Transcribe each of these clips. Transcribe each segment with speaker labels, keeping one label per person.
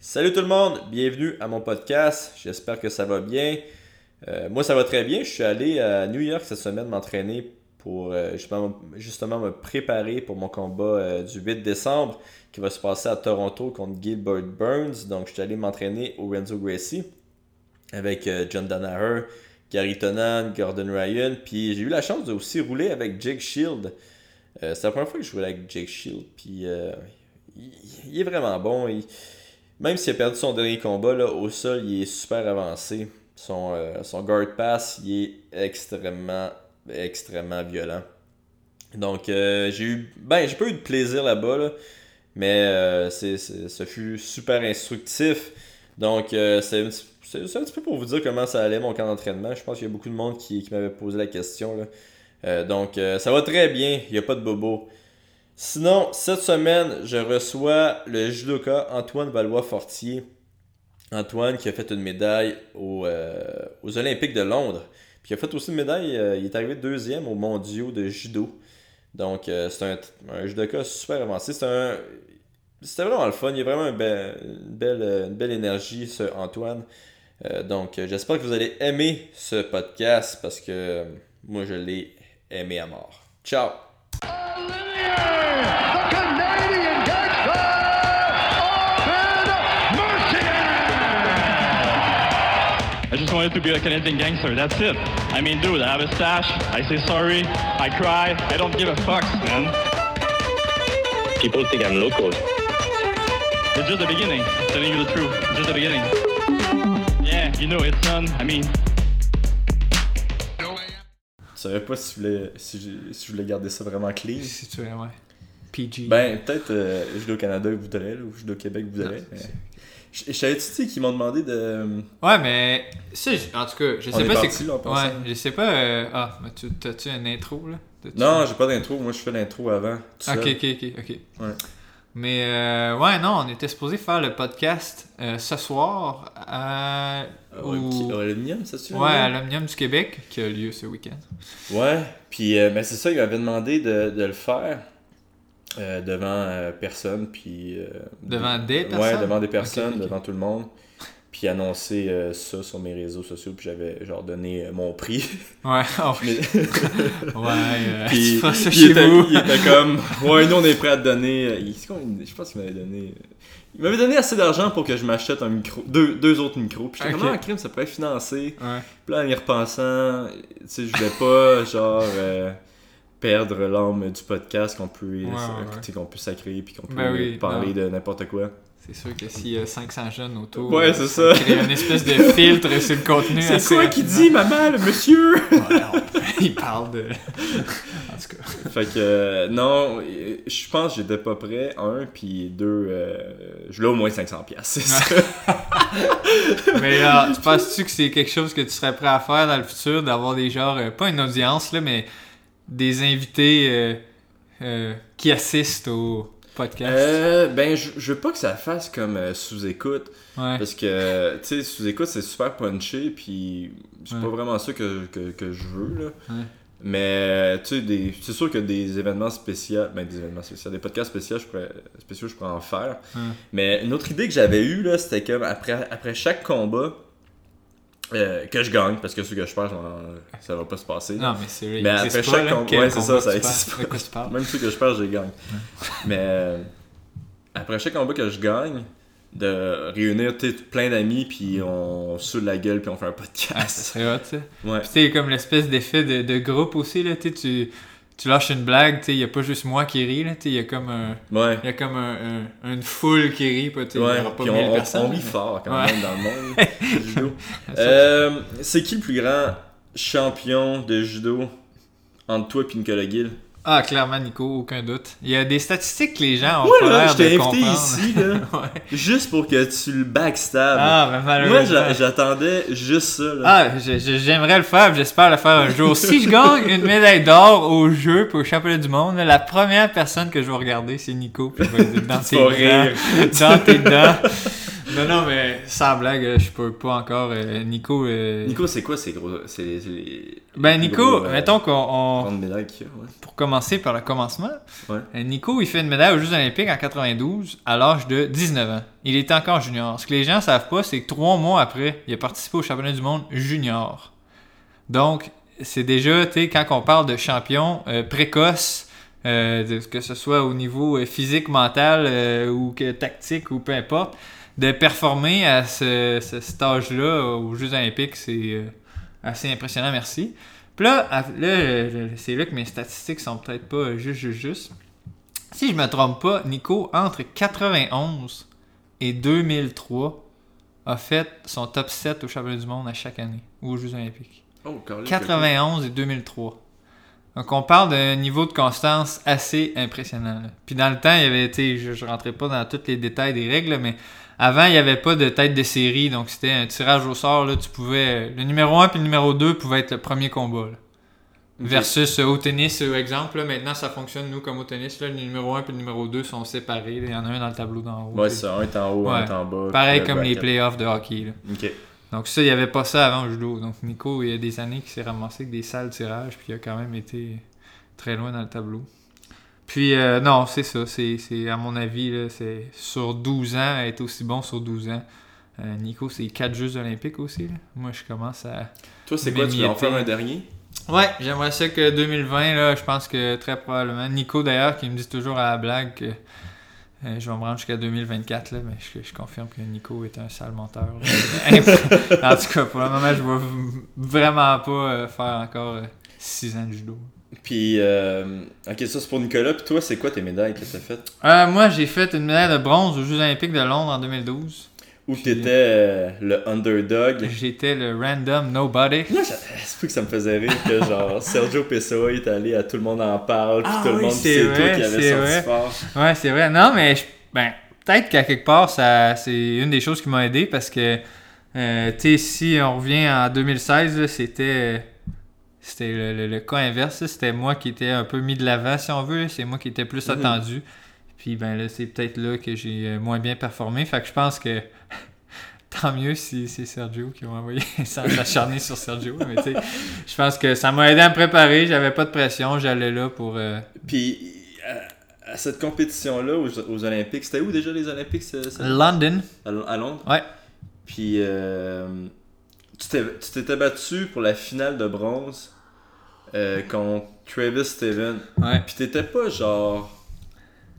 Speaker 1: Salut tout le monde, bienvenue à mon podcast. J'espère que ça va bien. Euh, moi, ça va très bien. Je suis allé à New York cette semaine m'entraîner pour euh, justement, justement me préparer pour mon combat euh, du 8 décembre qui va se passer à Toronto contre Gilbert Burns. Donc, je suis allé m'entraîner au Renzo Gracie avec euh, John Danaher, Gary Tonan, Gordon Ryan. Puis j'ai eu la chance de aussi rouler avec Jake Shield. Euh, c'est la première fois que je jouais avec Jake Shield. Puis euh, il, il est vraiment bon. Il- même s'il a perdu son dernier combat, là, au sol, il est super avancé. Son, euh, son guard pass, il est extrêmement, extrêmement violent. Donc euh, j'ai eu. Ben, j'ai pas eu de plaisir là-bas, là, mais euh, c'est, c'est- ce fut super instructif. Donc, euh, c'est, un petit- c'est- c'est un petit peu pour vous dire comment ça allait mon camp d'entraînement. Je pense qu'il y a beaucoup de monde qui, qui m'avait posé la question. Là. Euh, donc, euh, ça va très bien. Il n'y a pas de bobo. Sinon, cette semaine, je reçois le judoka Antoine Valois-Fortier. Antoine qui a fait une médaille au, euh, aux Olympiques de Londres. Puis il a fait aussi une médaille, euh, il est arrivé deuxième aux mondiaux de judo. Donc, euh, c'est un, un judoka super avancé. C'est un, c'était vraiment le fun. Il y a vraiment un bel- une, belle, euh, une belle énergie, ce Antoine. Euh, donc, euh, j'espère que vous allez aimer ce podcast parce que euh, moi, je l'ai aimé à mort. Ciao!
Speaker 2: The Canadian gangster, Arvid Mercier.
Speaker 3: I just wanted to be a Canadian gangster. That's it. I mean, dude, I have a stash. I say sorry. I cry. I don't give a fuck, man.
Speaker 4: People think I'm local.
Speaker 3: It's just the beginning. I'm telling you the truth. It's just the beginning. Yeah, you know, it's done. I mean,
Speaker 1: Je savais pas si je voulais, si je, si je voulais garder ça vraiment clean.
Speaker 5: Si tu veux, ouais. PG.
Speaker 1: Ben, peut-être euh, Judo Canada voudrait, là, ou Judo Québec voudrait.
Speaker 5: Non,
Speaker 1: mais-
Speaker 5: c'est-
Speaker 1: Je je savais-tu tu sais, qu'ils m'ont demandé de.
Speaker 5: Ouais, mais. ça, j- en tout cas, je
Speaker 1: On est
Speaker 5: sais pas
Speaker 1: parti,
Speaker 5: c'est.
Speaker 1: là, en
Speaker 5: ouais,
Speaker 1: passant.
Speaker 5: je sais pas. euh, Ah, mais tu- t'as-tu un intro, là T'as-tu-
Speaker 1: Non, j'ai pas d'intro. Moi, je fais l'intro avant. tout
Speaker 5: Ok,
Speaker 1: seul.
Speaker 5: ok, ok, ok.
Speaker 1: Ouais.
Speaker 5: Mais, euh, ouais, non, on était supposé faire le podcast euh, ce soir à.
Speaker 1: Au-
Speaker 5: au-
Speaker 1: au Aluminium, ça tu
Speaker 5: Ouais, à l'Omnium du Québec, qui a lieu ce week-end.
Speaker 1: Ouais, puis euh, mais c'est ça, il m'avait demandé de, de le faire euh, devant euh, personne, puis... euh,
Speaker 5: Devant des
Speaker 1: Ouais,
Speaker 5: personnes?
Speaker 1: devant des personnes,
Speaker 5: Ok, ok.
Speaker 1: devant tout le monde, puis annoncer euh, ça sur mes réseaux sociaux, puis j'avais genre donné euh, mon prix.
Speaker 5: Ouais, oh,
Speaker 1: Mais-
Speaker 5: ouais, euh,
Speaker 1: puis
Speaker 5: tu fais ça
Speaker 1: il
Speaker 5: chez
Speaker 1: était,
Speaker 5: vous.
Speaker 1: il était comme, ouais, nous on est prêt à te donner... euh, il- c'est quoi, il- je pense qu'il m'avait donné... Il m'avait donné assez d'argent pour que je m'achète un micro, deux, deux autres micros, puis j'étais
Speaker 5: Ok.
Speaker 1: comme, ah, crime, ça pourrait financer...
Speaker 5: Ouais.
Speaker 1: Puis là, en y repensant, tu sais, je voulais pas, genre, euh, perdre l'âme du podcast qu'on peut, euh,
Speaker 5: Ouais, ouais,
Speaker 1: tu sais, qu'on peut sacrer puis qu'on peut
Speaker 5: Ben oui,
Speaker 1: parler de n'importe quoi.
Speaker 5: C'est sûr que s'il y a 500 jeunes autour.
Speaker 1: Ouais,
Speaker 5: euh,
Speaker 1: c'est ça.
Speaker 5: crée une espèce de filtre sur le contenu.
Speaker 1: C'est
Speaker 5: assez
Speaker 1: quoi qui
Speaker 5: rapidement.
Speaker 1: dit, maman, le monsieur?
Speaker 5: Ouais, non, il parle de. En tout cas.
Speaker 1: fait que, euh, non, euh, je pense que j'étais pas prêt, un, puis deux, euh, je l'ai au moins 500 piastres, c'est ça.
Speaker 5: Mais là, tu penses-tu que c'est quelque chose que tu serais prêt à faire dans le futur, d'avoir des genres, euh, pas une audience, là, mais des invités euh, euh, qui assistent au podcast?
Speaker 1: Euh, ben, je je veux pas que ça fasse comme euh, sous-écoute,
Speaker 5: ouais.
Speaker 1: Parce que, tu sais, sous-écoute, c'est super punché, puis c'est pas
Speaker 5: Ouais. vraiment
Speaker 1: ça que, que, que je veux, là.
Speaker 5: Ouais.
Speaker 1: Mais, euh, tu sais, des- c'est sûr que des événements spéciaux, ben des événements spéciaux, des podcasts spéciaux, je pourrais, spéciaux, je pourrais en faire.
Speaker 5: Ouais.
Speaker 1: Mais une autre idée que j'avais eue, là, c'était comme après, après chaque combat euh, que je gagne, parce que ce que je perds, j'en- ça va pas se passer.
Speaker 5: Non, mais c'est vrai,
Speaker 1: Mais
Speaker 5: il existe
Speaker 1: après
Speaker 5: pas,
Speaker 1: chaque
Speaker 5: là,
Speaker 1: com-
Speaker 5: quel
Speaker 1: ouais, c'est ça,
Speaker 5: combat
Speaker 1: ça
Speaker 5: tu
Speaker 1: existe
Speaker 5: parles,
Speaker 1: pas.
Speaker 5: De quoi tu parles?
Speaker 1: Ah. Même ceux que je perds, je les gagne. Mais euh, après chaque combat que je gagne, de réunir tu sais, plein d'amis, puis on saoule la gueule, puis on fait un
Speaker 5: Ah, ça
Speaker 1: podcast.
Speaker 5: serait hot, ça.
Speaker 1: Ouais.
Speaker 5: Puis, tu sais, comme l'espèce d'effet de, de groupe aussi, là, tu sais, tu- tu lâches une blague, tu sais, il y a pas juste moi qui ris, là, tu sais, il y a comme un.
Speaker 1: Ouais.
Speaker 5: Il y a comme un- un- une foule qui rit, peut-être.
Speaker 1: Ouais,
Speaker 5: pas
Speaker 1: puis
Speaker 5: mille
Speaker 1: on, on,
Speaker 5: personnes,
Speaker 1: on rit
Speaker 5: mais-
Speaker 1: fort quand
Speaker 5: Ouais. Ah,
Speaker 1: même dans le monde du judo. Euh, c'est qui le plus grand champion de judo entre toi et Nicolas Gill?
Speaker 5: Ah, clairement, Nico, aucun doute. Il y a des statistiques que les gens ont
Speaker 1: Moi
Speaker 5: pas
Speaker 1: là,
Speaker 5: l'air
Speaker 1: je t'ai
Speaker 5: de
Speaker 1: invité
Speaker 5: comprendre.
Speaker 1: ici là,
Speaker 5: Ouais.
Speaker 1: juste pour que tu le backstabs.
Speaker 5: Ah, ben
Speaker 1: Moi
Speaker 5: malheureusement.
Speaker 1: j'a- j'attendais juste ça. Là.
Speaker 5: ah, je- je- j'aimerais le faire, puis j'espère le faire un jour. Si je gagne une médaille d'or au jeu pour le championnat du monde, la première personne que je vais regarder, c'est Nico. Puis je vais lui dire, dans
Speaker 1: Tu
Speaker 5: tes
Speaker 1: vas
Speaker 5: dents.
Speaker 1: rire.
Speaker 5: Dans tes dents. Non, non, mais sans blague, je peux pas encore. euh, Nico. euh,
Speaker 1: Nico, c'est quoi ces gros. C'est les- les-
Speaker 5: ben,
Speaker 1: les
Speaker 5: Nico,
Speaker 1: gros, euh,
Speaker 5: mettons qu'on. on-
Speaker 1: grandes médailles qu'il y a, ouais.
Speaker 5: Pour commencer par le commencement,
Speaker 1: Ouais.
Speaker 5: euh, Nico, il fait une médaille aux Jeux Olympiques en 92 à l'âge de 19 ans. Il était encore junior. Ce que les gens savent pas, c'est que trois mois après, il a participé au championnat du monde junior. Donc, c'est déjà, tu sais, quand on parle de champion euh, précoce, euh, de- que ce soit au niveau euh, physique, mental euh, ou que tactique ou peu importe, de performer à ce, ce- cet âge-là aux Jeux Olympiques, c'est euh, assez impressionnant, merci. Puis là, à- là, euh, c'est là que mes statistiques sont peut-être pas euh, juste, juste, juste. Si je me trompe pas, Nico, entre 91 et 2003, a fait son top 7 au championnat du monde à chaque année, ou aux Jeux Olympiques.
Speaker 1: Oh, Carlis,
Speaker 5: 91 et 2003. Donc on parle d'un niveau de constance assez impressionnant. là. Puis dans le temps, il y avait été, je, je rentrais pas dans tous les détails des règles, là, mais avant, il n'y avait pas de tête de série, donc c'était un tirage au sort. Là, tu pouvais, le numéro 1 puis le numéro 2 pouvaient être le premier combat. là.
Speaker 1: Ok.
Speaker 5: Versus euh, au tennis, euh, exemple, là, maintenant ça fonctionne, nous, comme au tennis, là, le numéro 1 puis le numéro 2 sont séparés. là. Il y en a un dans le tableau d'en haut.
Speaker 1: Ouais,
Speaker 5: puis-
Speaker 1: c'est ça, un est en haut, un
Speaker 5: Ouais.
Speaker 1: est en bas.
Speaker 5: Pareil
Speaker 1: puis euh, bah, le
Speaker 5: comme les
Speaker 1: bracket.
Speaker 5: playoffs de hockey. là.
Speaker 1: Ok.
Speaker 5: Donc ça, il n'y avait pas ça avant au judo. Donc Nico, il y a des années qu'il s'est ramassé avec des sales tirages, puis il a quand même été très loin dans le tableau. Puis euh, non, c'est ça. C'est, c'est, à mon avis, là, c'est sur 12 ans, être aussi bon sur 12 ans. Euh, Nico, c'est 4 Jeux olympiques aussi. là. Moi, je commence à...
Speaker 1: Toi, c'est quoi
Speaker 5: Mais
Speaker 1: Tu
Speaker 5: il
Speaker 1: veux en
Speaker 5: était-
Speaker 1: faire un dernier
Speaker 5: Ouais, j'aimerais ça que 2020, là, je pense que très probablement... Nico, d'ailleurs, qui me dit toujours à la blague que euh, je vais me rendre jusqu'à 2024, là, mais je, je confirme que Nico est un sale menteur. là. en tout cas, pour le moment, je vais v- vraiment pas euh, faire encore 6 ans de judo.
Speaker 1: Puis, euh, ok, ça c'est pour Nicolas. Puis toi, c'est quoi tes médailles que t'as faites
Speaker 5: Euh, moi, j'ai fait une médaille de bronze aux Jeux olympiques de Londres en 2012.
Speaker 1: Où t'étais euh, le underdog
Speaker 5: J'étais le random nobody.
Speaker 1: Là, ça- c'est fou que ça me faisait rire que genre Sergio Pessoa est allé à Tout le monde en parle, puis
Speaker 5: Ah
Speaker 1: tout le
Speaker 5: oui,
Speaker 1: monde
Speaker 5: c'est
Speaker 1: sait toi
Speaker 5: vrai,
Speaker 1: qui avait
Speaker 5: c'est
Speaker 1: sorti
Speaker 5: vrai.
Speaker 1: fort.
Speaker 5: Ouais, c'est vrai. Non, mais je- ben, peut-être qu'à quelque part, ça, c'est une des choses qui m'a aidé parce que, euh, tu sais, si on revient en 2016, là, c'était, euh, c'était le, le- le cas inverse. là. C'était moi qui étais un peu mis de l'avant, si on veut. là. C'est moi qui étais plus
Speaker 1: Mhm.
Speaker 5: attendu. Puis, ben là, c'est peut-être là que j'ai euh, moins bien performé. Fait que je pense que. Tant mieux si c'est Sergio qui m'a envoyé sans s'acharner sur Sergio. Mais tu sais, je pense que ça m'a aidé à me préparer. J'avais pas de pression. J'allais là pour. euh,
Speaker 1: Puis euh, à, à cette compétition-là aux, aux Olympiques, c'était où déjà les Olympiques ce- ce-
Speaker 5: London.
Speaker 1: à, à Londres
Speaker 5: Ouais.
Speaker 1: Puis euh, tu t'es- tu t'étais battu pour la finale de bronze euh, contre Travis Steven.
Speaker 5: Ouais.
Speaker 1: Puis t'étais pas genre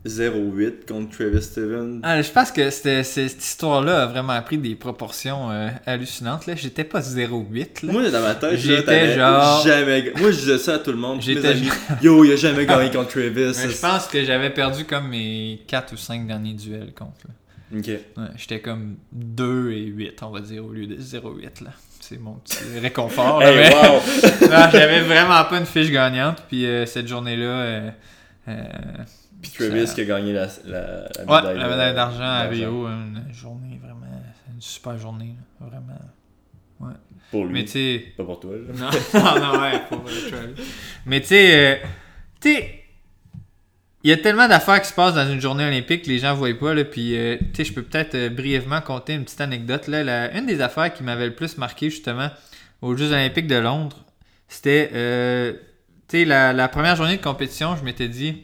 Speaker 1: 0-8 contre Travis Steven.
Speaker 5: Ah, je pense que c'était- c'est- cette histoire-là a vraiment pris des proportions euh, hallucinantes. Là. J'étais pas 0,8. là.
Speaker 1: Moi, dans ma tête,
Speaker 5: J'étais
Speaker 1: j'étais genre.
Speaker 5: genre-
Speaker 1: Jamais... Moi, je disais ça à tout le monde. J'étais
Speaker 5: J'étais
Speaker 1: amis. Yo, il a jamais gagné contre Travis.
Speaker 5: Mais je pense que j'avais perdu comme mes 4 ou 5 derniers duels contre. là.
Speaker 1: Ok.
Speaker 5: Ouais, j'étais comme 2 et 8, on va dire, au lieu de 0,8. Là. C'est mon petit réconfort. là,
Speaker 1: Hey,
Speaker 5: mais-
Speaker 1: wow!
Speaker 5: Non, j'avais vraiment pas une fiche gagnante. Puis euh, cette journée-là, euh, euh,
Speaker 1: Puis Travis
Speaker 5: Ça-
Speaker 1: qui a gagné la, la, la
Speaker 5: Ouais,
Speaker 1: médaille
Speaker 5: la
Speaker 1: de-
Speaker 5: médaille d'argent à Rio, une journée vraiment, une super journée, là, vraiment.
Speaker 1: Pour lui.
Speaker 5: Mais tu sais,
Speaker 1: Pas pour toi, là.
Speaker 5: Non, non, non, ouais, pour euh, vrai, Charlie. Mais tu sais, euh, tu sais, il y a tellement d'affaires qui se passent dans une journée olympique que les gens voient pas. Là, puis, euh, tu sais, je peux peut-être euh, brièvement conter une petite anecdote. Là, La- une des affaires qui m'avait le plus marqué, justement, aux Jeux olympiques de Londres, c'était, euh, tu sais, la, la première journée de compétition, je m'étais dit...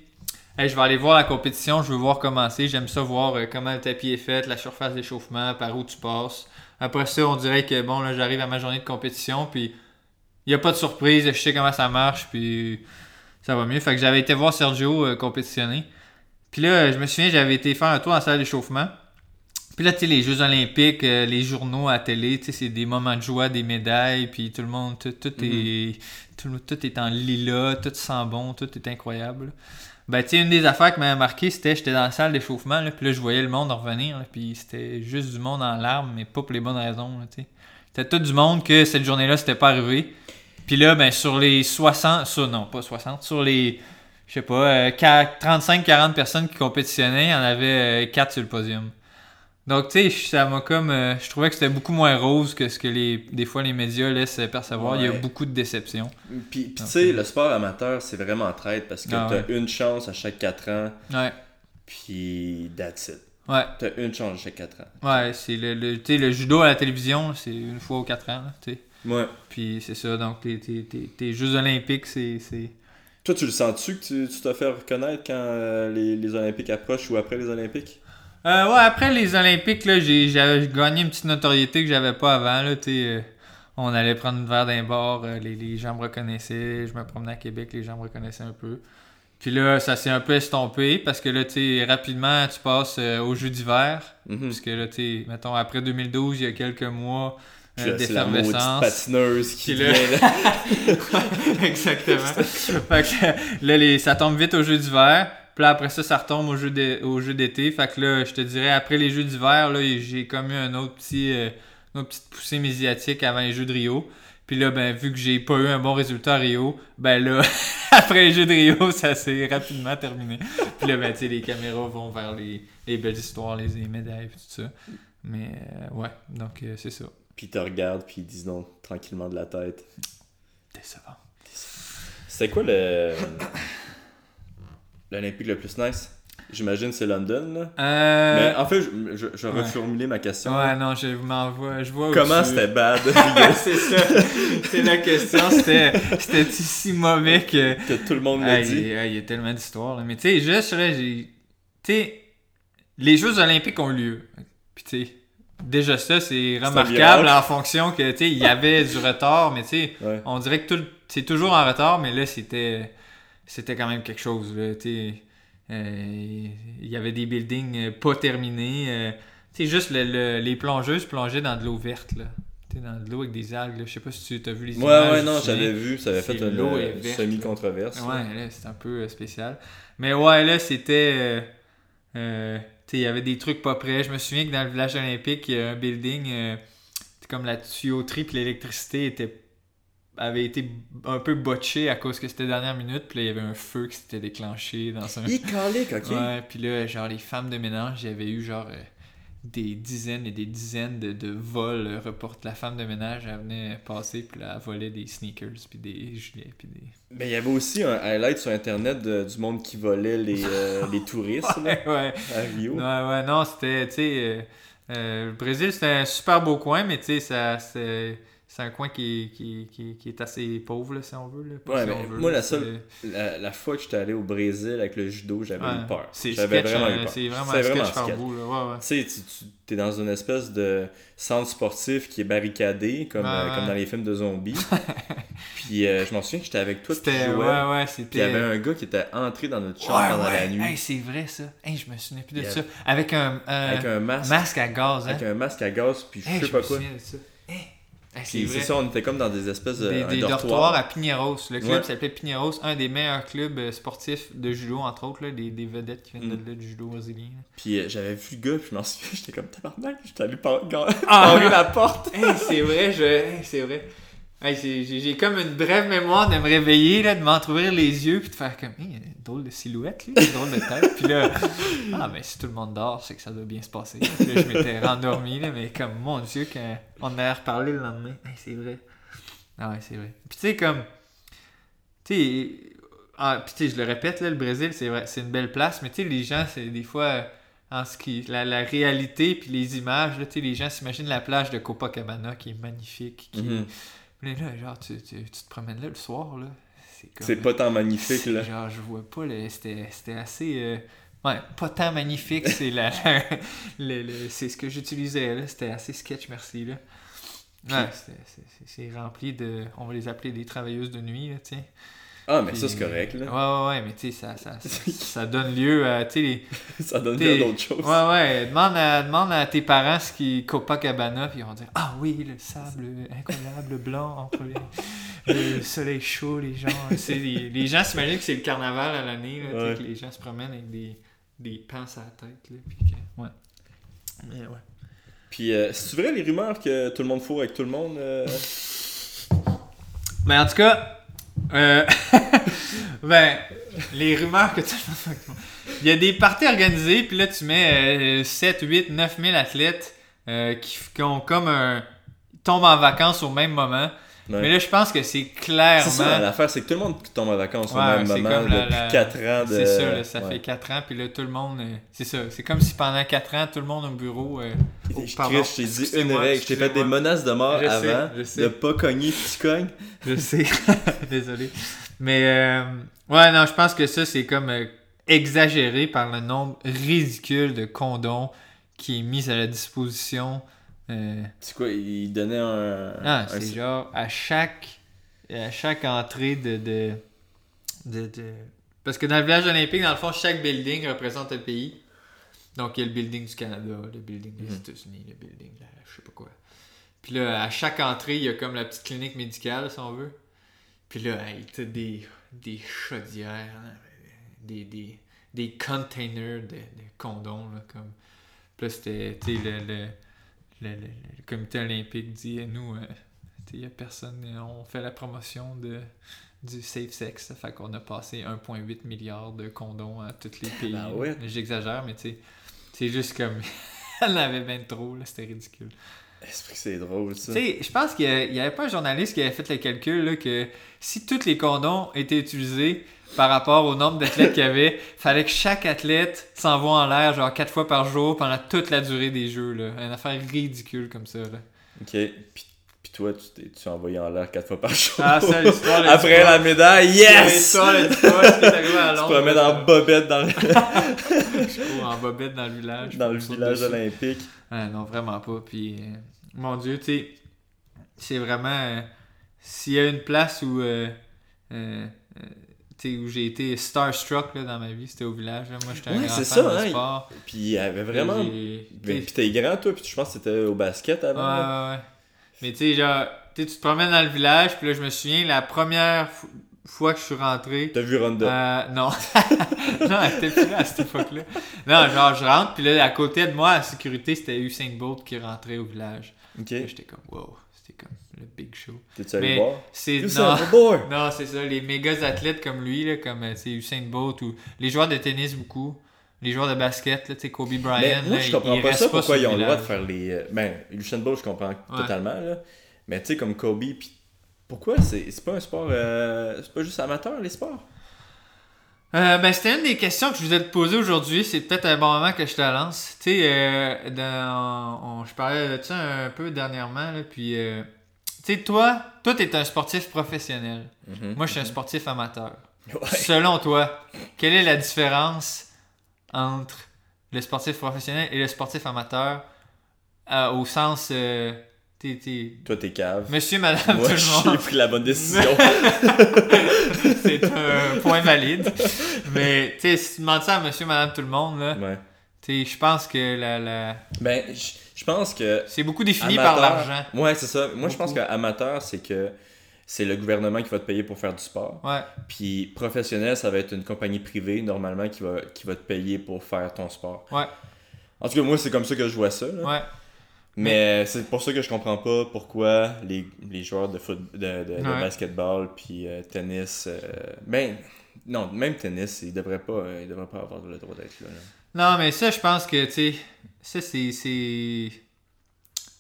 Speaker 5: Hey, je vais aller voir la compétition, je veux voir comment c'est. J'aime ça voir euh, comment le tapis est fait, la surface d'échauffement, par où tu passes. Après ça, on dirait que bon, là, j'arrive à ma journée de compétition, puis il n'y a pas de surprise, je sais comment ça marche, puis ça va mieux. Fait que j'avais été voir Sergio euh, compétitionner. Puis là, je me souviens, j'avais été faire un tour en salle d'échauffement. Puis là, tu sais, les Jeux Olympiques, euh, les journaux à télé, tu sais, c'est des moments de joie, des médailles, puis tout le monde, tout, tout est, tout, tout est en lilas, tout sent bon, tout est incroyable. Ben, tu sais, une des affaires qui m'avait marqué, c'était j'étais dans la salle d'échauffement, là, puis là, je voyais le monde en revenir, là, puis c'était juste du monde en larmes, mais pas pour les bonnes raisons, là, tu sais. C'était tout du monde que cette journée-là, c'était pas arrivé. Puis là, ben, sur les 60, sur, non, pas 60, sur les, je sais pas, euh, 35-40 personnes qui compétitionnaient, il y en avait 4 sur le podium. Donc, tu sais, je- ça m'a comme. euh, je trouvais que c'était beaucoup moins rose que ce que les, des fois les médias laissent percevoir. Il y a
Speaker 1: Ouais.
Speaker 5: beaucoup de déceptions.
Speaker 1: Puis, puis tu sais, le sport amateur, c'est vraiment traite parce que
Speaker 5: Ah, Ah
Speaker 1: t'as une chance à chaque 4 ans,
Speaker 5: Ouais.
Speaker 1: puis that's it.
Speaker 5: Ouais,
Speaker 1: T'as une chance chaque 4 ans.
Speaker 5: ouais, c'est le, le, tu sais, le judo à la télévision, c'est une fois aux quatre ans, là, tu sais.
Speaker 1: Ouais.
Speaker 5: Puis c'est ça, donc tes, tes- tes- tes Jeux Olympiques, c'est. c'est-
Speaker 1: Toi, tu le sens-tu que tu- tu t'as fait reconnaître quand euh, les, les Olympiques approchent ou après les Olympiques
Speaker 5: Euh, ouais, après les Olympiques, là, j'ai, j'avais gagné une petite notoriété que j'avais pas avant, là, tu sais, euh, on allait prendre une verre d'un bar, euh, les, les gens me reconnaissaient, je me promenais à Québec, les gens me reconnaissaient un peu. Puis là, ça s'est un peu estompé parce que là, tu sais, rapidement, tu passes euh, aux Jeux d'hiver.
Speaker 1: Hmm. Mm-hmm.
Speaker 5: Parce que là, tu sais, mettons, après 2012, il y a quelques mois
Speaker 1: Puis
Speaker 5: euh,
Speaker 1: là, C'est la maudite
Speaker 5: d'effervescence.
Speaker 1: patineuse qui
Speaker 5: Puis là-
Speaker 1: vient là.
Speaker 5: Exactement. fait que là, les, ça tombe vite aux Jeux d'hiver. Puis là, après ça, ça retombe aux Jeux d'é- aux Jeux d'été. Fait que là, je te dirais, après les Jeux d'hiver, là, j'ai comme eu un autre petit, euh, une autre petite poussée médiatique avant les Jeux de Rio. Puis là, ben, vu que j'ai pas eu un bon résultat à Rio, ben là, après les Jeux de Rio, ça s'est rapidement terminé. Puis là, ben, tu sais, les caméras vont vers les, les belles histoires, les, les médailles, puis tout ça. Mais euh, ouais, donc euh, c'est ça.
Speaker 1: Puis ils te regardent, puis ils disent non tranquillement de la tête.
Speaker 5: Décevant.
Speaker 1: C'était quoi le. L'Olympique le plus nice J'imagine c'est London, là.
Speaker 5: Euh...
Speaker 1: Mais en fait, je, je, je vais
Speaker 5: ouais.
Speaker 1: reformuler ma question.
Speaker 5: Ouais, non, je m'envoie, je vois où
Speaker 1: Comment
Speaker 5: tu-
Speaker 1: c'était bad euh,
Speaker 5: c'est ça. C'est la question. C'était, c'était si mauvais que.
Speaker 1: que tout le monde
Speaker 5: Ah,
Speaker 1: le
Speaker 5: il,
Speaker 1: dit
Speaker 5: ah, il y a tellement d'histoires. là. Mais tu sais, juste là, j'ai. Tu sais, les Jeux Olympiques ont lieu. Puis tu sais, déjà ça, c'est remarquable
Speaker 1: virage.
Speaker 5: en fonction que tu sais, il y avait du retard. Mais tu sais,
Speaker 1: Ouais.
Speaker 5: on dirait que tout, le- c'est toujours en retard. Mais là, c'était, c'était quand même quelque chose. là, Tu sais, Euh, il y avait des buildings euh, pas terminés. euh, tu sais, juste le- le- les plongeuses plongeaient dans de l'eau verte, là. Tu sais, dans de l'eau avec des algues, là. Je sais pas si tu as vu les
Speaker 1: Ouais,
Speaker 5: images.
Speaker 1: ouais,
Speaker 5: tu
Speaker 1: non,
Speaker 5: te
Speaker 1: j'avais
Speaker 5: souviens.
Speaker 1: vu, ça avait
Speaker 5: c'est
Speaker 1: fait une
Speaker 5: l'eau est
Speaker 1: euh,
Speaker 5: verte,
Speaker 1: semi-controverse.
Speaker 5: Ouais, là, c'est un peu euh, spécial. Mais ouais, là, c'était... euh, euh, tu sais, il y avait des trucs pas prêts. Je me souviens que dans le village olympique, il y a un building... euh, c'est comme la tuyauterie puis l'électricité était avait été un peu botchée à cause que c'était dernière minute puis là, il y avait un feu qui s'était déclenché dans un
Speaker 1: Iconique, ok.
Speaker 5: Ouais, puis là, genre, les femmes de ménage, il y avait eu genre euh, des dizaines et des dizaines de, de vols. euh, report- La femme de ménage, elle venait passer, puis là, elle volait des sneakers, puis des gilets, puis des.
Speaker 1: Mais il y avait aussi un highlight sur internet de- du monde qui volait les, euh, les touristes là,
Speaker 5: Ouais, ouais,
Speaker 1: à Rio.
Speaker 5: ouais, ouais, non, c'était, tu sais, euh, euh, le Brésil, c'était un super beau coin, mais tu sais, ça- c'est. C'est un coin qui, qui, qui, qui est assez pauvre, là, si on veut. là, pas
Speaker 1: Ouais,
Speaker 5: si
Speaker 1: mais
Speaker 5: on veut,
Speaker 1: moi,
Speaker 5: là,
Speaker 1: la seule-
Speaker 5: c'est-
Speaker 1: La, la fois que j'étais allé au Brésil avec le judo, j'avais
Speaker 5: ouais,
Speaker 1: eu peur.
Speaker 5: C'est
Speaker 1: J'avais
Speaker 5: sketch,
Speaker 1: vraiment
Speaker 5: hein,
Speaker 1: eu peur.
Speaker 5: C'est vraiment
Speaker 1: C'était
Speaker 5: sketch par
Speaker 1: sketch.
Speaker 5: bout, là, ouais, ouais.
Speaker 1: Tu sais, tu, tu es dans une espèce de centre sportif qui est barricadé, comme,
Speaker 5: Ouais,
Speaker 1: euh,
Speaker 5: ouais.
Speaker 1: comme dans les films de zombies. puis euh, je m'en souviens que j'étais avec toi, tu
Speaker 5: C'était,
Speaker 1: jouais.
Speaker 5: ouais, ouais,
Speaker 1: Puis il y
Speaker 5: c'était...
Speaker 1: avait un gars qui était entré dans notre chambre
Speaker 5: Ouais,
Speaker 1: pendant
Speaker 5: ouais.
Speaker 1: la nuit
Speaker 5: Hey, c'est vrai ça. Hey, je me souviens plus de
Speaker 1: Yeah.
Speaker 5: ça. Avec un, un
Speaker 1: avec un masque,
Speaker 5: Euh, masque à gaz, hein.
Speaker 1: avec un masque à gaz, puis je
Speaker 5: Hey,
Speaker 1: sais
Speaker 5: je
Speaker 1: pas
Speaker 5: me
Speaker 1: quoi.
Speaker 5: souviens de ça. Hey. Hey, c'est
Speaker 1: Puis
Speaker 5: vrai.
Speaker 1: c'est ça, on était comme dans des espèces de
Speaker 5: des,
Speaker 1: un
Speaker 5: des
Speaker 1: dortoir.
Speaker 5: dortoirs à Pinheiros. Le club
Speaker 1: Ouais.
Speaker 5: s'appelait Pinheiros, un des meilleurs clubs euh, sportifs de judo, entre autres, là, des, des vedettes qui viennent de là, du judo brésilien.
Speaker 1: Puis euh, j'avais vu le gars, puis je m'en souviens, j'étais comme tabarnak, j'étais allé par...
Speaker 5: Ah!
Speaker 1: barrer la porte.
Speaker 5: Hey, c'est vrai, je... hey, c'est vrai. Hey, c'est- j'ai j'ai comme une brève mémoire de me réveiller, là, de m'entrouvrir les yeux, puis de faire comme, hey, une drôle de silhouette, là, une drôle de tête. Puis là, ah, mais si tout le monde dort, c'est que ça doit bien se passer. Puis là, je m'étais rendormi, là, mais comme, mon Dieu, quand on en a reparlé le lendemain, Hey, c'est vrai. Ah ouais, c'est vrai. Puis tu sais, comme, tu sais, ah, puis tu sais, je le répète, là, le Brésil, c'est vrai, c'est une belle place, mais tu sais, les gens, c'est des fois, euh, en ce qui, la, la réalité, puis les images, là, tu sais, les gens s'imaginent la plage de Copacabana qui est magnifique, qui
Speaker 1: Mhm.
Speaker 5: mais là, genre, tu, tu, tu te promènes là le soir, là. C'est comme.
Speaker 1: C'est pas tant magnifique,
Speaker 5: c'est-
Speaker 1: là.
Speaker 5: Genre, je vois pas, là. C'était c'était assez. euh, Ouais, pas tant magnifique, c'est la, le- le- c'est ce que j'utilisais, là. C'était assez sketch, merci, là. Ouais, c'était- c'est- c'est- c'est rempli de. On va les appeler des travailleuses de nuit, là, tu sais.
Speaker 1: Ah, mais
Speaker 5: Puis-
Speaker 1: ça, c'est correct, là.
Speaker 5: Ouais, ouais, ouais, mais tu sais, ça, ça, ça, ça donne lieu à. Tu sais, les-
Speaker 1: Ça donne
Speaker 5: T'es-
Speaker 1: bien d'autres choses.
Speaker 5: Ouais, ouais. Demande à, demande à tes parents ce qui est Copacabana, puis ils vont dire Ah oui, le sable incroyable, blanc, entre les- le soleil chaud, les gens. euh, C'est- les, les gens s'imaginent que c'est le carnaval à l'année, là, tu sais,
Speaker 1: Ouais.
Speaker 5: que les gens se promènent avec des, des pinces à la tête. Là, puis que- ouais. Mais ouais.
Speaker 1: Puis euh, c'est vrai les rumeurs que tout le monde fourre avec tout le monde euh,
Speaker 5: Mais en tout cas, euh, ben, les rumeurs que tu Il y a des parties organisées, puis là, tu mets euh, 7, 8, 9 000 athlètes euh, qui, f- qui ont comme un. tombent en vacances au même moment.
Speaker 1: Ouais.
Speaker 5: Mais là, je pense que c'est
Speaker 1: C'est ça,
Speaker 5: clairement.
Speaker 1: l'affaire, c'est que tout le monde tombe en vacances
Speaker 5: Ouais,
Speaker 1: au même
Speaker 5: c'est
Speaker 1: moment
Speaker 5: comme la-
Speaker 1: depuis
Speaker 5: la-
Speaker 1: 4 ans. De...
Speaker 5: C'est ça, là, ça
Speaker 1: euh, Ouais.
Speaker 5: fait 4 ans, puis là, tout le monde. euh, C'est ça, c'est comme si pendant 4 ans, tout le monde au bureau. euh,
Speaker 1: Et
Speaker 5: Oh,
Speaker 1: je-
Speaker 5: pardon,
Speaker 1: Chris, je t'ai dit une
Speaker 5: excusez-moi,
Speaker 1: règle, je t'ai fait des
Speaker 5: excusez-moi.
Speaker 1: menaces de mort
Speaker 5: Je sais,
Speaker 1: avant,
Speaker 5: je sais.
Speaker 1: de pas cogner, puis tu cognes.
Speaker 5: Je sais. Désolé. Mais euh, ouais, non, je pense que ça, c'est comme euh, exagéré par le nombre ridicule de condoms qui est mis à la disposition. euh,
Speaker 1: C'est quoi, il donnait un...
Speaker 5: ah,
Speaker 1: euh, un-
Speaker 5: c'est genre à chaque à chaque entrée de, de, de- de- Parce que dans le village olympique, dans le fond, chaque building représente un pays. Donc, il y a le building du Canada, le building des
Speaker 1: Mhm.
Speaker 5: États-Unis, le building de la- je sais pas quoi. Puis là, à chaque entrée, il y a comme la petite clinique médicale, si on veut. Puis là, hey, t'as des, des chaudières, là, des, des, des containers de, de condoms, là, comme... Puis là, c'était, tu sais, le, le, le- le- le comité olympique dit, Eh, nous, euh, tu sais, y a personne, euh, on fait la promotion de, du safe sex, ça fait qu'on a passé 1,8 milliard de condoms à tous les pays. là.
Speaker 1: ouais.
Speaker 5: J'exagère, mais tu sais, c'est juste comme... Elle avait bien trop, là, c'était ridicule.
Speaker 1: Est-ce que Eh, c'est drôle, ça?
Speaker 5: Tu sais, je pense qu'il n'y avait pas un journaliste qui avait fait le calcul là, que si tous les condoms étaient utilisés par rapport au nombre d'athlètes qu'il y avait, fallait que chaque athlète s'envoie en l'air genre quatre fois par jour pendant toute la durée des jeux. Là. Une affaire ridicule comme ça. Là.
Speaker 1: Ok, puis, puis toi, tu t'es tu t'es envoyé en l'air 4 fois par jour.
Speaker 5: Ah, ça, l'histoire de
Speaker 1: Après
Speaker 5: l'histoire.
Speaker 1: la médaille, yes!
Speaker 5: L'histoire de l'histoire, ce qui est arrivé à
Speaker 1: Tu te
Speaker 5: Londres,
Speaker 1: promènes
Speaker 5: là,
Speaker 1: en bobette dans, le-
Speaker 5: je cours en bobette dans le village.
Speaker 1: dans le
Speaker 5: je saute
Speaker 1: village
Speaker 5: dessus.
Speaker 1: olympique.
Speaker 5: Ah, non, vraiment pas. Puis, euh, mon Dieu, tu sais, c'est vraiment. euh, S'il y a une place où. euh, euh, euh, tu sais, où j'ai été starstruck là, dans ma vie, c'était au village. là. Moi, j'étais un
Speaker 1: Ouais,
Speaker 5: grand
Speaker 1: c'est ça,
Speaker 5: fan de
Speaker 1: hein,
Speaker 5: sport.
Speaker 1: Puis il y avait vraiment...
Speaker 5: J'ai-
Speaker 1: Mais,
Speaker 5: tu
Speaker 1: puis
Speaker 5: sais,
Speaker 1: t'es grand, toi, puis je pense que t'étais au basket
Speaker 5: Ouais, ouais,
Speaker 1: avant.
Speaker 5: ouais. Mais tu sais, genre, tu sais, tu te promènes dans le village, puis là, je me souviens, la première fo- fois que je suis rentré,
Speaker 1: T'as vu Ronda.
Speaker 5: euh, non. non, elle était plus là à cette époque-là. Non, genre, je rentre, puis là, à côté de moi, à la sécurité, c'était Usain Bolt qui rentrait au village.
Speaker 1: ok,
Speaker 5: Là, J'étais comme, wow, c'était comme le big show.
Speaker 1: t'es-tu allé
Speaker 5: mais-
Speaker 1: voir?
Speaker 5: C'est
Speaker 1: You
Speaker 5: non,
Speaker 1: son of a boy!
Speaker 5: non, c'est ça, les méga athlètes comme lui, là, comme euh, tu sais, Usain Bolt ou les joueurs de tennis beaucoup, les joueurs de basket, là, tu sais, Kobe Bryant.
Speaker 1: Mais moi,
Speaker 5: là,
Speaker 1: je
Speaker 5: il-
Speaker 1: comprends
Speaker 5: il
Speaker 1: pas
Speaker 5: reste
Speaker 1: ça, pourquoi
Speaker 5: sur
Speaker 1: ils ont le droit de
Speaker 5: village.
Speaker 1: faire les. euh, Ben, Usain Bolt, je comprends totalement, là. Mais tu sais, comme Kobe, pis pourquoi c'est c'est pas un sport. euh, c'est pas juste amateur, les sports.
Speaker 5: Euh, ben, c'était une des questions que je vous ai posées aujourd'hui. C'est peut-être un bon moment que je te lance. Tu sais, euh, dans- on- je parlais de ça un peu dernièrement, là, puis, euh, tu sais, toi, toi, t'es un sportif professionnel.
Speaker 1: Mhm.
Speaker 5: Moi, je suis un sportif amateur.
Speaker 1: Ouais.
Speaker 5: Selon toi, quelle est la différence entre le sportif professionnel et le sportif amateur euh, au sens. euh, t'es- t'es-
Speaker 1: Toi, t'es cave.
Speaker 5: Monsieur, madame,
Speaker 1: Moi,
Speaker 5: tout le
Speaker 1: j'ai
Speaker 5: monde,
Speaker 1: pris la bonne décision.
Speaker 5: c'est un point valide. Mais, tu sais, si tu demandes ça à monsieur, madame, tout le monde, là,
Speaker 1: ouais.
Speaker 5: tu sais, je pense que la, la-
Speaker 1: Ben, je je pense que.
Speaker 5: c'est beaucoup défini par
Speaker 1: amateur-
Speaker 5: l'argent.
Speaker 1: Ouais, c'est ça. Moi, je pense que
Speaker 5: Beaucoup.
Speaker 1: amateur, c'est que c'est le gouvernement qui va te payer pour faire du sport.
Speaker 5: Ouais,
Speaker 1: Puis professionnel, ça va être une compagnie privée normalement qui va, qui va te payer pour faire ton sport.
Speaker 5: Ouais.
Speaker 1: En tout cas, moi, c'est comme ça que je vois ça. là.
Speaker 5: ouais.
Speaker 1: Mais euh, c'est pour ça que je comprends pas pourquoi les, les joueurs de, foot, de, de- de
Speaker 5: Ouais.
Speaker 1: basketball puis euh, tennis. euh, ben, non, même tennis, ils devraient pas, euh, ils devraient pas avoir le droit d'être là. là.
Speaker 5: Non, mais ça, je pense que, tu sais, ça, c'est. C'est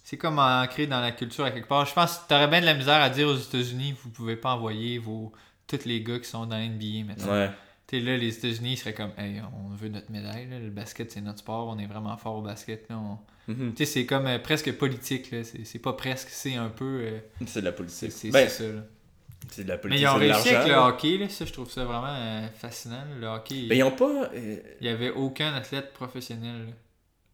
Speaker 5: c'est comme ancré dans la culture à quelque part. Je pense que t'aurais bien de la misère à dire aux États-Unis, vous pouvez pas envoyer vos. Tous les gars qui sont dans la NBA maintenant.
Speaker 1: Ouais.
Speaker 5: Tu sais, là, les États-Unis, ils seraient comme, hey, on veut notre médaille, là. le basket, c'est notre sport, on est vraiment fort au basket. là. On-
Speaker 1: Mhm.
Speaker 5: Tu sais, c'est comme euh, presque politique, là. C'est, c'est pas presque, c'est un peu. euh,
Speaker 1: C'est de la
Speaker 5: c'est,
Speaker 1: politique.
Speaker 5: c'est-
Speaker 1: ben,
Speaker 5: c'est ça, là.
Speaker 1: c'est de la
Speaker 5: Mais
Speaker 1: politique.
Speaker 5: ils ont
Speaker 1: c'est de
Speaker 5: réussi avec le
Speaker 1: l'argent, là.
Speaker 5: hockey, là. Ça, je trouve ça vraiment euh, fascinant. Le hockey,
Speaker 1: Ben, ils ont pas. euh,
Speaker 5: il y avait aucun athlète professionnel. là.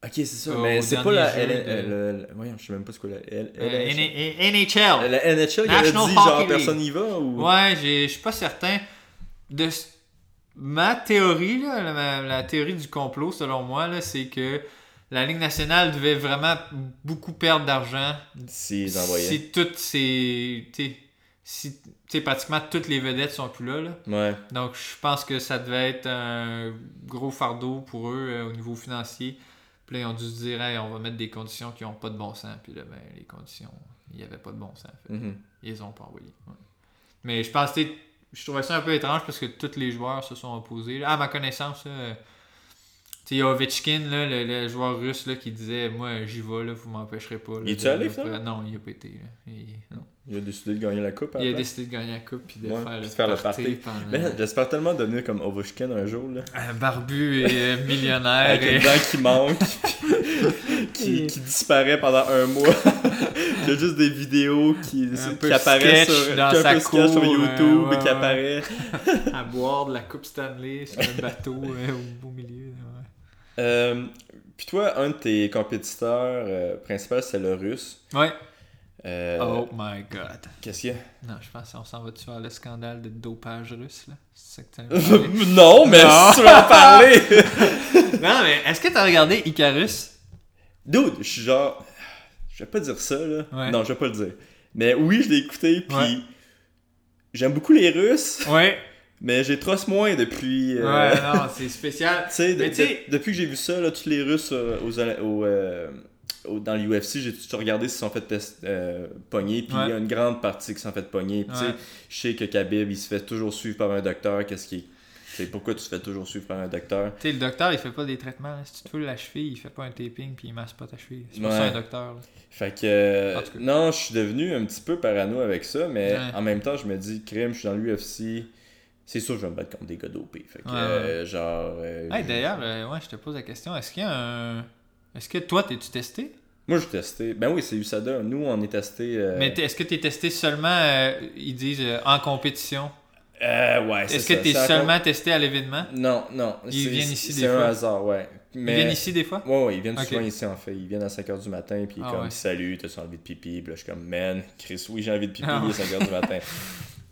Speaker 1: Ok, c'est ça.
Speaker 5: Au
Speaker 1: mais c'est pas
Speaker 5: dernier
Speaker 1: la.
Speaker 5: jeu
Speaker 1: L-
Speaker 5: de-
Speaker 1: L- L- voyons, je sais même pas ce que la. L-
Speaker 5: Euh,
Speaker 1: LNH.
Speaker 5: N- NHL!
Speaker 1: La NHL, il avait dit
Speaker 5: National
Speaker 1: genre
Speaker 5: Hockey League.
Speaker 1: personne n'y va ou.
Speaker 5: Ouais, j'ai- je suis pas certain. De s- ma théorie, là, la, ma- la théorie du complot, selon moi, là, c'est que la Ligue nationale devait vraiment beaucoup perdre d'argent
Speaker 1: S'ils envoyaient.
Speaker 5: si toutes ces. tu sais, Si, tu sais, pratiquement toutes les vedettes sont plus là, là.
Speaker 1: Ouais.
Speaker 5: Donc, je pense que ça devait être un gros fardeau pour eux euh, au niveau financier. Puis là, ils ont dû se dire, Hey, on va mettre des conditions qui n'ont pas de bon sens. Puis là, ben, les conditions, il n'y avait pas de bon sens. Fait que
Speaker 1: Mhm.
Speaker 5: Ils les ont pas envoyé. Mais je pense que t'sais, je trouvais ça un peu étrange parce que tous les joueurs se sont opposés. À ma connaissance, là, euh, t'sais, il y a Ovechkin, là, le, le joueur russe, là, qui disait Moi, j'y vais, là, vous m'empêcherez pas. là.
Speaker 1: Il est-tu allé, finalement?
Speaker 5: Non, il a pété. Là. Il- non.
Speaker 1: Il a décidé de gagner la coupe. à la
Speaker 5: Il a
Speaker 1: place.
Speaker 5: décidé de gagner la coupe puis de
Speaker 1: Ouais,
Speaker 5: faire,
Speaker 1: puis
Speaker 5: le
Speaker 1: de faire le
Speaker 5: party
Speaker 1: party.
Speaker 5: pendant-
Speaker 1: Man, Ben, J'espère tellement devenir comme Ovushkin un jour. Là,
Speaker 5: Un barbu et euh, millionnaire
Speaker 1: avec
Speaker 5: et
Speaker 1: une dent qui manque, qui, qui disparaît pendant un mois. Il y a juste des vidéos qui,
Speaker 5: Un peu
Speaker 1: qui apparaissent
Speaker 5: sketch
Speaker 1: sur,
Speaker 5: dans
Speaker 1: qui un
Speaker 5: sa
Speaker 1: peu sketch sur
Speaker 5: cour,
Speaker 1: YouTube
Speaker 5: euh, ouais,
Speaker 1: et qui
Speaker 5: ouais.
Speaker 1: apparaissent.
Speaker 5: à boire de la coupe Stanley sur un bateau euh, au beau milieu. ouais.
Speaker 1: Euh, puis toi, un de tes compétiteurs euh, principaux, c'est le russe.
Speaker 5: Ouais.
Speaker 1: Euh,
Speaker 5: Oh my god.
Speaker 1: Qu'est-ce qu'il y a
Speaker 5: Non, je pense qu'on s'en va dessus vers le scandale de dopage russe, là. C'est ça que t'as parlé?
Speaker 1: Non, mais
Speaker 5: Non.
Speaker 1: si tu veux en parler
Speaker 5: Non, mais est-ce que t'as regardé Icarus?
Speaker 1: Dude, je suis genre. Je vais pas dire ça, là.
Speaker 5: Ouais.
Speaker 1: Non, je vais pas le dire. Mais oui, je l'ai écouté, puis.
Speaker 5: Ouais.
Speaker 1: J'aime beaucoup les Russes,
Speaker 5: Ouais.
Speaker 1: mais j'ai trosse moins depuis. euh,
Speaker 5: Ouais, non, c'est spécial.
Speaker 1: tu sais, de-
Speaker 5: Mais tu sais-
Speaker 1: de- depuis que j'ai vu ça, là, tous les Russes euh, aux, Ola- aux, euh, aux- dans l'UFC, j'ai tout regardé s'ils se sont fait test, euh, pogner, puis
Speaker 5: Ouais.
Speaker 1: il y a une grande partie qui se sont fait pogner. Puis tu sais,
Speaker 5: Ouais.
Speaker 1: je sais que Khabib, il se fait toujours suivre par un docteur. Qu'est-ce qui est. tu sais, pourquoi tu te fais toujours suivre par un docteur
Speaker 5: Tu sais, le docteur, il fait pas des traitements. là. Si tu te fous la cheville, il fait pas un taping puis il masse pas ta cheville. C'est pas
Speaker 1: Ouais.
Speaker 5: ça un docteur. là.
Speaker 1: Fait que. euh,
Speaker 5: En tout cas.
Speaker 1: non, je suis devenu un petit peu parano avec ça, mais
Speaker 5: Ouais.
Speaker 1: en même temps, je me dis, crime, je suis dans l'UFC. C'est sûr que je vais me battre contre des gars dopés. Fait que,
Speaker 5: Ouais,
Speaker 1: euh, genre. euh,
Speaker 5: Hey, d'ailleurs, euh, ouais, je te pose la question. Est-ce qu'il y a un. Est-ce que toi, t'es-tu testé?
Speaker 1: Moi, je suis testé. Ben oui, c'est USADA. Nous, on est testé. euh,
Speaker 5: Mais t'es- est-ce que t'es testé seulement, euh, ils disent, euh, en compétition?
Speaker 1: euh, ouais, c'est
Speaker 5: Est-ce que
Speaker 1: ça.
Speaker 5: t'es
Speaker 1: C'est encore-
Speaker 5: seulement testé à l'événement?
Speaker 1: Non, non.
Speaker 5: Ils
Speaker 1: c'est-
Speaker 5: viennent ici
Speaker 1: C'est
Speaker 5: des
Speaker 1: un
Speaker 5: fois?
Speaker 1: hasard, ouais. Mais...
Speaker 5: Ils viennent ici des fois?
Speaker 1: Ouais, ouais, ils viennent
Speaker 5: Ok.
Speaker 1: souvent ici en fait. Ils viennent à 5h du matin, puis
Speaker 5: Ah
Speaker 1: comme
Speaker 5: ouais.
Speaker 1: salut, t'as envie de pipi. Puis là, je suis comme man, Chris, oui, j'ai envie de pipi,
Speaker 5: Ah
Speaker 1: il
Speaker 5: ouais.
Speaker 1: est 5h du matin.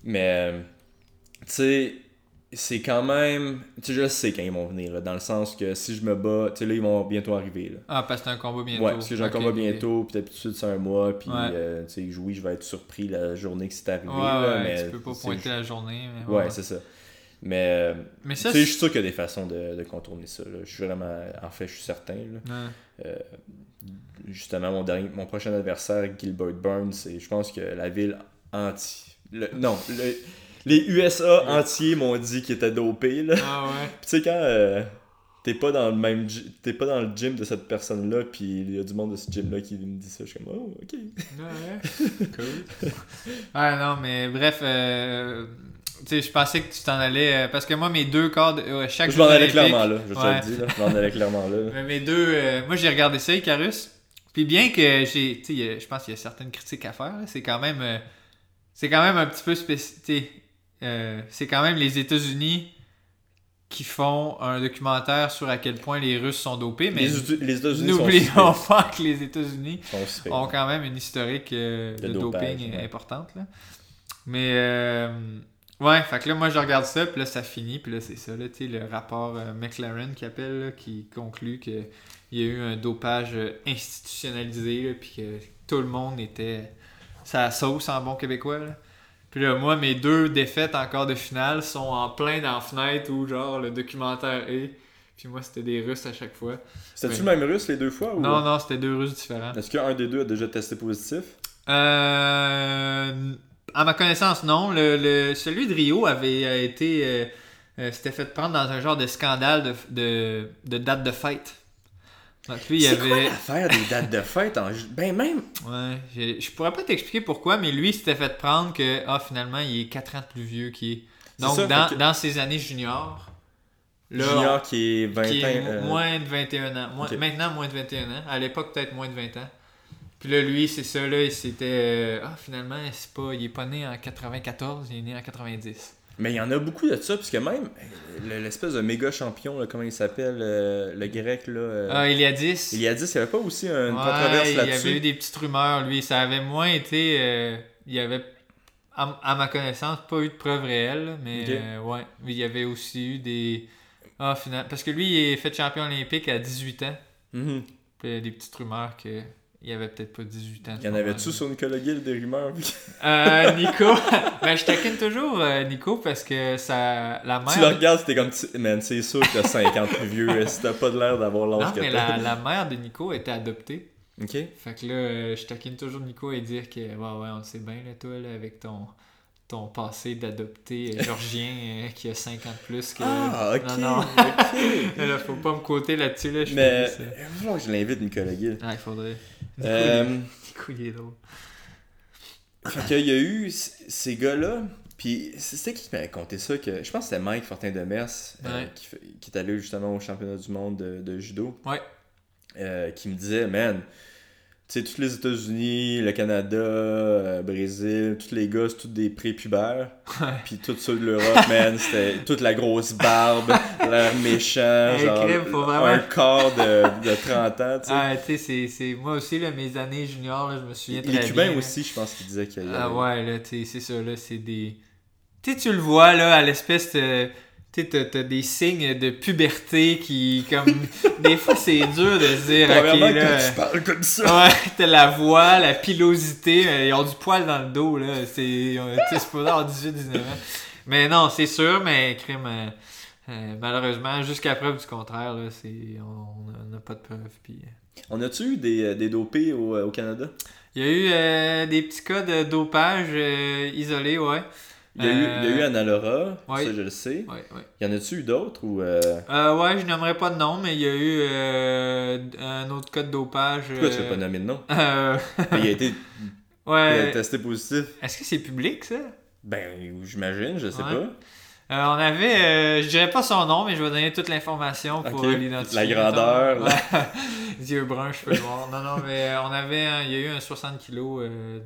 Speaker 1: Mais, euh, tu sais, c'est quand même. Tu sais, je sais quand ils vont venir, là, dans le sens que si je me bats, tu sais, là, ils vont bientôt arriver. Là.
Speaker 5: Ah, parce que t'as un combat bientôt.
Speaker 1: Ouais, parce que j'ai un
Speaker 5: Ok,
Speaker 1: combat
Speaker 5: ok.
Speaker 1: bientôt, puis d'habitude, c'est un mois, puis,
Speaker 5: Ouais.
Speaker 1: euh, tu sais, oui, je vais être surpris la journée que c'est arrivé.
Speaker 5: Ouais,
Speaker 1: là,
Speaker 5: ouais,
Speaker 1: mais
Speaker 5: tu peux pas
Speaker 1: c'est-
Speaker 5: pointer la journée. Mais,
Speaker 1: Ouais,
Speaker 5: ouais.
Speaker 1: c'est ça. Mais. euh,
Speaker 5: mais
Speaker 1: tu
Speaker 5: ça,
Speaker 1: sais, je
Speaker 5: c'est.
Speaker 1: suis sûr qu'il y a des façons de, de contourner ça. là. Je suis vraiment. En fait, je suis certain. là.
Speaker 5: Ouais.
Speaker 1: Justement, mon, dernier, mon prochain adversaire, Gilbert Burns, et je pense que la ville anti. le- non, le- les USA entiers m'ont dit qu'il était dopé. Là. Puis
Speaker 5: Ah ouais.
Speaker 1: tu sais, quand euh, t'es pas dans le même gy- t'es pas dans le gym de cette personne-là, puis il y a du monde de ce gym-là qui me dit ça, je suis comme, oh, ok.
Speaker 5: Ouais. cool. ah non, mais bref, euh, tu sais, je pensais que tu t'en allais. euh, parce que moi, mes deux corps. de- euh, chaque
Speaker 1: Je m'en
Speaker 5: Jeux
Speaker 1: allais
Speaker 5: olympiques-
Speaker 1: clairement là, je te
Speaker 5: Ouais.
Speaker 1: le dis, là. je m'en allais clairement là.
Speaker 5: Mais mes deux. euh, moi, j'ai regardé ça, Icarus. Puis bien que j'ai. Tu sais, euh, je pense qu'il y a certaines critiques à faire, là, c'est quand même. euh, c'est quand même un petit peu spécifique. euh, c'est quand même les États-Unis qui font un documentaire sur à quel point les Russes sont dopés, mais
Speaker 1: les Utu- les États-Unis sont
Speaker 5: n'oublions
Speaker 1: suspects.
Speaker 5: pas que les États-Unis
Speaker 1: Sont suspects.
Speaker 5: ont quand même une historique euh,
Speaker 1: De
Speaker 5: de,
Speaker 1: dopage,
Speaker 5: doping
Speaker 1: ouais.
Speaker 5: importante. Là. Mais euh, ouais, fait que là, moi, je regarde ça, puis là, ça finit, puis là, c'est ça, là, tu sais, le rapport euh, McLaren qui appelle, là, qui conclut qu'il y a eu un dopage euh, institutionnalisé, là, puis que tout le monde était sa sauce en bon québécois. là. Puis là, moi, mes deux défaites encore de finale sont en plein dans la fenêtre où, genre, le documentaire est. Puis moi, c'était des Russes à chaque fois.
Speaker 1: C'était-tu
Speaker 5: Oui.
Speaker 1: le même russe les deux fois ou...
Speaker 5: Non, non, c'était deux Russes différents.
Speaker 1: Est-ce qu'un des deux a déjà testé positif?
Speaker 5: Euh, à ma connaissance, non. Le, le- celui de Rio avait euh, été. euh, euh, s'était fait prendre dans un genre de scandale de, de, de date de fête. Donc lui, il y
Speaker 1: C'est quoi
Speaker 5: avait.
Speaker 1: l'affaire des dates de fête en ju- Ben même!
Speaker 5: Ouais, j'ai- je pourrais pas t'expliquer pourquoi, mais lui, il s'était fait prendre que ah, finalement, il est 4 ans de plus vieux qu'il est.
Speaker 1: C'est
Speaker 5: Donc,
Speaker 1: ça,
Speaker 5: dans,
Speaker 1: fait que-
Speaker 5: dans ses années juniors, là,
Speaker 1: Junior qui est 20
Speaker 5: qui est mo-
Speaker 1: euh,
Speaker 5: moins de 21 ans. Moins-
Speaker 1: ok.
Speaker 5: Maintenant, moins de 21 ans. À l'époque, peut-être moins de 20 ans. Puis là, lui, c'est ça, là, il s'était... euh, ah, finalement, c'est pas, il est pas né en 94, il est né en 90.
Speaker 1: Mais il y en a beaucoup de ça, parce que même euh, l'espèce de méga champion, là, comment il s'appelle, euh, le grec, là, euh,
Speaker 5: Ah, il y a 10.
Speaker 1: il y a 10, il n'y avait pas aussi une
Speaker 5: Ouais,
Speaker 1: controverse
Speaker 5: il y avait eu
Speaker 1: là-dessus.
Speaker 5: des petites rumeurs, lui. Ça avait moins été... euh, il y avait, à, à ma connaissance, pas eu de preuves réelles, mais
Speaker 1: Ok.
Speaker 5: euh, ouais. Mais Il y avait aussi eu des... Ah, finalement... Parce que lui, il est fait champion olympique à 18 ans.
Speaker 1: Mhm.
Speaker 5: Puis il y a des petites rumeurs que... Il avait peut-être pas 18 ans. à
Speaker 1: Il
Speaker 5: ce
Speaker 1: y en avait-tu
Speaker 5: moment-là.
Speaker 1: sur Nicolas Gill des rumeurs? tu
Speaker 5: Euh, Nico, ben, je taquine toujours euh, Nico parce que ça, la mère.
Speaker 1: le regardes, c'était comme, tu- man, c'est sûr que t'as 50 plus vieux, euh, si t'as pas de l'air d'avoir l'âge
Speaker 5: non,
Speaker 1: que
Speaker 5: mais
Speaker 1: t'as.
Speaker 5: la, la mère de Nico était adoptée.
Speaker 1: Ok.
Speaker 5: Fait que là, euh, je taquine toujours Nico et dire que, ouais, ouais, on le sait bien, là, toi, là, avec ton, ton passé d'adopté euh, georgien euh, qui a 50 plus que.
Speaker 1: Ah, ok.
Speaker 5: Non, non.
Speaker 1: ok.
Speaker 5: là, faut pas me côté là-dessus, là, je
Speaker 1: mais, euh,
Speaker 5: suis désolé.
Speaker 1: faut que je l'invite, Nicolas Gill.
Speaker 5: Ah, il faudrait. Nico,
Speaker 1: Euh,
Speaker 5: il est- Nico, il est drôle.
Speaker 1: Fait qu'il y a eu c- ces gars-là. Puis c'est- c'était qui qui m'a raconté ça que Je pense que c'était Mike Fortin de Mers
Speaker 5: Ouais.
Speaker 1: qui, fait- qui est allé justement au championnat du monde de, de judo.
Speaker 5: Ouais.
Speaker 1: euh, qui me disait, man, tu sais, tous les États-Unis, le Canada, euh, Brésil, tous les gars, c'est tous des prépubères. Puis tous ceux de l'Europe, man, c'était toute la grosse barbe, l'air méchant,
Speaker 5: Hey,
Speaker 1: genre,
Speaker 5: crème, faut vraiment-
Speaker 1: un corps de, de 30 ans, tu sais.
Speaker 5: Ah, tu sais, c'est- c'est. Moi aussi, là, mes années juniors, là, je me souviens très
Speaker 1: les
Speaker 5: bien,
Speaker 1: Cubains
Speaker 5: là.
Speaker 1: aussi, je pense qu'ils disaient qu'il y avait...
Speaker 5: Ah ouais, là, tu sais, c'est ça, là, c'est des... Tu sais, tu le vois, là, à l'espèce de... Tu sais, t'as- t'as des signes de puberté qui, comme... des fois, c'est dur de se dire, ok,
Speaker 1: Premièrement,
Speaker 5: là...
Speaker 1: quand tu parles comme ça...
Speaker 5: Ouais, t'as la voix, la pilosité, mais ils ont du poil dans le dos, là. C'est ils ont- t'es supposé avoir 18, 19 ans. Mais non, c'est sûr, mais crime, euh, euh, malheureusement, jusqu'à preuve du contraire, là, c'est... On on n'a pas de preuve, puis... euh,
Speaker 1: On a-tu eu des, euh, des dopés au, au Canada?
Speaker 5: Il y a eu euh, des petits cas de dopage euh, isolés, ouais.
Speaker 1: Il y a, eu, il y a eu
Speaker 5: Euh,
Speaker 1: Anna Laura,
Speaker 5: ouais.
Speaker 1: ça je le sais.
Speaker 5: Ouais, ouais.
Speaker 1: Y en a-tu eu d'autres ou... euh,
Speaker 5: Euh, ouais, je nommerai pas de nom, mais il y a eu euh, un autre cas de dopage.
Speaker 1: Pourquoi tu
Speaker 5: euh,
Speaker 1: veux pas nommer de nom?
Speaker 5: euh,
Speaker 1: Mais il a été il a
Speaker 5: ouais.
Speaker 1: testé positif.
Speaker 5: Est-ce que c'est public, ça? Euh,
Speaker 1: Ben, j'imagine, je sais
Speaker 5: Ouais. on avait, euh, je dirais pas son nom, mais je vais donner toute l'information pour
Speaker 1: Ok.
Speaker 5: euh, l'identifier.
Speaker 1: La grandeur,
Speaker 5: mettons. Yeux bruns, cheveux noirs. Non, non, mais euh, on avait, un- il y a eu un 60 kg euh, euh,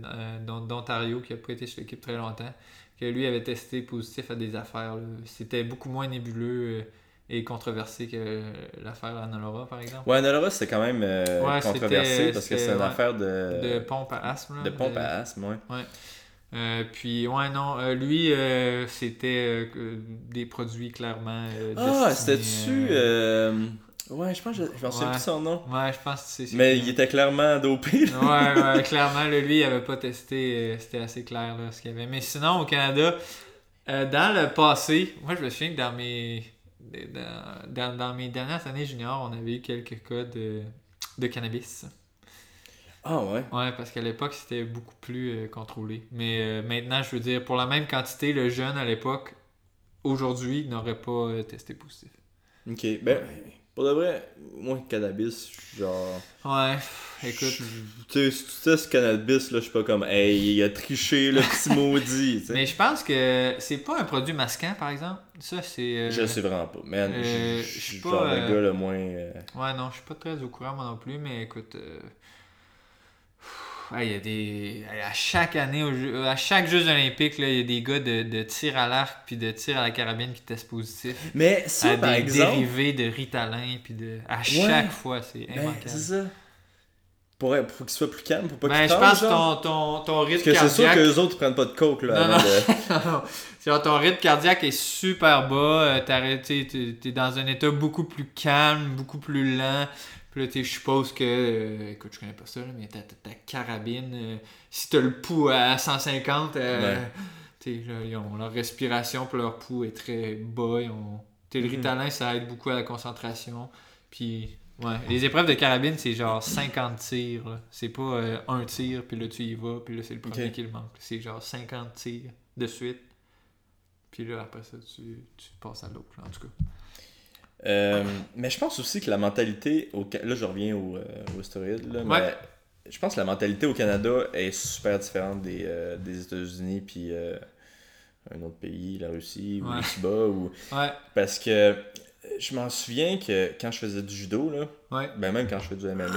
Speaker 5: d'On- d'Ontario qui a pas été sur l'équipe très longtemps, que lui avait testé positif à des affaires. là. C'était beaucoup moins nébuleux euh, et controversé que euh, l'affaire Anna Laura, par exemple.
Speaker 1: pas. Ouais, Anna Laura, c'était quand même euh,
Speaker 5: Ouais,
Speaker 1: controversé
Speaker 5: c'était-
Speaker 1: parce que
Speaker 5: c'était-
Speaker 1: c'est une
Speaker 5: ouais.
Speaker 1: affaire de,
Speaker 5: de pompe à asthme. là.
Speaker 1: Euh, de pompe à asthme, ouais.
Speaker 5: Euh, puis, ouais, non, euh, lui, euh, c'était euh, euh, des produits clairement. euh,
Speaker 1: Ah,
Speaker 5: destinés,
Speaker 1: c'était-tu...
Speaker 5: euh,
Speaker 1: euh, Ouais, je pense que je, je m'en souviens
Speaker 5: Ouais.
Speaker 1: plus de son nom.
Speaker 5: Ouais, je pense que c'est c'est-
Speaker 1: Mais il était clairement dopé. là.
Speaker 5: ouais, ouais, clairement, là, lui, il avait pas testé, euh, c'était assez clair là, ce qu'il y avait. Mais sinon, au Canada, euh, dans le passé, moi, je me souviens que dans mes, dans, dans, dans mes dernières années juniors, on avait eu quelques cas de, de cannabis.
Speaker 1: Ah ouais.
Speaker 5: Ouais, parce qu'à l'époque, c'était beaucoup plus euh, contrôlé. Mais euh, maintenant, je veux dire, pour la même quantité, le jeune à l'époque, aujourd'hui, n'aurait pas euh, testé positif.
Speaker 1: Ok, ben, pour de vrai, moi, le cannabis, je suis genre...
Speaker 5: Ouais, pff, écoute.
Speaker 1: Je- Tu sais, si tu testes cannabis, là, je suis pas comme, hey, il a triché, le petit maudit, tu sais.
Speaker 5: Mais je pense que c'est pas un produit masquant, par exemple. Ça, c'est. euh,
Speaker 1: Je le sais vraiment pas, man. Je- je je
Speaker 5: euh, je
Speaker 1: suis
Speaker 5: suis pas,
Speaker 1: genre le
Speaker 5: euh,
Speaker 1: gars le moins. euh,
Speaker 5: Ouais, non, je suis pas très au courant, moi non plus, mais écoute. euh, pff, ouais, Il y a des. À chaque année, aux Jeux- à chaque Jeux Olympiques, là, il y a des gars de, de tir à l'arc puis de tir à la carabine qui testent positif.
Speaker 1: Mais ça,
Speaker 5: à
Speaker 1: par
Speaker 5: des
Speaker 1: exemple.
Speaker 5: dérivés de Ritalin puis de à chaque fois c'est
Speaker 1: ben, c'est
Speaker 5: immanquable.
Speaker 1: ça. Pour, pour qu'il soit plus calme, pour pas
Speaker 5: Ben,
Speaker 1: qu'il
Speaker 5: je
Speaker 1: tombe,
Speaker 5: pense que
Speaker 1: genre.
Speaker 5: ton, ton, ton
Speaker 1: Parce
Speaker 5: rythme
Speaker 1: que c'est sûr
Speaker 5: cardiaque
Speaker 1: que les autres ils prennent pas de coke, là.
Speaker 5: Non,
Speaker 1: avant
Speaker 5: non.
Speaker 1: de-
Speaker 5: genre, ton rythme cardiaque est super bas, euh, t'arrêtes- t'sais, t'es t'es dans un état beaucoup plus calme, beaucoup plus lent. Puis là, t'sais, je suppose que, euh, écoute, je connais pas ça, là, mais ta, ta- ta carabine, euh, si t'as le pouls à 150, euh,
Speaker 1: Ouais.
Speaker 5: t'sais, là, ils ont- leur respiration puis leur pouls est très bas. Ils ont- t'sais, le
Speaker 1: Mhm.
Speaker 5: ritalin, ça aide beaucoup à la concentration. Puis, ouais, les épreuves de carabine, c'est genre 50 tirs. là. C'est pas euh, un tir, puis là, tu y vas, puis là, c'est le premier
Speaker 1: Ok.
Speaker 5: qui le manque. C'est genre 50 tirs de suite. Puis là, après ça, tu, tu passes à l'autre, là, en tout cas.
Speaker 1: Euh, mais je pense aussi que la mentalité. Au... Ca- Là, je reviens au, euh, aux stéroïdes, là.
Speaker 5: Ouais.
Speaker 1: Mais je pense que la mentalité au Canada est super différente des, euh, des États-Unis, puis euh, un autre pays, la Russie, ou
Speaker 5: Ouais.
Speaker 1: les Cuba, ou.
Speaker 5: Ouais,
Speaker 1: Parce que euh, je m'en souviens que quand je faisais du judo, là.
Speaker 5: ouais.
Speaker 1: Ben même quand je fais du MMA, là,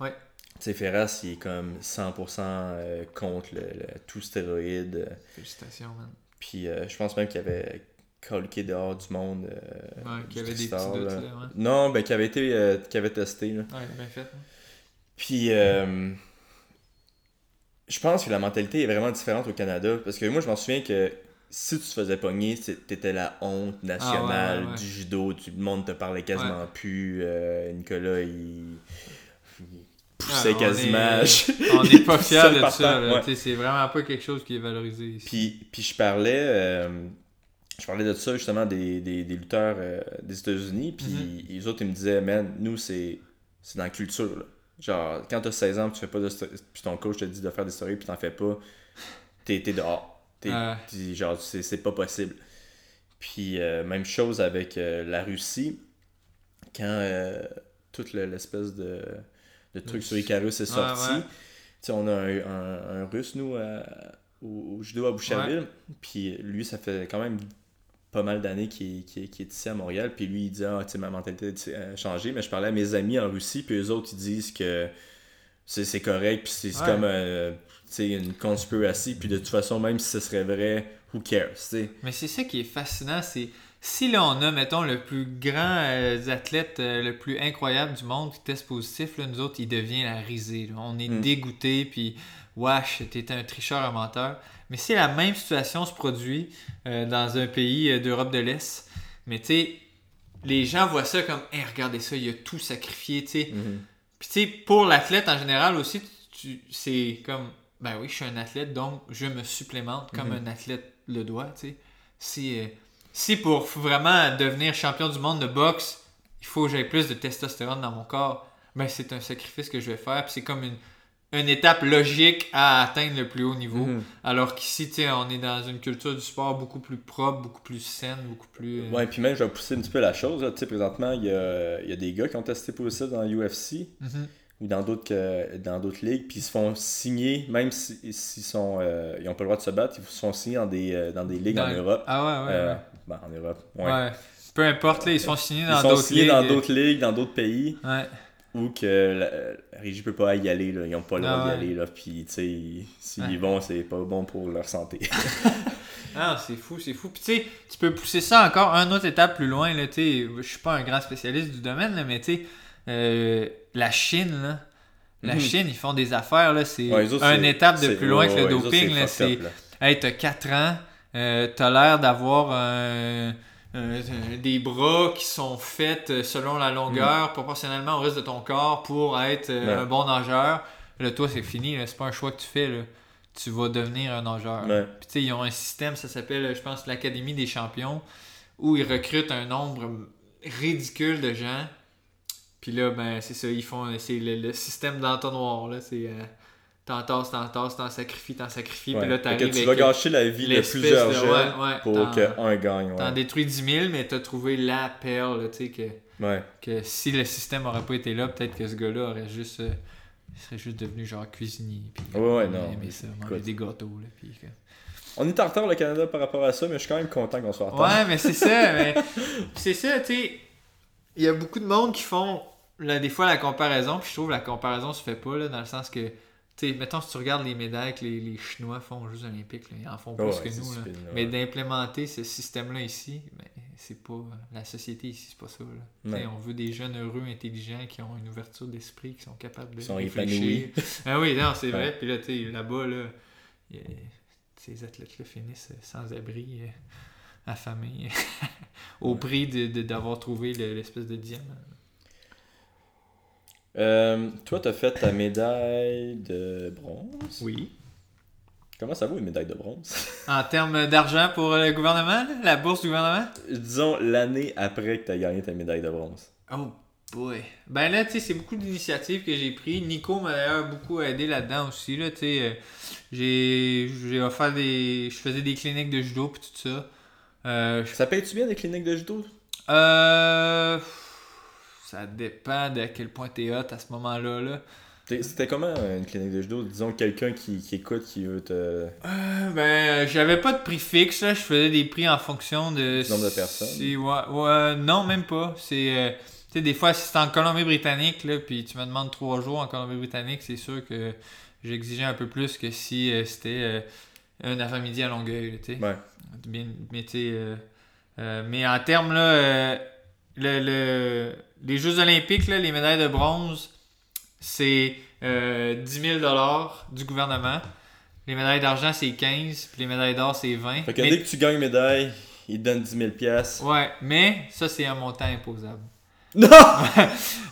Speaker 5: Ouais.
Speaker 1: tu sais, Ferras, il est comme 100% euh, contre le, le- tout stéroïde. euh,
Speaker 5: Félicitations, man.
Speaker 1: Puis euh, je pense même qu'il avait colqué dehors du monde. euh,
Speaker 5: Ouais,
Speaker 1: du
Speaker 5: qu'il y avait des
Speaker 1: Tristar,
Speaker 5: petits doutes,
Speaker 1: là.
Speaker 5: là, ouais.
Speaker 1: Non, ben qu'il avait, été, euh, qu'il avait testé. Là.
Speaker 5: Ouais, bien fait. hein.
Speaker 1: Puis euh, je pense que la mentalité est vraiment différente au Canada. Parce que moi, je m'en souviens que si tu te faisais pogner, c'est- t'étais la honte nationale
Speaker 5: Ah ouais, ouais.
Speaker 1: du judo. Tout le monde te parlait quasiment plus. euh, Nicolas, il, il poussait
Speaker 5: Ouais, Ah, on
Speaker 1: quasiment.
Speaker 5: est- On n'est pas fiers
Speaker 1: Seul
Speaker 5: de ça,
Speaker 1: partant,
Speaker 5: là.
Speaker 1: ouais.
Speaker 5: T'sais, C'est vraiment pas quelque chose qui est valorisé ici.
Speaker 1: Puis, puis je parlais euh, je parlais de ça justement des, des, des lutteurs euh, des États-Unis. Puis
Speaker 5: Mhm.
Speaker 1: les autres, ils me disaient, man, nous, c'est c'est dans la culture. là. Genre, quand t'as 16 ans, puis tu fais pas de sto- puis ton coach te dit de faire des stories, puis t'en fais pas, t'es t'es dehors. T'es-
Speaker 5: Ouais.
Speaker 1: t'es- genre, c'est c'est pas possible. Puis euh, même chose avec euh, la Russie, quand euh, toute le- l'espèce de, de truc sur Icarus est
Speaker 5: Ouais,
Speaker 1: sorti.
Speaker 5: ouais.
Speaker 1: Tu sais, on a un, un- un russe, nous, à, au, au judo à Boucherville. Puis lui, ça fait quand même pas mal d'années qu'il qu'il- qu'il est ici à Montréal. Puis lui, il dit Ah, tu sais, ma mentalité a changé. Mais je parlais à mes amis en Russie, puis eux autres, ils disent que c'est c'est correct, puis c'est c'est
Speaker 5: Ouais.
Speaker 1: comme euh, tu sais, une conspiracy. Puis de toute façon, même si ce serait vrai, who cares, tu sais.
Speaker 5: Mais c'est ça qui est fascinant, c'est si là on a, mettons, le plus grand euh, athlète, euh, le plus incroyable du monde qui teste positif, là, nous autres, il devient la risée. là. On est
Speaker 1: Mm.
Speaker 5: dégoûté, puis wesh, t'es un tricheur, un menteur. Mais si la même situation se produit euh, dans un pays euh, d'Europe de l'Est, mais tu sais, les gens voient ça comme, hey, regardez ça, il a tout sacrifié, tu sais. Puis tu sais, pour l'athlète en général aussi, tu- c'est comme, ben oui, je suis un athlète, donc je me supplémente comme
Speaker 1: Mhm.
Speaker 5: un athlète le doit, tu sais. Si, euh, si pour vraiment devenir champion du monde de boxe, il faut que j'aie plus de testostérone dans mon corps, ben c'est un sacrifice que je vais faire, puis c'est comme une, une étape logique à atteindre le plus haut niveau.
Speaker 1: Mhm.
Speaker 5: Alors qu'ici, tu sais, on est dans une culture du sport beaucoup plus propre, beaucoup plus saine, beaucoup plus... euh,
Speaker 1: Ouais, puis même, je vais pousser un petit peu la chose. là. Tu sais, présentement, il y a, il y a des gars qui ont testé positif dans l'UFC
Speaker 5: Mhm.
Speaker 1: ou dans d'autres que- dans d'autres ligues, puis ils se font signer, même si- s'ils sont euh, ils n'ont pas le droit de se battre, ils se font signer dans des, euh, dans des ligues
Speaker 5: Dans-
Speaker 1: en Europe.
Speaker 5: Ah ouais, ouais,
Speaker 1: Euh,
Speaker 5: ouais.
Speaker 1: ben, en Europe, ouais.
Speaker 5: Ouais. Peu importe, là, ils sont signés
Speaker 1: Ils
Speaker 5: dans
Speaker 1: sont
Speaker 5: d'autres
Speaker 1: signés dans
Speaker 5: ligues. euh,
Speaker 1: d'autres ligues, dans d'autres pays,
Speaker 5: Ouais.
Speaker 1: où que la, la régie peut pas y aller, là. ils n'ont pas le droit
Speaker 5: Ah
Speaker 1: d'y
Speaker 5: ouais.
Speaker 1: aller, là. puis tu sais, ils- s'ils
Speaker 5: Ouais.
Speaker 1: y vont, c'est pas bon pour leur santé.
Speaker 5: Ah, c'est fou, c'est fou. Puis tu sais, tu peux pousser ça encore un autre étape plus loin. Là, tu sais. je suis pas un grand spécialiste du domaine, là, mais tu sais, euh, la Chine, là, la
Speaker 1: Mhm.
Speaker 5: Chine, ils font des affaires. là, C'est
Speaker 1: Ouais, eux autres,
Speaker 5: un
Speaker 1: c'est-
Speaker 5: étape de
Speaker 1: c'est-
Speaker 5: plus loin que
Speaker 1: ouais,
Speaker 5: le
Speaker 1: ouais, eux autres,
Speaker 5: doping. là,
Speaker 1: fucked
Speaker 5: C'est,
Speaker 1: up, là.
Speaker 5: hey, t'as 4 ans, euh, t'as l'air d'avoir un- un- des bras qui sont faits euh, selon la longueur, proportionnellement au reste de ton corps, pour être euh,
Speaker 1: Mhm. Ouais.
Speaker 5: un bon nageur. Là, toi, c'est fini. là, C'est pas un choix que tu fais. là. Tu vas devenir un nageur.
Speaker 1: Ouais.
Speaker 5: Puis tu sais, ils ont un système, ça s'appelle, je pense, l'Académie des champions, où ils recrutent un nombre ridicule de gens. Puis là, ben, c'est ça, ils font, c'est le, le système d'entonnoir, là, c'est... euh, t'en tasses, t'en tasses, t'en sacrifies, t'en sacrifies,
Speaker 1: Ouais.
Speaker 5: puis là,
Speaker 1: Fait que
Speaker 5: t'arrives
Speaker 1: tu
Speaker 5: avec,
Speaker 1: vas
Speaker 5: euh,
Speaker 1: gâcher la vie de
Speaker 5: l'espèce
Speaker 1: plusieurs
Speaker 5: de-
Speaker 1: gens
Speaker 5: ouais, ouais,
Speaker 1: pour
Speaker 5: t'en-
Speaker 1: qu'un gagne.
Speaker 5: T'en
Speaker 1: Ouais.
Speaker 5: détruis 10 000, mais t'as trouvé la perle, tu sais, que,
Speaker 1: Ouais.
Speaker 5: que si le système aurait pas été là, peut-être que ce gars-là aurait juste... euh, serait juste devenu genre cuisinier. puis
Speaker 1: Ouais, ouais,
Speaker 5: il
Speaker 1: non,
Speaker 5: aimait
Speaker 1: mais
Speaker 5: ça,
Speaker 1: écoute.
Speaker 5: manger des gâteaux, là, puis... que-
Speaker 1: On est en retard le Canada par rapport à ça, mais je suis quand même content qu'on soit en retard.
Speaker 5: Ouais, mais c'est ça. mais- C'est ça, tu sais. Il y a beaucoup de monde qui font là, des fois la comparaison, puis je trouve que la comparaison se fait pas, là, dans le sens que, tu sais, mettons, si tu regardes les médailles que les, les Chinois font aux Jeux Olympiques, là, ils en font plus
Speaker 1: Ah Ouais,
Speaker 5: que
Speaker 1: c'est
Speaker 5: nous. là.
Speaker 1: stupide, là,
Speaker 5: Mais
Speaker 1: ouais.
Speaker 5: d'implémenter ce système-là ici, ben, c'est pas. La société ici, c'est pas ça. là. Tu sais,
Speaker 1: Ouais.
Speaker 5: On veut des jeunes heureux, intelligents, qui ont une ouverture d'esprit, qui sont capables de.
Speaker 1: Qui sont
Speaker 5: réfléchir. Ah oui, non, c'est
Speaker 1: Ouais.
Speaker 5: vrai. Puis là, tu sais, là-bas, là, y a- ces athlètes-là finissent sans abri, euh, affamés, au prix de- de- d'avoir trouvé le- l'espèce de diamant.
Speaker 1: Euh, toi, t'as fait ta médaille de bronze.
Speaker 5: Oui.
Speaker 1: Comment ça vaut une médaille de bronze
Speaker 5: En termes d'argent pour le gouvernement, là, la bourse du gouvernement?
Speaker 1: Disons l'année après que t'as gagné ta médaille de bronze.
Speaker 5: Oh boy. Ben là, tu sais, c'est beaucoup d'initiatives que j'ai prises. Nico m'a d'ailleurs beaucoup aidé là-dedans aussi. Là, tu sais, euh, j'ai j'ai offert des. Je faisais des cliniques de judo puis tout ça. Euh, je-
Speaker 1: Ça paye-tu bien des cliniques de judo
Speaker 5: euh, Ça dépend de à quel point t'es hot à ce moment-là. Là.
Speaker 1: T'es- C'était comment euh, une clinique de judo Disons quelqu'un qui, qui écoute, qui veut te.
Speaker 5: Euh, ben, euh, j'avais pas de prix fixe, là. Je faisais des prix en fonction de.
Speaker 1: Du nombre de personnes.
Speaker 5: si- ouais, ouais, non, même pas. C'est. euh, tu sais, des fois, si c'est en Colombie-Britannique, là, puis tu me demandes trois jours en Colombie-Britannique, c'est sûr que j'exigeais un peu plus que si euh, c'était euh, un avant-midi à Longueuil, là, tu sais.
Speaker 1: Ouais.
Speaker 5: Bien- mais tu sais, euh, euh, mais en termes, là, euh, le, le- les Jeux Olympiques, là, les médailles de bronze, c'est euh, 10 000 du gouvernement. Les médailles d'argent, c'est 15, puis les médailles d'or, c'est 20.
Speaker 1: Fait que
Speaker 5: Mais-
Speaker 1: dès que tu gagnes une médaille, ils te donnent 10 000 piastres.
Speaker 5: Ouais, mais ça, c'est un montant imposable.
Speaker 1: Non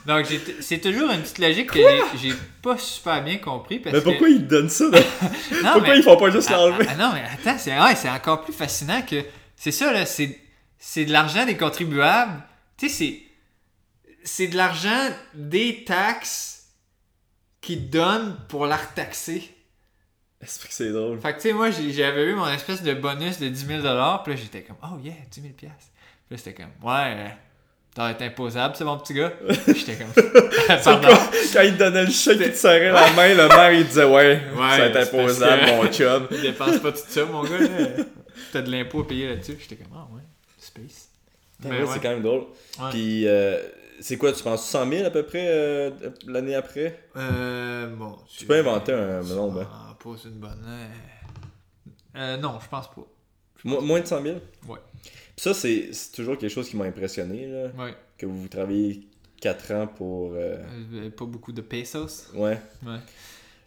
Speaker 5: Donc, j'ai t- c'est toujours une petite logique que j'ai- j'ai pas super bien compris. Parce
Speaker 1: Mais
Speaker 5: que-
Speaker 1: pourquoi ils te donnent ça là?
Speaker 5: Non,
Speaker 1: Pourquoi
Speaker 5: mais-
Speaker 1: ils font pas juste
Speaker 5: Ah,
Speaker 1: l'enlever
Speaker 5: ah, non, mais attends, c'est ouais, c'est encore plus fascinant que. C'est ça, là, c'est, c'est de l'argent des contribuables. Tu sais, c'est. C'est de l'argent des taxes qu'ils donnent pour la retaxer. ah.
Speaker 1: Est-ce que c'est drôle
Speaker 5: Fait que, tu sais, moi, j'ai- j'avais eu mon espèce de bonus de 10 000 Puis là, j'étais comme, oh yeah, 10 000 Puis là, c'était comme, ouais, euh, T'as été imposable, c'est mon petit gars. J'étais comme. Ah, Pardon.
Speaker 1: Quand il te donnait le chèque, il te serrait la main, le maire, il disait Ouais,
Speaker 5: Ouais,
Speaker 1: ça va être
Speaker 5: c'est parce
Speaker 1: imposable,
Speaker 5: que-
Speaker 1: mon chum.
Speaker 5: Tu dépenses pas tout ça, mon gars. là. T'as de l'impôt à payer là-dessus. J'étais comme, ah ouais, space.
Speaker 1: Putain,
Speaker 5: Mais
Speaker 1: ouais,
Speaker 5: ouais.
Speaker 1: C'est quand même drôle.
Speaker 5: Ouais.
Speaker 1: Puis, euh, c'est quoi, tu penses 100 000 à peu près euh, l'année après
Speaker 5: Euh, bon.
Speaker 1: Tu peux inventer un
Speaker 5: tu
Speaker 1: nombre. hein.
Speaker 5: m'en poses une bonne. euh. Euh, non, je pense pas.
Speaker 1: Mo- moins de 100 000
Speaker 5: Ouais.
Speaker 1: Puis ça, c'est c'est toujours quelque chose qui m'a impressionné, là,
Speaker 5: Ouais.
Speaker 1: que vous travaillez 4 ans pour. euh,
Speaker 5: Euh, pas beaucoup de pesos.
Speaker 1: Ouais.
Speaker 5: Ouais.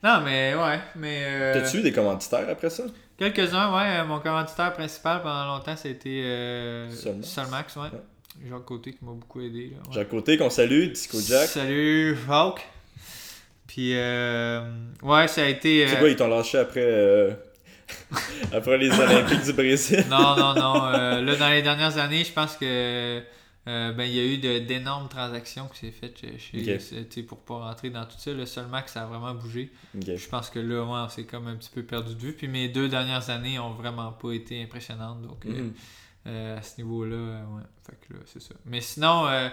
Speaker 5: Non, mais ouais, mais. euh,
Speaker 1: T'as-tu eu des commanditaires après ça
Speaker 5: Quelques-uns, ouais. euh, Mon commanditaire principal pendant longtemps, c'était euh,
Speaker 1: Solmax.
Speaker 5: Solmax, ouais.
Speaker 1: Ouais.
Speaker 5: Jacques Côté qui m'a beaucoup aidé. Là, ouais.
Speaker 1: Jacques Côté, qu'on salue, Disco Jack.
Speaker 5: Salut, Jacques. Puis, euh, ouais, ça a été.
Speaker 1: C'est
Speaker 5: euh,
Speaker 1: quoi, ils t'ont lâché après, euh, après les Olympiques du Brésil
Speaker 5: Non, non, non. euh, là, dans les dernières années, je pense que euh, ben, il y a eu de- d'énormes transactions qui s'est faites chez, chez-
Speaker 1: Ok.
Speaker 5: c'est- tu sais, pour pas rentrer dans tout ça. Le seulement que ça a vraiment bougé.
Speaker 1: Ok.
Speaker 5: Je pense que là, ouais, on s'est comme un petit peu perdu de vue. Puis mes deux dernières années ont vraiment pas été impressionnantes. Donc, euh,
Speaker 1: Mhm.
Speaker 5: euh, à ce niveau-là, euh, ouais. Fait que là, c'est ça. Mais sinon, euh,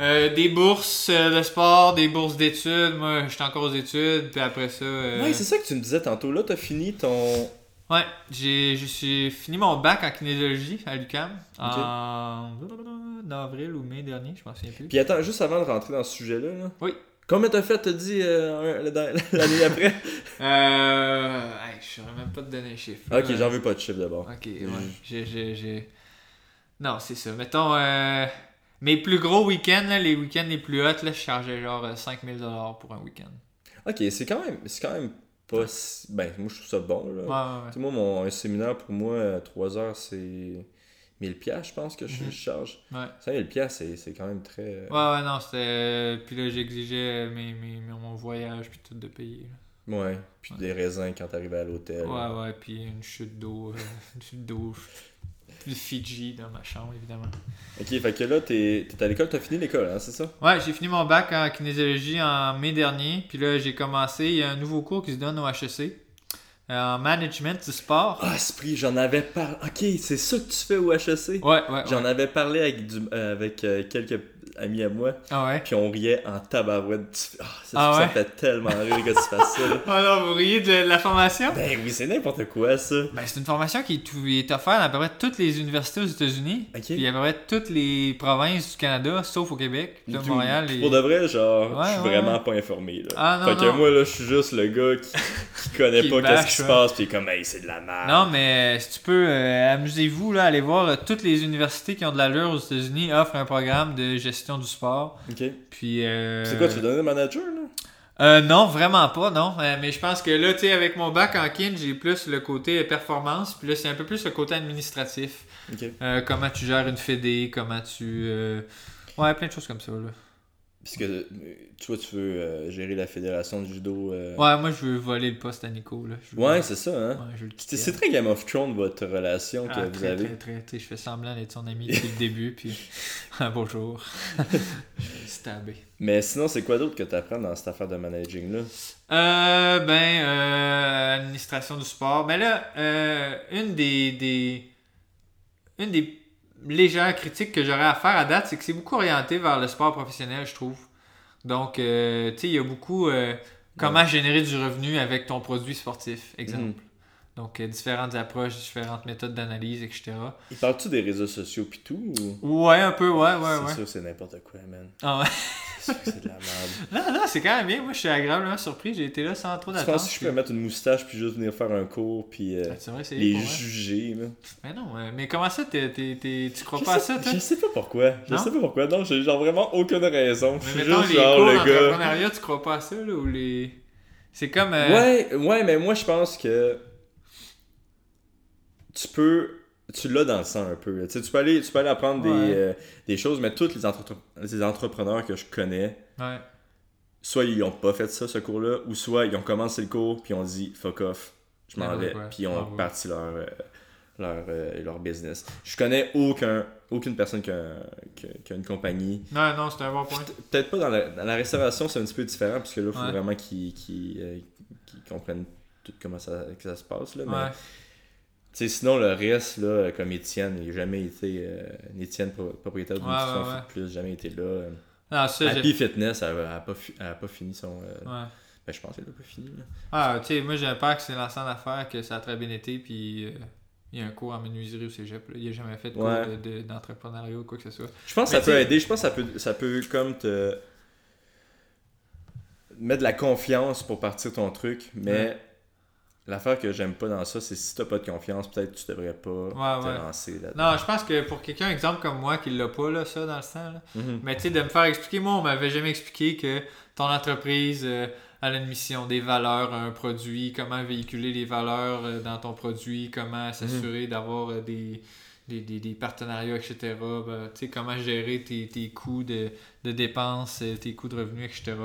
Speaker 5: euh, des bourses euh, de sport, des bourses d'études. Moi, j'étais encore aux études. Puis après ça. euh,
Speaker 1: Ouais, c'est ça que tu me disais tantôt. Là, t'as fini ton.
Speaker 5: Ouais, j'ai je suis fini mon bac en kinésiologie à l'UCAM en en avril ou mai dernier, je m'en souviens plus.
Speaker 1: Puis attends, juste avant de rentrer dans ce sujet-là. là.
Speaker 5: Oui.
Speaker 1: Combien t'as fait, t'as dit, euh, un- le- dans- l'année après
Speaker 5: Euh, hey, je saurais même pas te donner un chiffre.
Speaker 1: Ok,
Speaker 5: Euh,
Speaker 1: j'en veux pas de chiffre d'abord.
Speaker 5: OK, ouais. J'ai j'ai- j'ai- Non, c'est ça. Mettons euh, mes plus gros week-ends, là, les week-ends les plus hauts, là, je chargeais genre euh, 5000 dollars pour un week-end.
Speaker 1: Ok, c'est quand même, c'est quand même pas. si- Ben, moi, je trouve ça bon. Là.
Speaker 5: Ouais, ouais, ouais.
Speaker 1: Tu sais, moi, mon, un séminaire, pour moi, 3 heures, c'est 1000 piastres, je pense que je,
Speaker 5: Mhm.
Speaker 1: je charge.
Speaker 5: Ouais.
Speaker 1: 5000 piastres, c'est- c'est quand même très...
Speaker 5: Ouais, ouais, non, c'était. euh, Puis là, j'exigeais euh, mes, mes, mes- mon voyage, puis tout de payer. là.
Speaker 1: Ouais. Puis
Speaker 5: Ouais.
Speaker 1: des raisins quand t'arrives à l'hôtel.
Speaker 5: Ouais, ouais, puis une chute d'eau, euh, une chute d'eau de Fidji dans ma chambre, évidemment.
Speaker 1: Ok, fait que là, t'es t'es à l'école, t'as fini l'école, hein, c'est ça?
Speaker 5: Ouais, j'ai fini mon bac en kinésiologie en mai dernier, puis là, j'ai commencé, il y a un nouveau cours qui se donne au HEC, euh, en management du sport.
Speaker 1: Ah, Esprit, j'en avais parlé... Ok, c'est ça que tu fais au HEC?
Speaker 5: Ouais, ouais, ouais.
Speaker 1: J'en avais parlé avec, du, euh, avec euh, quelques amis à moi,
Speaker 5: Ah ouais.
Speaker 1: puis on riait en tabarouette. Tu- Ah, c'est-
Speaker 5: Ah
Speaker 1: ça
Speaker 5: ouais?
Speaker 1: me fait tellement rire que tu fasses ça. là.
Speaker 5: Oh non, vous riez de la formation?
Speaker 1: Ben oui, c'est n'importe quoi, ça.
Speaker 5: Ben, c'est une formation qui est, tout- est offerte à peu près toutes les universités aux États-Unis,
Speaker 1: Ok.
Speaker 5: puis à peu près toutes les provinces du Canada, sauf au Québec, puis là,
Speaker 1: Du-
Speaker 5: Montréal. les-
Speaker 1: Pour de vrai, genre,
Speaker 5: Ouais,
Speaker 1: je suis
Speaker 5: ouais,
Speaker 1: vraiment
Speaker 5: ouais.
Speaker 1: pas informé. Là.
Speaker 5: Ah, non,
Speaker 1: fait que
Speaker 5: non.
Speaker 1: moi, là, je suis juste le gars qui, qui connaît
Speaker 5: Qui
Speaker 1: pas qu'est-ce
Speaker 5: bâche,
Speaker 1: qui se
Speaker 5: ouais.
Speaker 1: passe, pis comme, hey, c'est de la merde.
Speaker 5: Non, mais euh, si tu peux, euh, amusez-vous, là, allez voir. euh, toutes les universités qui ont de l'allure aux États-Unis offrent un programme de gestion du sport.
Speaker 1: Ok.
Speaker 5: Puis. euh,
Speaker 1: C'est quoi, tu veux donner manager, là
Speaker 5: euh, Non, vraiment pas, non. Euh, mais je pense que là, tu sais, avec mon bac en kin, j'ai plus le côté euh, performance. Puis là, c'est un peu plus le côté administratif.
Speaker 1: Ok.
Speaker 5: Euh, comment tu gères une fédé, comment tu. euh, Ouais, plein de choses comme ça, là.
Speaker 1: Parce que euh, toi, tu veux euh, gérer la fédération de judo. euh,
Speaker 5: Ouais, moi, je veux voler le poste à Nico, là. Je veux-
Speaker 1: Ouais, c'est ça, hein.
Speaker 5: Ouais, je veux le
Speaker 1: C'est
Speaker 5: quitter.
Speaker 1: c'est très Game of Thrones, votre relation que
Speaker 5: Ah,
Speaker 1: vous
Speaker 5: très,
Speaker 1: avez.
Speaker 5: très, très, très. Je fais semblant d'être son ami depuis le début, puis un beau jour. je vais le stabber.
Speaker 1: Mais sinon, c'est quoi d'autre que tu apprends dans cette affaire de managing-là
Speaker 5: Euh, ben, euh, administration du sport. Mais là, euh, une des, des- Une des légères critiques que j'aurais à faire à date, c'est que c'est beaucoup orienté vers le sport professionnel, je trouve. Donc, euh, tu sais, il y a beaucoup. euh, comment générer du revenu avec ton produit sportif, exemple.
Speaker 1: Mhm.
Speaker 5: Donc, euh, différentes approches, différentes méthodes d'analyse, etc.
Speaker 1: Il parle-tu des réseaux sociaux pis tout ou...
Speaker 5: Ouais, un peu, ouais, ouais,
Speaker 1: C'est
Speaker 5: ouais.
Speaker 1: sûr que c'est n'importe quoi, man.
Speaker 5: Ah ouais.
Speaker 1: C'est sûr que c'est de la merde.
Speaker 5: Non, non, c'est quand même bien. Moi, je suis agréablement surpris. J'ai été là sans trop
Speaker 1: tu
Speaker 5: d'attente.
Speaker 1: penses que je peux mettre une moustache puis juste venir faire un cours puis euh,
Speaker 5: Ah, tu devrais essayer
Speaker 1: les
Speaker 5: pour vrai.
Speaker 1: juger, man?
Speaker 5: Mais non, euh, mais comment ça, t'es, t'es- t'es- tu crois
Speaker 1: Je
Speaker 5: pas à
Speaker 1: sais-
Speaker 5: ça, toi?
Speaker 1: Je sais pas pourquoi. Je
Speaker 5: Non?
Speaker 1: sais pas pourquoi. Non, j'ai genre vraiment aucune raison. Je
Speaker 5: Mais
Speaker 1: suis
Speaker 5: mettons,
Speaker 1: juste
Speaker 5: les
Speaker 1: genre
Speaker 5: cours
Speaker 1: le gars.
Speaker 5: d'entrepreneuriat, tu crois pas à ça, là, ou les... C'est comme... euh,
Speaker 1: Ouais, ouais, mais moi je pense que tu peux. Tu l'as dans le sang un peu. Tu, sais, tu peux aller, tu peux aller apprendre
Speaker 5: Ouais.
Speaker 1: des, euh, des choses, mais tous les, entre- les entrepreneurs que je connais,
Speaker 5: ouais.
Speaker 1: soit ils ont pas fait ça, ce cours-là, ou soit ils ont commencé le cours puis ils ont dit fuck off, je m'en
Speaker 5: N'importe
Speaker 1: vais,
Speaker 5: quoi.
Speaker 1: puis ils ont
Speaker 5: Ah ouais.
Speaker 1: parti leur, euh, leur, euh, leur business. Je connais aucun, aucune personne qui a, qui a- qui a une compagnie
Speaker 5: Non, non, c'est un bon point.
Speaker 1: Peut- Peut-être pas dans la, dans la restauration, c'est un petit peu différent, parce que là, il faut
Speaker 5: Ouais.
Speaker 1: vraiment qu'ils qu'ils, euh, qu'ils comprennent tout comment ça, que ça se passe. Là, mais
Speaker 5: Ouais.
Speaker 1: Tu sais, sinon, le reste, là, comme Étienne, il n'a jamais été. euh, Étienne, pro- propriétaire d'une
Speaker 5: Ouais,
Speaker 1: nutrition
Speaker 5: ouais, ouais.
Speaker 1: Fit plus, jamais été là.
Speaker 5: Non, ça, j'ai-
Speaker 1: Happy Fitness, elle n'a pas, fi- elle a pas fini son. euh,
Speaker 5: Ouais.
Speaker 1: ben, je pense qu'elle n'a pas fini. là.
Speaker 5: Ah, tu sais, moi j'ai un père qui s'est lancé en affaires, que ça a très bien été, puis euh, il y a un cours en menuiserie au cégep. là. Il a jamais fait de cours
Speaker 1: Ouais.
Speaker 5: de- de- d'entrepreneuriat ou quoi que ce soit.
Speaker 1: Je pense que
Speaker 5: Mais
Speaker 1: ça peut
Speaker 5: t'sais-
Speaker 1: aider. Je pense que ça peut, ça peut comme te mettre de la confiance pour partir ton truc. Mais
Speaker 5: Ouais.
Speaker 1: l'affaire que j'aime pas dans ça, c'est si t'as pas de confiance, peut-être que tu devrais pas te
Speaker 5: Ah ouais.
Speaker 1: lancer là-dedans.
Speaker 5: Non, je pense que pour quelqu'un, exemple comme moi, qui l'a pas, là, ça, dans le sang, là,
Speaker 1: Mhm.
Speaker 5: mais tu sais, de me faire expliquer, moi, on m'avait jamais expliqué que ton entreprise euh, elle a une mission, des valeurs, un produit, comment véhiculer les valeurs euh, dans ton produit, comment s'assurer d'avoir euh, des, des, des- des partenariats, etc. Ben, tu sais, comment gérer tes, tes coûts de, de dépenses, euh, tes coûts de revenus, etc.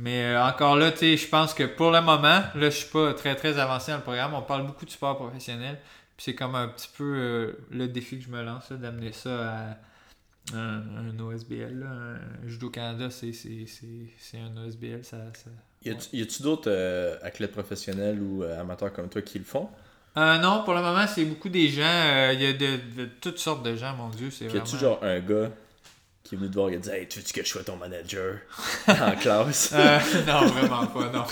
Speaker 5: Mais euh, encore là, tu sais, je pense que pour le moment, là, je suis pas très, très avancé dans le programme. On parle beaucoup de sport professionnel. Puis c'est comme un petit peu euh, le défi que je me lance, là, d'amener ça à un, un OSBL. là. Un Judo Canada, c'est c'est- c'est- c'est un OSBL. Ça, ça-
Speaker 1: Y a-tu- y a-tu d'autres euh, athlètes professionnels ou euh, amateurs comme toi qui le font
Speaker 5: Euh, non, pour le moment, c'est beaucoup des gens. euh, Il y a de, de toutes sortes de gens, mon Dieu. c'est
Speaker 1: Puis y a-tu
Speaker 5: vraiment-
Speaker 1: genre un gars qui est venu te voir et dit Hey, tu veux que je sois ton manager en classe
Speaker 5: Euh, non, vraiment pas, non.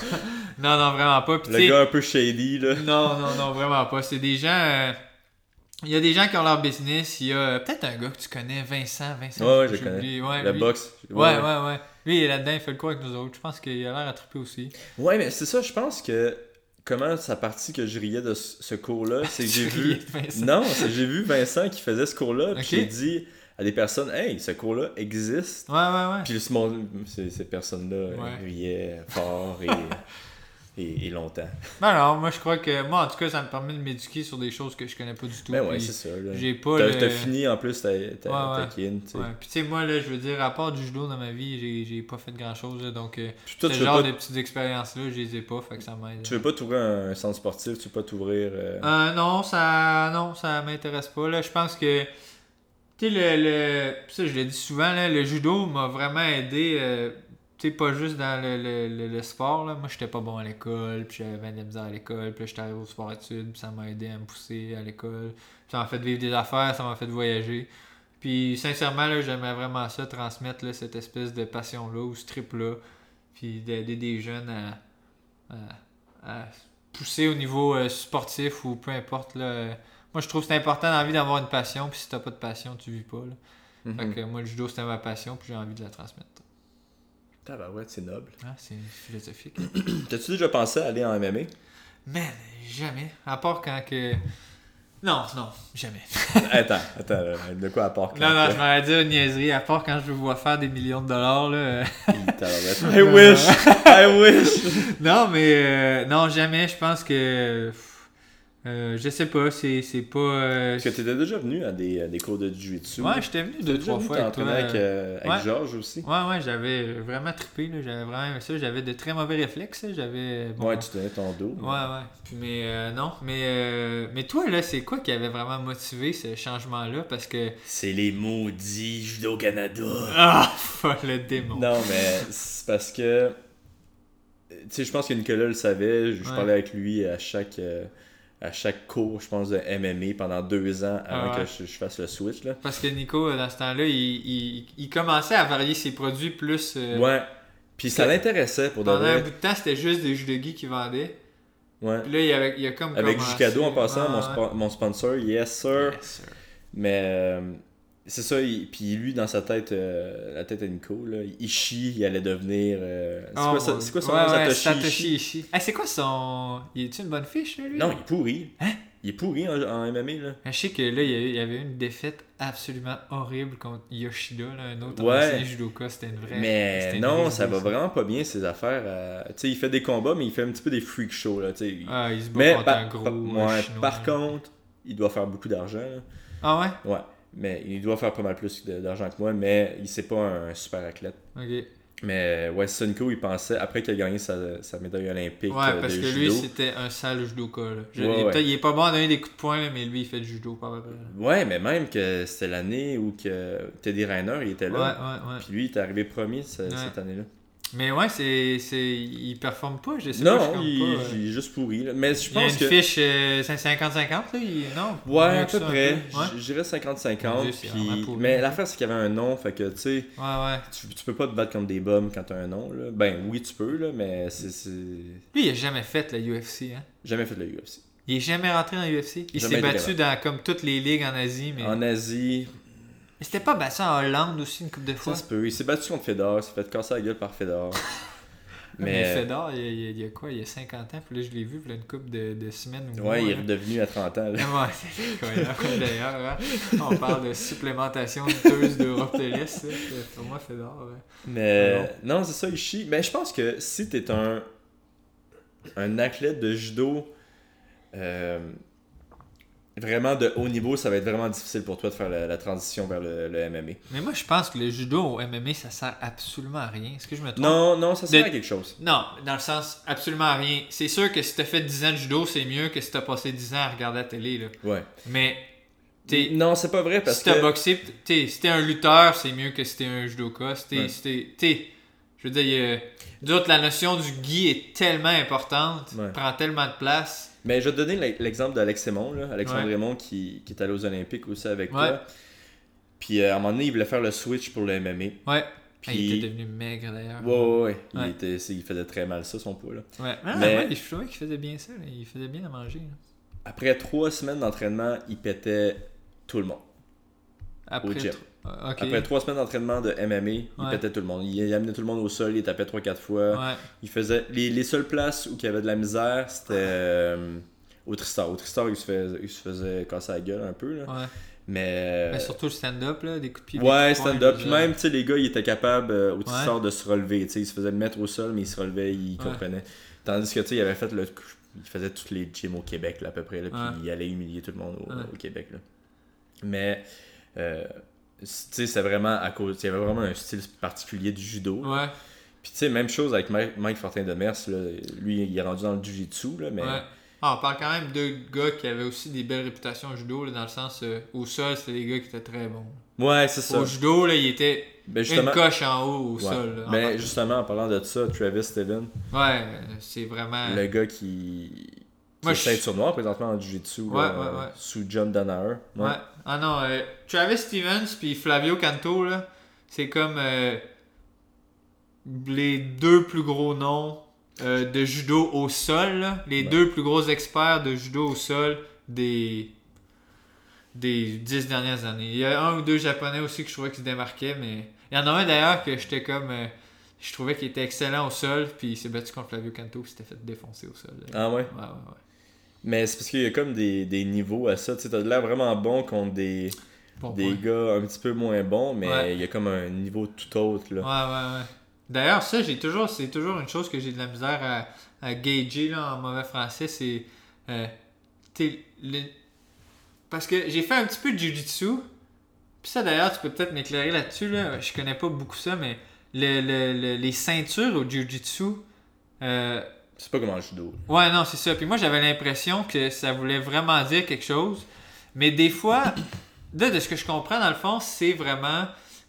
Speaker 5: Non, non, vraiment pas. Puis tu
Speaker 1: Le
Speaker 5: sais-
Speaker 1: gars un peu shady, là.
Speaker 5: Non, non, non, vraiment pas. C'est des gens. euh, Il y a des gens qui ont leur business. Il y a euh, peut-être un gars que tu connais, Vincent. Vincent,
Speaker 1: Ouais, ouais, je
Speaker 5: j'ai
Speaker 1: connais.
Speaker 5: oublié. Ouais,
Speaker 1: La
Speaker 5: lui-
Speaker 1: boxe.
Speaker 5: Ouais, ouais, ouais. Lui, il est là-dedans, il fait le coup avec nous autres. Je pense qu'il a l'air à triper aussi.
Speaker 1: Ouais, mais c'est ça, je pense que comment ça partie que je riais de ce ce cours-là, c'est que j'ai
Speaker 5: Tu
Speaker 1: vu.
Speaker 5: riais de Vincent.
Speaker 1: Non, c'est que j'ai vu Vincent qui faisait ce cours-là, puis
Speaker 5: Ok.
Speaker 1: j'ai dit à des personnes, hey, ce cours-là existe.
Speaker 5: Ouais, ouais, ouais.
Speaker 1: Puis ce monde- ces, ces personnes-là euh,
Speaker 5: Ouais.
Speaker 1: riaient fort et, et, et longtemps.
Speaker 5: Non, Ben non, moi, je crois que. Moi, en tout cas, ça me permet de m'éduquer sur des choses que je connais pas du tout.
Speaker 1: Mais Ben ouais,
Speaker 5: puis
Speaker 1: c'est ça. là.
Speaker 5: J'ai pas.
Speaker 1: T'as
Speaker 5: le-
Speaker 1: t'as fini en plus ta, ta,
Speaker 5: Ouais, ouais.
Speaker 1: ta kin, tu sais.
Speaker 5: Ouais. Puis, tu sais, moi, là, je veux dire, à part du judo dans ma vie, j'ai- j'ai pas fait grand-chose. là, Donc, euh,
Speaker 1: Puis
Speaker 5: ce
Speaker 1: toi, tu veux,
Speaker 5: genre
Speaker 1: pas,
Speaker 5: de petites expériences-là, je les ai pas. Fait que ça m'aide.
Speaker 1: tu veux pas t'ouvrir un centre sportif, tu veux pas t'ouvrir. euh,
Speaker 5: Euh, non, ça non, ça m'intéresse pas. Là. Je pense que. Tu sais, le, le- ça, je le dis souvent, là, le judo m'a vraiment aidé. euh, tu sais, pas juste dans le, le- le- le sport. Là. Moi, j'étais pas bon à l'école, puis j'avais bien de la misère à l'école, puis là, j'étais arrivé au sport études, puis ça m'a aidé à me pousser à l'école. Ça m'a fait vivre des affaires, ça m'a fait voyager. Puis, sincèrement, là, j'aimais vraiment ça, transmettre là, cette espèce de passion-là ou ce trip-là, puis d'aider des jeunes à- à- à pousser au niveau euh, sportif ou peu importe. Là, euh, moi, je trouve que c'est important dans la vie d'avoir une passion, puis si t'as pas de passion, tu vis pas. Là.
Speaker 1: mhm.
Speaker 5: Fait que, euh, moi, le judo, c'était ma passion, puis j'ai envie de la transmettre.
Speaker 1: Tabarouette, c'est noble.
Speaker 5: Ah, c'est philosophique.
Speaker 1: T'as-tu déjà pensé à aller en MMA
Speaker 5: Man, jamais. À part quand que. Non, non, jamais.
Speaker 1: Attends, attends, euh, de quoi à part
Speaker 5: Non, non, je m'en vais dire une niaiserie. À part quand je vous vois faire des millions de dollars, là. euh,
Speaker 1: I wish! I wish!
Speaker 5: non, mais euh, non, jamais. Je pense que. pff, euh, je sais pas, c'est c'est pas. euh,
Speaker 1: Parce que t'étais déjà venu à des, à des cours de jiu-jitsu.
Speaker 5: ouais, j'étais venu deux,
Speaker 1: T'étais déjà
Speaker 5: trois
Speaker 1: venu
Speaker 5: fois avec toi.
Speaker 1: t'entraîner avec,
Speaker 5: euh,
Speaker 1: euh, avec
Speaker 5: ouais.
Speaker 1: Georges aussi.
Speaker 5: Ouais, ouais, j'avais vraiment trippé, là. J'avais vraiment aimé ça. J'avais de très mauvais réflexes, là. J'avais. euh, bon,
Speaker 1: Ouais, tu tenais ton dos.
Speaker 5: ouais, ouais. Puis, mais euh, non, mais, euh, mais toi, là, c'est quoi qui avait vraiment motivé ce changement-là? Parce que.
Speaker 1: C'est les maudits judo Canada.
Speaker 5: Ah, fuck, le démon.
Speaker 1: Non, mais c'est parce que. euh, Tu sais, je pense que Nicolas le savait. Je, je
Speaker 5: Ouais.
Speaker 1: parlais avec lui à chaque, euh, à chaque cours, je pense, de MMA pendant deux ans avant
Speaker 5: Ah ouais.
Speaker 1: que je, je fasse le switch. Là.
Speaker 5: Parce que Nico, euh, dans ce temps-là, il, il, il commençait à varier ses produits plus. euh,
Speaker 1: Ouais. Puis ça l'intéressait pour de
Speaker 5: Pendant un
Speaker 1: vrai.
Speaker 5: bout de temps, c'était juste des jus de gui qui vendaient.
Speaker 1: Ouais.
Speaker 5: Puis là, il y avait- il y a comme.
Speaker 1: Avec
Speaker 5: commencé-
Speaker 1: Jukado en passant,
Speaker 5: Ouais,
Speaker 1: mon,
Speaker 5: ouais.
Speaker 1: spo- mon sponsor, yes sir.
Speaker 5: Yes, sir.
Speaker 1: Mais euh, c'est ça, il- puis lui, dans sa tête, euh, la tête à Nico, là, il chie, il allait devenir. euh, c'est,
Speaker 5: Oh,
Speaker 1: quoi, ça-
Speaker 5: mon-
Speaker 1: c'est quoi son
Speaker 5: ouais,
Speaker 1: nom,
Speaker 5: ouais,
Speaker 1: Satoshi Ishii?
Speaker 5: Satoshi Ishii. Ah, c'est quoi son. Il est-tu une bonne fiche, là, lui?
Speaker 1: Non, il est pourri. Il est pourri en, en MMA, là.
Speaker 5: Mais Je sais que là, il y a eu- il y avait eu une défaite absolument horrible contre Yoshida, là, un autre
Speaker 1: Ouais.
Speaker 5: ancien judoka. C'était une vraie. c'était
Speaker 1: Mais
Speaker 5: une
Speaker 1: non,
Speaker 5: vraie
Speaker 1: ça va
Speaker 5: idée,
Speaker 1: vraiment pas bien, ses affaires. euh, tu sais, il fait des combats, mais il fait un petit peu des freak shows, là. tu sais. Il-
Speaker 5: Ah, il se bat
Speaker 1: mais
Speaker 5: contre
Speaker 1: par,
Speaker 5: un gros.
Speaker 1: par-
Speaker 5: euh,
Speaker 1: ouais,
Speaker 5: chinois,
Speaker 1: par
Speaker 5: là.
Speaker 1: contre, il doit faire beaucoup d'argent, là.
Speaker 5: Ah
Speaker 1: Ouais, mais il doit faire pas mal plus de- d'argent que moi, mais il c'est pas un super athlète.
Speaker 5: ouais? Ok.
Speaker 1: Mais ouais, Sunko, il pensait, après qu'il a gagné sa, sa médaille olympique euh,
Speaker 5: Ouais, parce
Speaker 1: de
Speaker 5: que lui,
Speaker 1: judo,
Speaker 5: c'était un sale judoka, là. Je-
Speaker 1: Ouais,
Speaker 5: il, est
Speaker 1: ouais.
Speaker 5: peut-être- il est pas bon à donner des coups de poing, là, mais lui, il fait du judo, pas mal.
Speaker 1: Ouais, mais même que c'était l'année où que Teddy Rainer, il était
Speaker 5: Ouais,
Speaker 1: là.
Speaker 5: ouais, ouais.
Speaker 1: Puis lui, il est arrivé premier ce-
Speaker 5: Ouais.
Speaker 1: cette année-là.
Speaker 5: Mais ouais, c'est, c'est... il performe pas, je sais pas. je
Speaker 1: Non,
Speaker 5: comprends
Speaker 1: il,
Speaker 5: pas, euh.
Speaker 1: il est juste pourri. là. Mais je
Speaker 5: Il y a une
Speaker 1: pense que.
Speaker 5: fiche euh, 50-50, là, il- non?
Speaker 1: Ouais,
Speaker 5: mieux
Speaker 1: à
Speaker 5: que
Speaker 1: peu
Speaker 5: ça, un
Speaker 1: près.
Speaker 5: peu. Ouais,
Speaker 1: Je je dirais
Speaker 5: Mon
Speaker 1: 50-50.
Speaker 5: Dieu, c'est
Speaker 1: puis-
Speaker 5: vraiment pourri.
Speaker 1: Mais l'affaire, c'est qu'il y avait un nom. Fait que, tu sais,
Speaker 5: ouais, ouais.
Speaker 1: tu, tu peux pas te battre contre des bums quand t'as un nom. Là. Ben oui, tu peux, là, mais c'est. c'est-
Speaker 5: Lui, il a jamais fait la UFC, hein?
Speaker 1: Jamais fait de la UFC.
Speaker 5: Il est jamais rentré dans la UFC. Il
Speaker 1: Jamais
Speaker 5: s'est
Speaker 1: été
Speaker 5: battu dans comme toutes les ligues en Asie, mais...
Speaker 1: En Asie,
Speaker 5: Mais c'était pas battu en Hollande aussi une coupe de fois?
Speaker 1: ça se peut. Il s'est battu contre Fedor. Il s'est fait casser la gueule par Fedor.
Speaker 5: Mais
Speaker 1: mais.
Speaker 5: Fedor, il y, a, il y a- il y a quoi? Il y a 50 ans, puis là, je l'ai vu, puis là, une coupe de, de semaines ou mois,
Speaker 1: Ouais, il est
Speaker 5: là.
Speaker 1: redevenu à 30 ans. là.
Speaker 5: Ouais, c'est incroyable. D'ailleurs, hein, on parle de supplémentation douteuse d'Europe de l'Est. là. Pour moi, Fedor. ouais.
Speaker 1: Mais
Speaker 5: Ah
Speaker 1: non, c'est ça, il chie. Mais je pense que si t'es un, un athlète de judo euh, vraiment de haut niveau, ça va être vraiment difficile pour toi de faire la, la transition vers le, le MMA.
Speaker 5: Mais moi, je pense que le judo au MMA, ça sert absolument à rien. Est-ce que je me trompe?
Speaker 1: Non, non, ça sert
Speaker 5: De-
Speaker 1: à quelque chose.
Speaker 5: Non, dans le sens absolument à rien. C'est sûr que si t'as fait 10 ans de judo, c'est mieux que si t'as passé 10 ans à regarder la télé. Là.
Speaker 1: Ouais.
Speaker 5: Mais t'es,
Speaker 1: Non, c'est pas vrai parce
Speaker 5: si t'as
Speaker 1: que.
Speaker 5: boxé, pis t'es, si t'es un lutteur, c'est mieux que si t'es un judoka. Si t'es,
Speaker 1: Ouais.
Speaker 5: si t'es- t'es- je veux dire, il y a- d'autres, la notion du gi est tellement importante,
Speaker 1: Ouais.
Speaker 5: prend tellement de place.
Speaker 1: Mais je vais te donner l'e- l'exemple d'Alex Raymond, là. Alexandre
Speaker 5: Ouais.
Speaker 1: Raymond qui, qui est allé aux Olympiques aussi avec
Speaker 5: Ouais.
Speaker 1: toi. Puis euh, à un moment donné, il voulait faire le switch pour le MMA.
Speaker 5: Ouais.
Speaker 1: Puis-
Speaker 5: Ah, Il était devenu maigre d'ailleurs.
Speaker 1: Ouais, ouais, ouais. Il,
Speaker 5: Ouais.
Speaker 1: était- c'est- il faisait très mal ça, son poids. Là.
Speaker 5: Ouais. Ah,
Speaker 1: Mais-
Speaker 5: ouais, je trouvais qu'il faisait bien ça. là. Il faisait bien à manger. là.
Speaker 1: Après trois semaines d'entraînement, il pétait tout le monde.
Speaker 5: Après,
Speaker 1: gym.
Speaker 5: tr- ah, ok.
Speaker 1: Après trois semaines d'entraînement de MMA, il
Speaker 5: Ouais.
Speaker 1: pétait tout le monde. Il, il amenait tout le monde au sol, il tapait 3-4 fois.
Speaker 5: Ouais.
Speaker 1: Il faisait... les, les seules places où il y avait de la misère,
Speaker 5: Ah.
Speaker 1: c'était euh, au Tristar. Au Tristar, il se, faisait, il se faisait casser la gueule un peu. Là.
Speaker 5: Ouais.
Speaker 1: Mais,
Speaker 5: Mais surtout le stand-up, là, des coups de pied. des
Speaker 1: Euh, ouais,
Speaker 5: coups de poing,
Speaker 1: stand-up.
Speaker 5: tout
Speaker 1: Puis
Speaker 5: ça.
Speaker 1: même, tu sais, les gars, ils étaient capables euh, au Tristar de se relever. Tu sais, ils se faisaient mettre au sol, mais ils se relevaient, ils comprenaient. Tandis que, tu sais, il avait fait le. Il faisait toutes les gyms au Québec, là, à peu près. Là, puis
Speaker 5: Ouais.
Speaker 1: il allait humilier tout le monde au,
Speaker 5: Ouais.
Speaker 1: au Québec, là. Mais, euh, tu sais, c'est vraiment à cause. Il y avait vraiment un style particulier du judo.
Speaker 5: Ouais,
Speaker 1: Puis, tu sais, même chose avec Mike, Mike Fortin de Mers. là. Lui, il est rendu dans le jiu-jitsu, là, mais.
Speaker 5: ouais. Ah, on parle quand même de gars qui avaient aussi des belles réputations au judo, là, dans le sens euh, au sol, c'était des gars qui étaient très bons.
Speaker 1: Ouais, c'est ça.
Speaker 5: Au judo, là, ils étaient
Speaker 1: Ben, justement.
Speaker 5: une coche en haut au
Speaker 1: ouais.
Speaker 5: sol. là.
Speaker 1: Ben, justement, en parlant de ça, Travis Steven,
Speaker 5: Ouais, euh, c'est vraiment.
Speaker 1: le gars qui.
Speaker 5: Moi,
Speaker 1: Moi, je
Speaker 5: je-
Speaker 1: ceinture noire présentement en jiu-jitsu
Speaker 5: Ouais,
Speaker 1: là,
Speaker 5: ouais, ouais.
Speaker 1: sous John Danaher. Ouais.
Speaker 5: Ouais. Ah non, euh, Travis Stevens puis Flavio Canto, là, c'est comme euh, les deux plus gros noms euh, de judo au sol, là. les
Speaker 1: Ouais.
Speaker 5: deux plus gros experts de judo au sol des des dix dernières années. Il y a un ou deux japonais aussi que je trouvais qui se démarquaient, mais il y en a un d'ailleurs que j'étais comme... euh, je trouvais qu'il était excellent au sol, puis il s'est battu contre Flavio Canto, puis il s'était fait défoncer au sol. là.
Speaker 1: Ah ouais.
Speaker 5: Ouais, ouais, ouais.
Speaker 1: Mais c'est parce qu'il y a comme des, des niveaux à ça. Tu sais, t'as de l'air vraiment bon contre des,
Speaker 5: Bon
Speaker 1: des
Speaker 5: point.
Speaker 1: gars un petit peu moins bons, mais
Speaker 5: Oh, Ouais.
Speaker 1: il y a comme un niveau tout autre. Là.
Speaker 5: Ouais, ouais, ouais. D'ailleurs, ça, j'ai toujours, c'est toujours une chose que j'ai de la misère à, à gager là, en mauvais français, c'est. euh, t'es- le- Parce que j'ai fait un petit peu de jujitsu. Puis ça, d'ailleurs, tu peux peut-être m'éclairer là-dessus. Là. Je connais pas beaucoup ça, mais le- le- le- les ceintures au jujitsu. Euh,
Speaker 1: C'est pas comme en judo.
Speaker 5: Ouais, non, c'est ça. Puis moi, j'avais l'impression que ça voulait vraiment dire quelque chose. Mais des fois, là, de ce que je comprends, dans le fond, c'est vraiment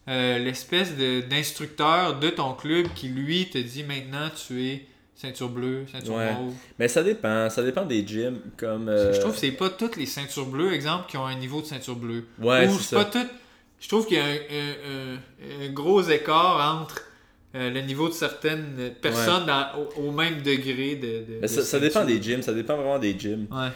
Speaker 5: euh, l'espèce de- d'instructeur de, ton club qui, lui, te dit maintenant, tu es ceinture bleue, ceinture
Speaker 1: Ouais.
Speaker 5: mauve.
Speaker 1: Mais ça dépend. Ça dépend des gyms. Comme,
Speaker 5: Je trouve que
Speaker 1: euh,
Speaker 5: c'est pas toutes les ceintures bleues, exemple, qui ont un niveau de ceinture bleue.
Speaker 1: Ouais,
Speaker 5: Ou
Speaker 1: c'est
Speaker 5: c'est
Speaker 1: ça.
Speaker 5: pas toutes. Je trouve qu'il y a un, un- un- un gros écart entre euh, le niveau de certaines personnes dans- au, au même degré de. de-
Speaker 1: Mais ça,
Speaker 5: de
Speaker 1: ça dépend
Speaker 5: ceinture.
Speaker 1: des gyms. Ça dépend vraiment des gyms.
Speaker 5: Ouais.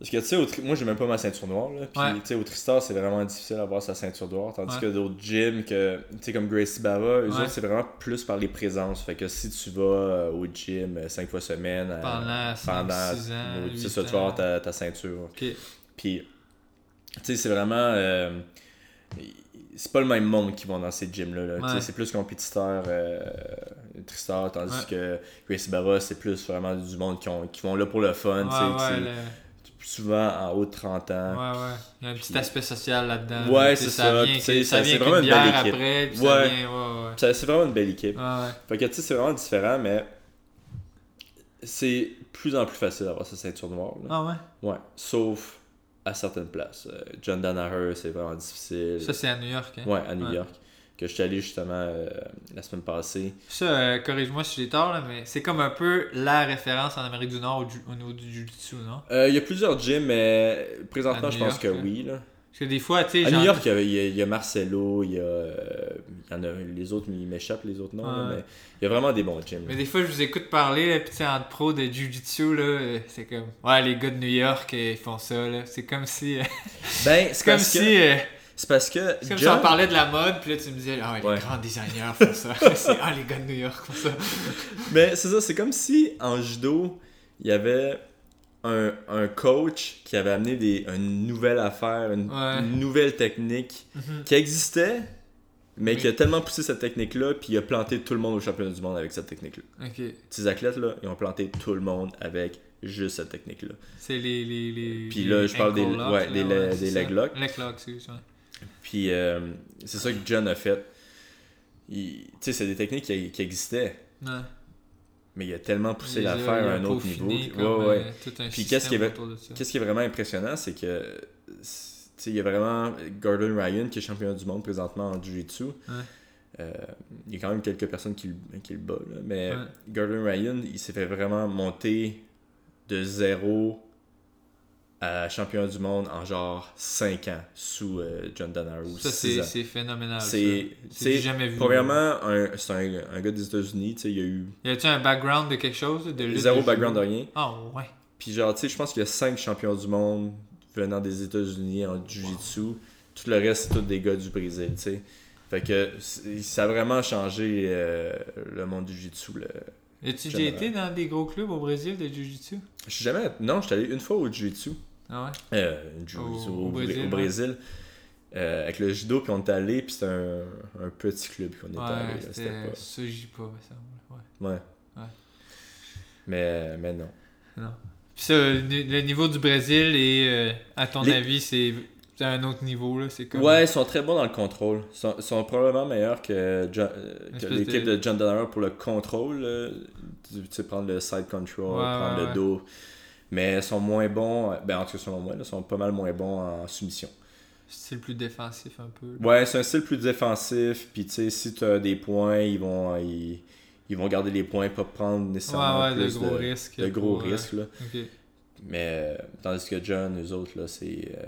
Speaker 1: Parce que tu sais, au tri- moi j'ai même pas ma ceinture noire. Là. Puis
Speaker 5: Ouais.
Speaker 1: tu sais, au Tristar, c'est vraiment difficile d'avoir sa ceinture noire. Tandis
Speaker 5: Ouais.
Speaker 1: que d'autres gyms, que, tu sais, comme Gracie Barra, eux
Speaker 5: Ouais.
Speaker 1: autres, c'est vraiment plus par les présences. Fait que si tu vas euh, au gym 5 fois semaine, à-
Speaker 5: Pendant cinq,
Speaker 1: Euh, pendant-
Speaker 5: six ans,
Speaker 1: au-
Speaker 5: huit
Speaker 1: c'est ça, tu
Speaker 5: ans.
Speaker 1: vas avoir ta, ta ceinture.
Speaker 5: Ok.
Speaker 1: Puis tu sais, c'est vraiment. euh, c'est pas le même monde qui vont dans ces gyms-là. là. Tu sais,
Speaker 5: Ouais.
Speaker 1: C'est plus compétiteur euh, Tristar, tandis
Speaker 5: Ouais.
Speaker 1: que Gracie Barra, c'est plus vraiment du monde qui, ont- qui vont là pour le fun. tu sais,
Speaker 5: Ouais, ouais,
Speaker 1: qui-
Speaker 5: le-
Speaker 1: souvent en haut de 30 ans.
Speaker 5: Ouais, ouais. Il y a un petit aspect social là-dedans.
Speaker 1: Ouais,
Speaker 5: Tu sais,
Speaker 1: c'est ça.
Speaker 5: Vient,
Speaker 1: Puis c'est-
Speaker 5: ça
Speaker 1: c'est
Speaker 5: vient
Speaker 1: vraiment
Speaker 5: qu'une
Speaker 1: une belle
Speaker 5: bière
Speaker 1: équipe.
Speaker 5: après. Puis ça
Speaker 1: Ouais.
Speaker 5: vient, ouais, ouais.
Speaker 1: Ça- C'est vraiment une belle équipe.
Speaker 5: Ouais, ouais.
Speaker 1: Fait que tu sais, c'est vraiment différent, mais c'est plus en plus facile d'avoir sa ceinture noire. là.
Speaker 5: Ah ouais.
Speaker 1: Ouais. Sauf à certaines places. Euh, John Danaher, c'est vraiment difficile.
Speaker 5: Ça, c'est à New York. Hein?
Speaker 1: ouais, à New
Speaker 5: Ouais.
Speaker 1: York. que je suis allé justement euh, la semaine passée.
Speaker 5: Ça, euh, corrige-moi si j'ai tort, là, mais c'est comme un peu la référence en Amérique du Nord au, ju- au niveau du Jiu-Jitsu, non?
Speaker 1: Euh, Il y a plusieurs gyms, mais présentement,
Speaker 5: À
Speaker 1: je
Speaker 5: New
Speaker 1: pense
Speaker 5: York,
Speaker 1: que
Speaker 5: là.
Speaker 1: oui. Là.
Speaker 5: Parce que des fois, tu sais,
Speaker 1: À New
Speaker 5: j'en-
Speaker 1: York, il y a- il y, a- il y a Marcelo, il y a. euh, il y en a les autres, ils m'échappent les autres noms, là,
Speaker 5: Ouais.
Speaker 1: mais il y a vraiment des bons gyms.
Speaker 5: Mais des fois, je vous écoute parler, là, pis tu sais, entre pro de Jiu-Jitsu, là, euh, c'est comme... Ouais, les gars de New York, euh, ils font ça, là. C'est comme si... euh,
Speaker 1: Ben, c'est
Speaker 5: c'est comme
Speaker 1: parce, que-
Speaker 5: si... euh,
Speaker 1: c'est parce que.
Speaker 5: C'est comme si
Speaker 1: John-
Speaker 5: on parlait de la mode, puis là, tu me disais, ah, ouais,
Speaker 1: Ouais.
Speaker 5: les grands designers font ça. c'est, ah, les gars de New York font ça.
Speaker 1: Mais c'est ça, c'est comme si en judo, il y avait un, un coach qui avait amené des, une nouvelle affaire, une,
Speaker 5: Ouais.
Speaker 1: une nouvelle technique
Speaker 5: Mhm.
Speaker 1: qui existait, mais qui a
Speaker 5: Oui.
Speaker 1: tellement poussé cette technique-là, puis il a planté tout le monde au championnat du monde avec cette technique-là.
Speaker 5: Ok.
Speaker 1: Ces athlètes-là, ils ont planté tout le monde avec juste cette technique-là.
Speaker 5: C'est les... les, les
Speaker 1: Puis là, je parle des-
Speaker 5: ankle locks,
Speaker 1: ouais, des le-
Speaker 5: c'est
Speaker 1: des
Speaker 5: ça.
Speaker 1: leg locks.
Speaker 5: Leg locks, c'est ça.
Speaker 1: Puis euh, c'est ça que John a fait. Il- Tu sais, c'est des techniques qui, qui existaient,
Speaker 5: Ouais.
Speaker 1: mais il a tellement poussé
Speaker 5: Il les a-
Speaker 1: l'affaire
Speaker 5: il
Speaker 1: à
Speaker 5: a
Speaker 1: un autre
Speaker 5: peaufiné
Speaker 1: niveau. que-
Speaker 5: comme,
Speaker 1: Ouais, ouais.
Speaker 5: euh, tout un
Speaker 1: Puis qu'est-ce
Speaker 5: système
Speaker 1: qu'il y avait-
Speaker 5: autour de ça.
Speaker 1: Qu'est-ce qui est vraiment impressionnant, c'est que euh, c'est- tu sais, il y a vraiment Gordon Ryan qui est champion du monde présentement en Jiu-Jitsu. Euh, il y a quand même quelques personnes qui, le- qui le battent, là, mais
Speaker 5: Ouais.
Speaker 1: Gordon Ryan, il s'est fait vraiment monter de zéro à champion du monde en genre 5 ans sous euh, John Donahue.
Speaker 5: Ça,
Speaker 1: six
Speaker 5: c'est,
Speaker 1: ans.
Speaker 5: c'est phénoménal.
Speaker 1: C'est-
Speaker 5: ça.
Speaker 1: c'est-
Speaker 5: du jamais vu. euh.
Speaker 1: Premièrement, un- c'est un, un gars des États-Unis, tu sais, il y a eu
Speaker 5: Y a-tu un background de quelque chose de lutte,
Speaker 1: zéro
Speaker 5: de
Speaker 1: background de
Speaker 5: judo?
Speaker 1: rien.
Speaker 5: Ah, ouais.
Speaker 1: Puis genre, tu sais, je pense qu'il y a 5 champions du monde venant des États-Unis en Jiu-Jitsu. Tout le reste, c'est tous des gars du Brésil, tu sais. Fait que c'est- ça a vraiment changé euh, le monde du Jiu-Jitsu. là.
Speaker 5: As-tu déjà
Speaker 1: Général.
Speaker 5: été dans des gros clubs au Brésil de Jiu-Jitsu
Speaker 1: Je suis jamais... Non, je suis allé une fois au Jiu-Jitsu.
Speaker 5: Ah, ouais.
Speaker 1: Euh, jiu-jitsu
Speaker 5: Au-
Speaker 1: au,
Speaker 5: au
Speaker 1: au
Speaker 5: Brésil,
Speaker 1: Brésil.
Speaker 5: ouais.
Speaker 1: Euh, avec le judo, puis on est allé, puis c'était un, un petit club qu'on était allé.
Speaker 5: Ouais,
Speaker 1: là,
Speaker 5: c'était
Speaker 1: C'était
Speaker 5: Sojipa, me semble. Ouais.
Speaker 1: pas... Ouais.
Speaker 5: Ouais.
Speaker 1: Mais, mais non.
Speaker 5: Puis ça, le, ni- le niveau du Brésil, et euh, à ton
Speaker 1: Les-
Speaker 5: avis, c'est c'est un autre niveau. là C'est comme...
Speaker 1: Ouais, ils sont très bons dans le contrôle. Ils sont, ils sont probablement meilleurs que, Jo- euh, que
Speaker 5: espèce
Speaker 1: l'équipe
Speaker 5: de-
Speaker 1: de... John Donner pour le contrôle. euh, Tu tu sais, prendre le side control,
Speaker 5: Ouais,
Speaker 1: prendre
Speaker 5: ouais,
Speaker 1: le
Speaker 5: ouais.
Speaker 1: dos. Mais ils sont moins bons, euh, ben en tout cas selon moi, là, ils sont pas mal moins bons en soumission.
Speaker 5: C'est le plus défensif un peu. là.
Speaker 1: Ouais, c'est un style plus défensif. Puis tu sais, si tu as des points, ils vont, ils, ils vont garder les points, pas prendre nécessairement
Speaker 5: ouais, de
Speaker 1: plus
Speaker 5: gros
Speaker 1: de,
Speaker 5: risques.
Speaker 1: de gros
Speaker 5: pour, euh,
Speaker 1: risques. là.
Speaker 5: ok.
Speaker 1: Mais euh, tandis que John, eux autres, là, c'est. euh,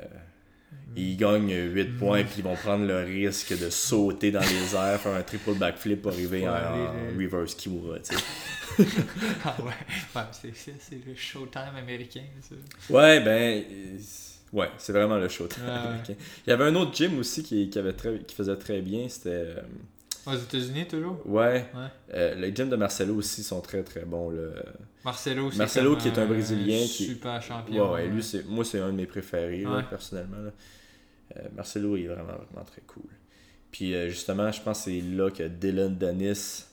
Speaker 1: ils gagnent 8 points, puis ils vont prendre le risque de sauter dans les airs, faire un triple backflip pour arriver
Speaker 5: Ouais,
Speaker 1: en,
Speaker 5: les-
Speaker 1: en reverse kimura, tu sais.
Speaker 5: Ah ouais, ouais c'est c'est- c'est le showtime américain. Ça.
Speaker 1: Ouais, ben. euh, Ouais, c'est vraiment le show.
Speaker 5: Ouais, ouais.
Speaker 1: Ok. Il y avait un autre gym aussi qui, qui avait très, qui faisait très bien, c'était. euh,
Speaker 5: Aux États-Unis, toujours
Speaker 1: ouais.
Speaker 5: Ouais.
Speaker 1: Euh, les gyms de Marcelo aussi sont très très bons, là.
Speaker 5: Marcelo, c'est
Speaker 1: Marcelo,
Speaker 5: comme
Speaker 1: qui est un Brésilien qui-
Speaker 5: Super champion.
Speaker 1: Ouais, ouais,
Speaker 5: là.
Speaker 1: lui, c'est, moi, c'est un de mes préférés, là,
Speaker 5: euh, Ouais.
Speaker 1: personnellement. là. Euh, Marcelo, il est vraiment, vraiment très cool. Puis, euh, justement, je pense que c'est là que Dylan Dennis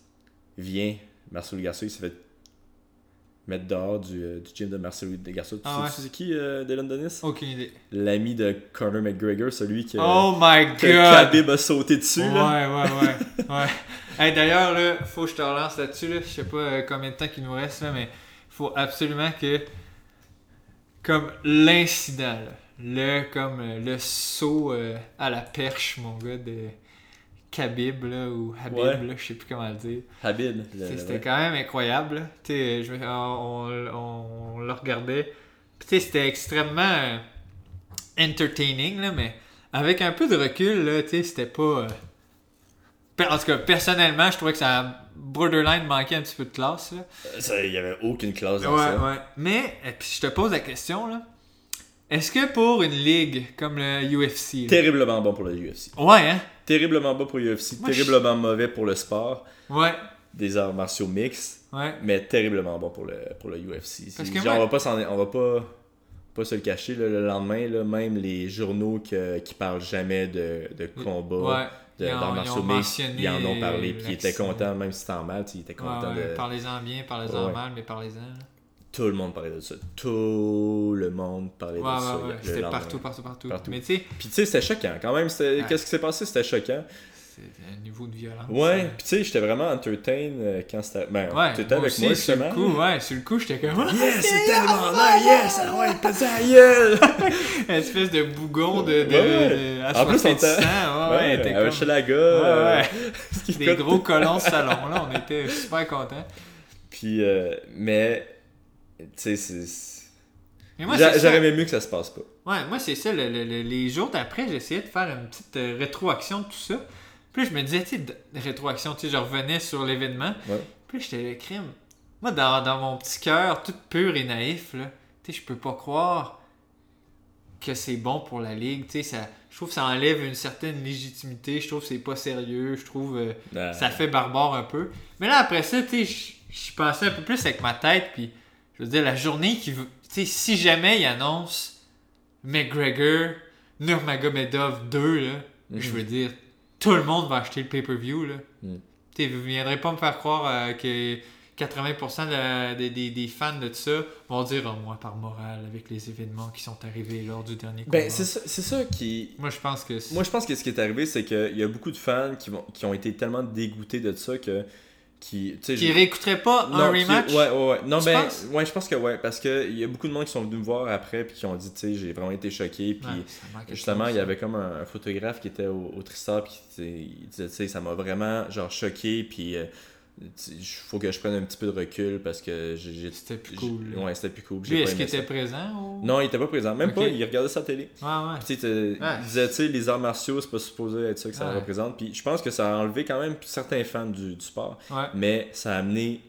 Speaker 1: vient. Marcelo Garcia, il s'est fait mettre dehors du, euh, du gym de Marcelo Garcia. Tu
Speaker 5: Ah
Speaker 1: sais, tu sais qui, euh, Dylan Dennis
Speaker 5: Aucune idée.
Speaker 1: L'ami de Conor McGregor, celui que,
Speaker 5: Oh my
Speaker 1: que
Speaker 5: god!
Speaker 1: Khabib a sauté dessus. là.
Speaker 5: Ouais, ouais, ouais. ouais. Hey, D'ailleurs, là, faut que je te relance là-dessus. Là. Je sais pas euh, combien de temps qu'il nous reste, là, mais faut absolument que. Comme l'incident, là, le, comme euh, le saut euh, à la perche, mon gars, de Khabib, là, ou Habib,
Speaker 1: Ouais.
Speaker 5: là, je sais plus comment le dire.
Speaker 1: Khabib. le-
Speaker 5: T'sais,
Speaker 1: le
Speaker 5: C'était
Speaker 1: vrai.
Speaker 5: quand même incroyable. là. T'sais, euh, Je, me- on, on- on le regardait. Puis t'sais, C'était extrêmement euh, entertaining, là, mais avec un peu de recul, là, t'sais, c'était pas. euh, pe- En tout cas, personnellement, je trouvais que ça borderline manquait un petit peu de classe. là.
Speaker 1: Ça, Il n'y avait aucune classe dans
Speaker 5: Ouais,
Speaker 1: ça.
Speaker 5: ouais. Mais, euh, puis je te pose la question, là. Est-ce que pour une ligue comme le UFC. là-
Speaker 1: Terriblement bon pour le UFC.
Speaker 5: Ouais, hein?
Speaker 1: Terriblement bon pour le UFC.
Speaker 5: Moi, je-
Speaker 1: terriblement mauvais pour le sport.
Speaker 5: Ouais,
Speaker 1: Des arts martiaux mixtes.
Speaker 5: ouais.
Speaker 1: mais terriblement bon pour le, pour le UFC.
Speaker 5: Parce
Speaker 1: C'est-
Speaker 5: que
Speaker 1: genre,
Speaker 5: moi-
Speaker 1: on va pas s'en- on va pas, pas se le cacher là, le lendemain, là, même les journaux que- qui parlent jamais de, de
Speaker 5: Ouais.
Speaker 1: combat, de,
Speaker 5: Ils en-
Speaker 1: d'arts
Speaker 5: ils
Speaker 1: martiaux
Speaker 5: ont
Speaker 1: mixtes,
Speaker 5: mentionné
Speaker 1: ils en ont parlé, puis ils étaient
Speaker 5: l'accident.
Speaker 1: contents, même si c'était en mal, tu sais, ils étaient contents
Speaker 5: Ouais, ouais,
Speaker 1: de...
Speaker 5: Parlez-en bien, parlez-en
Speaker 1: Ouais.
Speaker 5: mal, mais parlez-en. là.
Speaker 1: Tout le monde parlait de ça, tout le monde parlait
Speaker 5: Ouais,
Speaker 1: de ça.
Speaker 5: ouais, ouais.
Speaker 1: le
Speaker 5: C'était
Speaker 1: lendemain.
Speaker 5: partout, partout, partout,
Speaker 1: Partout.
Speaker 5: Mais tu sais,
Speaker 1: Puis tu sais, c'était choquant, quand même, c'était-
Speaker 5: Ouais.
Speaker 1: qu'est-ce qui s'est passé, c'était choquant,
Speaker 5: c'est- c'était un niveau de violence.
Speaker 1: Ouais,
Speaker 5: euh,
Speaker 1: pis tu sais, j'étais vraiment entertain euh, quand c'était. Ben,
Speaker 5: Ouais,
Speaker 1: t'étais
Speaker 5: moi
Speaker 1: avec
Speaker 5: aussi,
Speaker 1: moi
Speaker 5: sur le
Speaker 1: justement.
Speaker 5: coup, ouais, sur le coup, j'étais comme Ah!
Speaker 1: Yes, c'est tellement nice, yes, ah ouais, t'as ça, gueule!
Speaker 5: une espèce de bougon de, de,
Speaker 1: Ouais, ouais.
Speaker 5: de-
Speaker 1: En plus, on
Speaker 5: assoiffé de
Speaker 1: t'a-
Speaker 5: sang, ouais, ouais, t'es
Speaker 1: avec
Speaker 5: comme-
Speaker 1: Shalaga,
Speaker 5: Ouais,
Speaker 1: qui
Speaker 5: des gros colons salon là, on était super contents.
Speaker 1: Puis, euh, mais, tu sais, c'est- c'est-
Speaker 5: Mais moi,
Speaker 1: J'a-
Speaker 5: c'est ça.
Speaker 1: j'aurais aimé mieux que ça se passe pas.
Speaker 5: Ouais, moi, c'est ça. le- le- le- les jours d'après, j'essayais de faire une petite euh, rétroaction de tout ça. Puis là, je me disais, tu sais, de- rétroaction, tu sais, je revenais sur l'événement.
Speaker 1: Ouais.
Speaker 5: Puis là, j'étais le crime. Moi, dans, dans mon petit cœur, tout pur et naïf, là, tu sais, je peux pas croire que c'est bon pour la ligue. Tu sais, ça- je trouve que ça enlève une certaine légitimité. Je trouve que c'est pas sérieux. Je trouve. euh,
Speaker 1: Ben,
Speaker 5: ça fait barbare un peu. Mais là, après ça, tu sais, j- j'y pensais un peu plus avec ma tête, puis je veux dire, la journée qui veut. Tu sais, si jamais il annonce McGregor, Nurmagomedov 2, là, je veux dire, tout le monde va acheter le pay-per-view, là.
Speaker 1: Mhm.
Speaker 5: Tu sais, vous viendrez pas me faire croire euh, que 80% de la- des- des- des fans de tout ça vont dire, oh, moi, par morale, avec les événements qui sont arrivés lors du dernier combat.
Speaker 1: ben, c'est ça, c'est ça qui...
Speaker 5: Moi, je pense que. c'est-
Speaker 1: Moi, je pense que ce qui est arrivé, c'est qu'il y a beaucoup de fans qui, vont, qui ont été tellement dégoûtés de ça que... Qui, tu sais,
Speaker 5: Qui
Speaker 1: je-
Speaker 5: réécouterait pas
Speaker 1: Non,
Speaker 5: un
Speaker 1: qui-
Speaker 5: rematch.
Speaker 1: ouais, ouais, ouais. Non,
Speaker 5: Tu
Speaker 1: ben,
Speaker 5: penses?
Speaker 1: ouais, je pense que ouais, parce qu'il y a beaucoup de monde qui sont venus me voir après puis qui ont dit, tu sais, j'ai vraiment été choqué, puis...
Speaker 5: Ouais, ça manque quelque
Speaker 1: Justement, il
Speaker 5: chose,
Speaker 1: y
Speaker 5: ça.
Speaker 1: avait comme un, un photographe qui était au, au Tristar puis qui disait- il disait, tu sais, ça m'a vraiment genre choqué, puis euh, tu- il faut que je prenne un petit peu de recul parce que j'ai- j'ai-
Speaker 5: C'était plus
Speaker 1: j'ai-
Speaker 5: cool.
Speaker 1: Ouais, c'était plus cool. j'ai pas
Speaker 5: Lui, est-ce qu'il
Speaker 1: aimé
Speaker 5: était
Speaker 1: ça.
Speaker 5: présent ou...
Speaker 1: Non, il était pas présent, même
Speaker 5: Ok.
Speaker 1: pas, il regardait sa télé.
Speaker 5: Ouais, ouais.
Speaker 1: Puis, tu sais, t'es-
Speaker 5: Ouais.
Speaker 1: il disait, tu sais, les arts martiaux, c'est pas supposé être ça que ça
Speaker 5: Ouais.
Speaker 1: représente. Puis je pense que ça a enlevé quand même certains fans du, du sport,
Speaker 5: ouais.
Speaker 1: mais ça a amené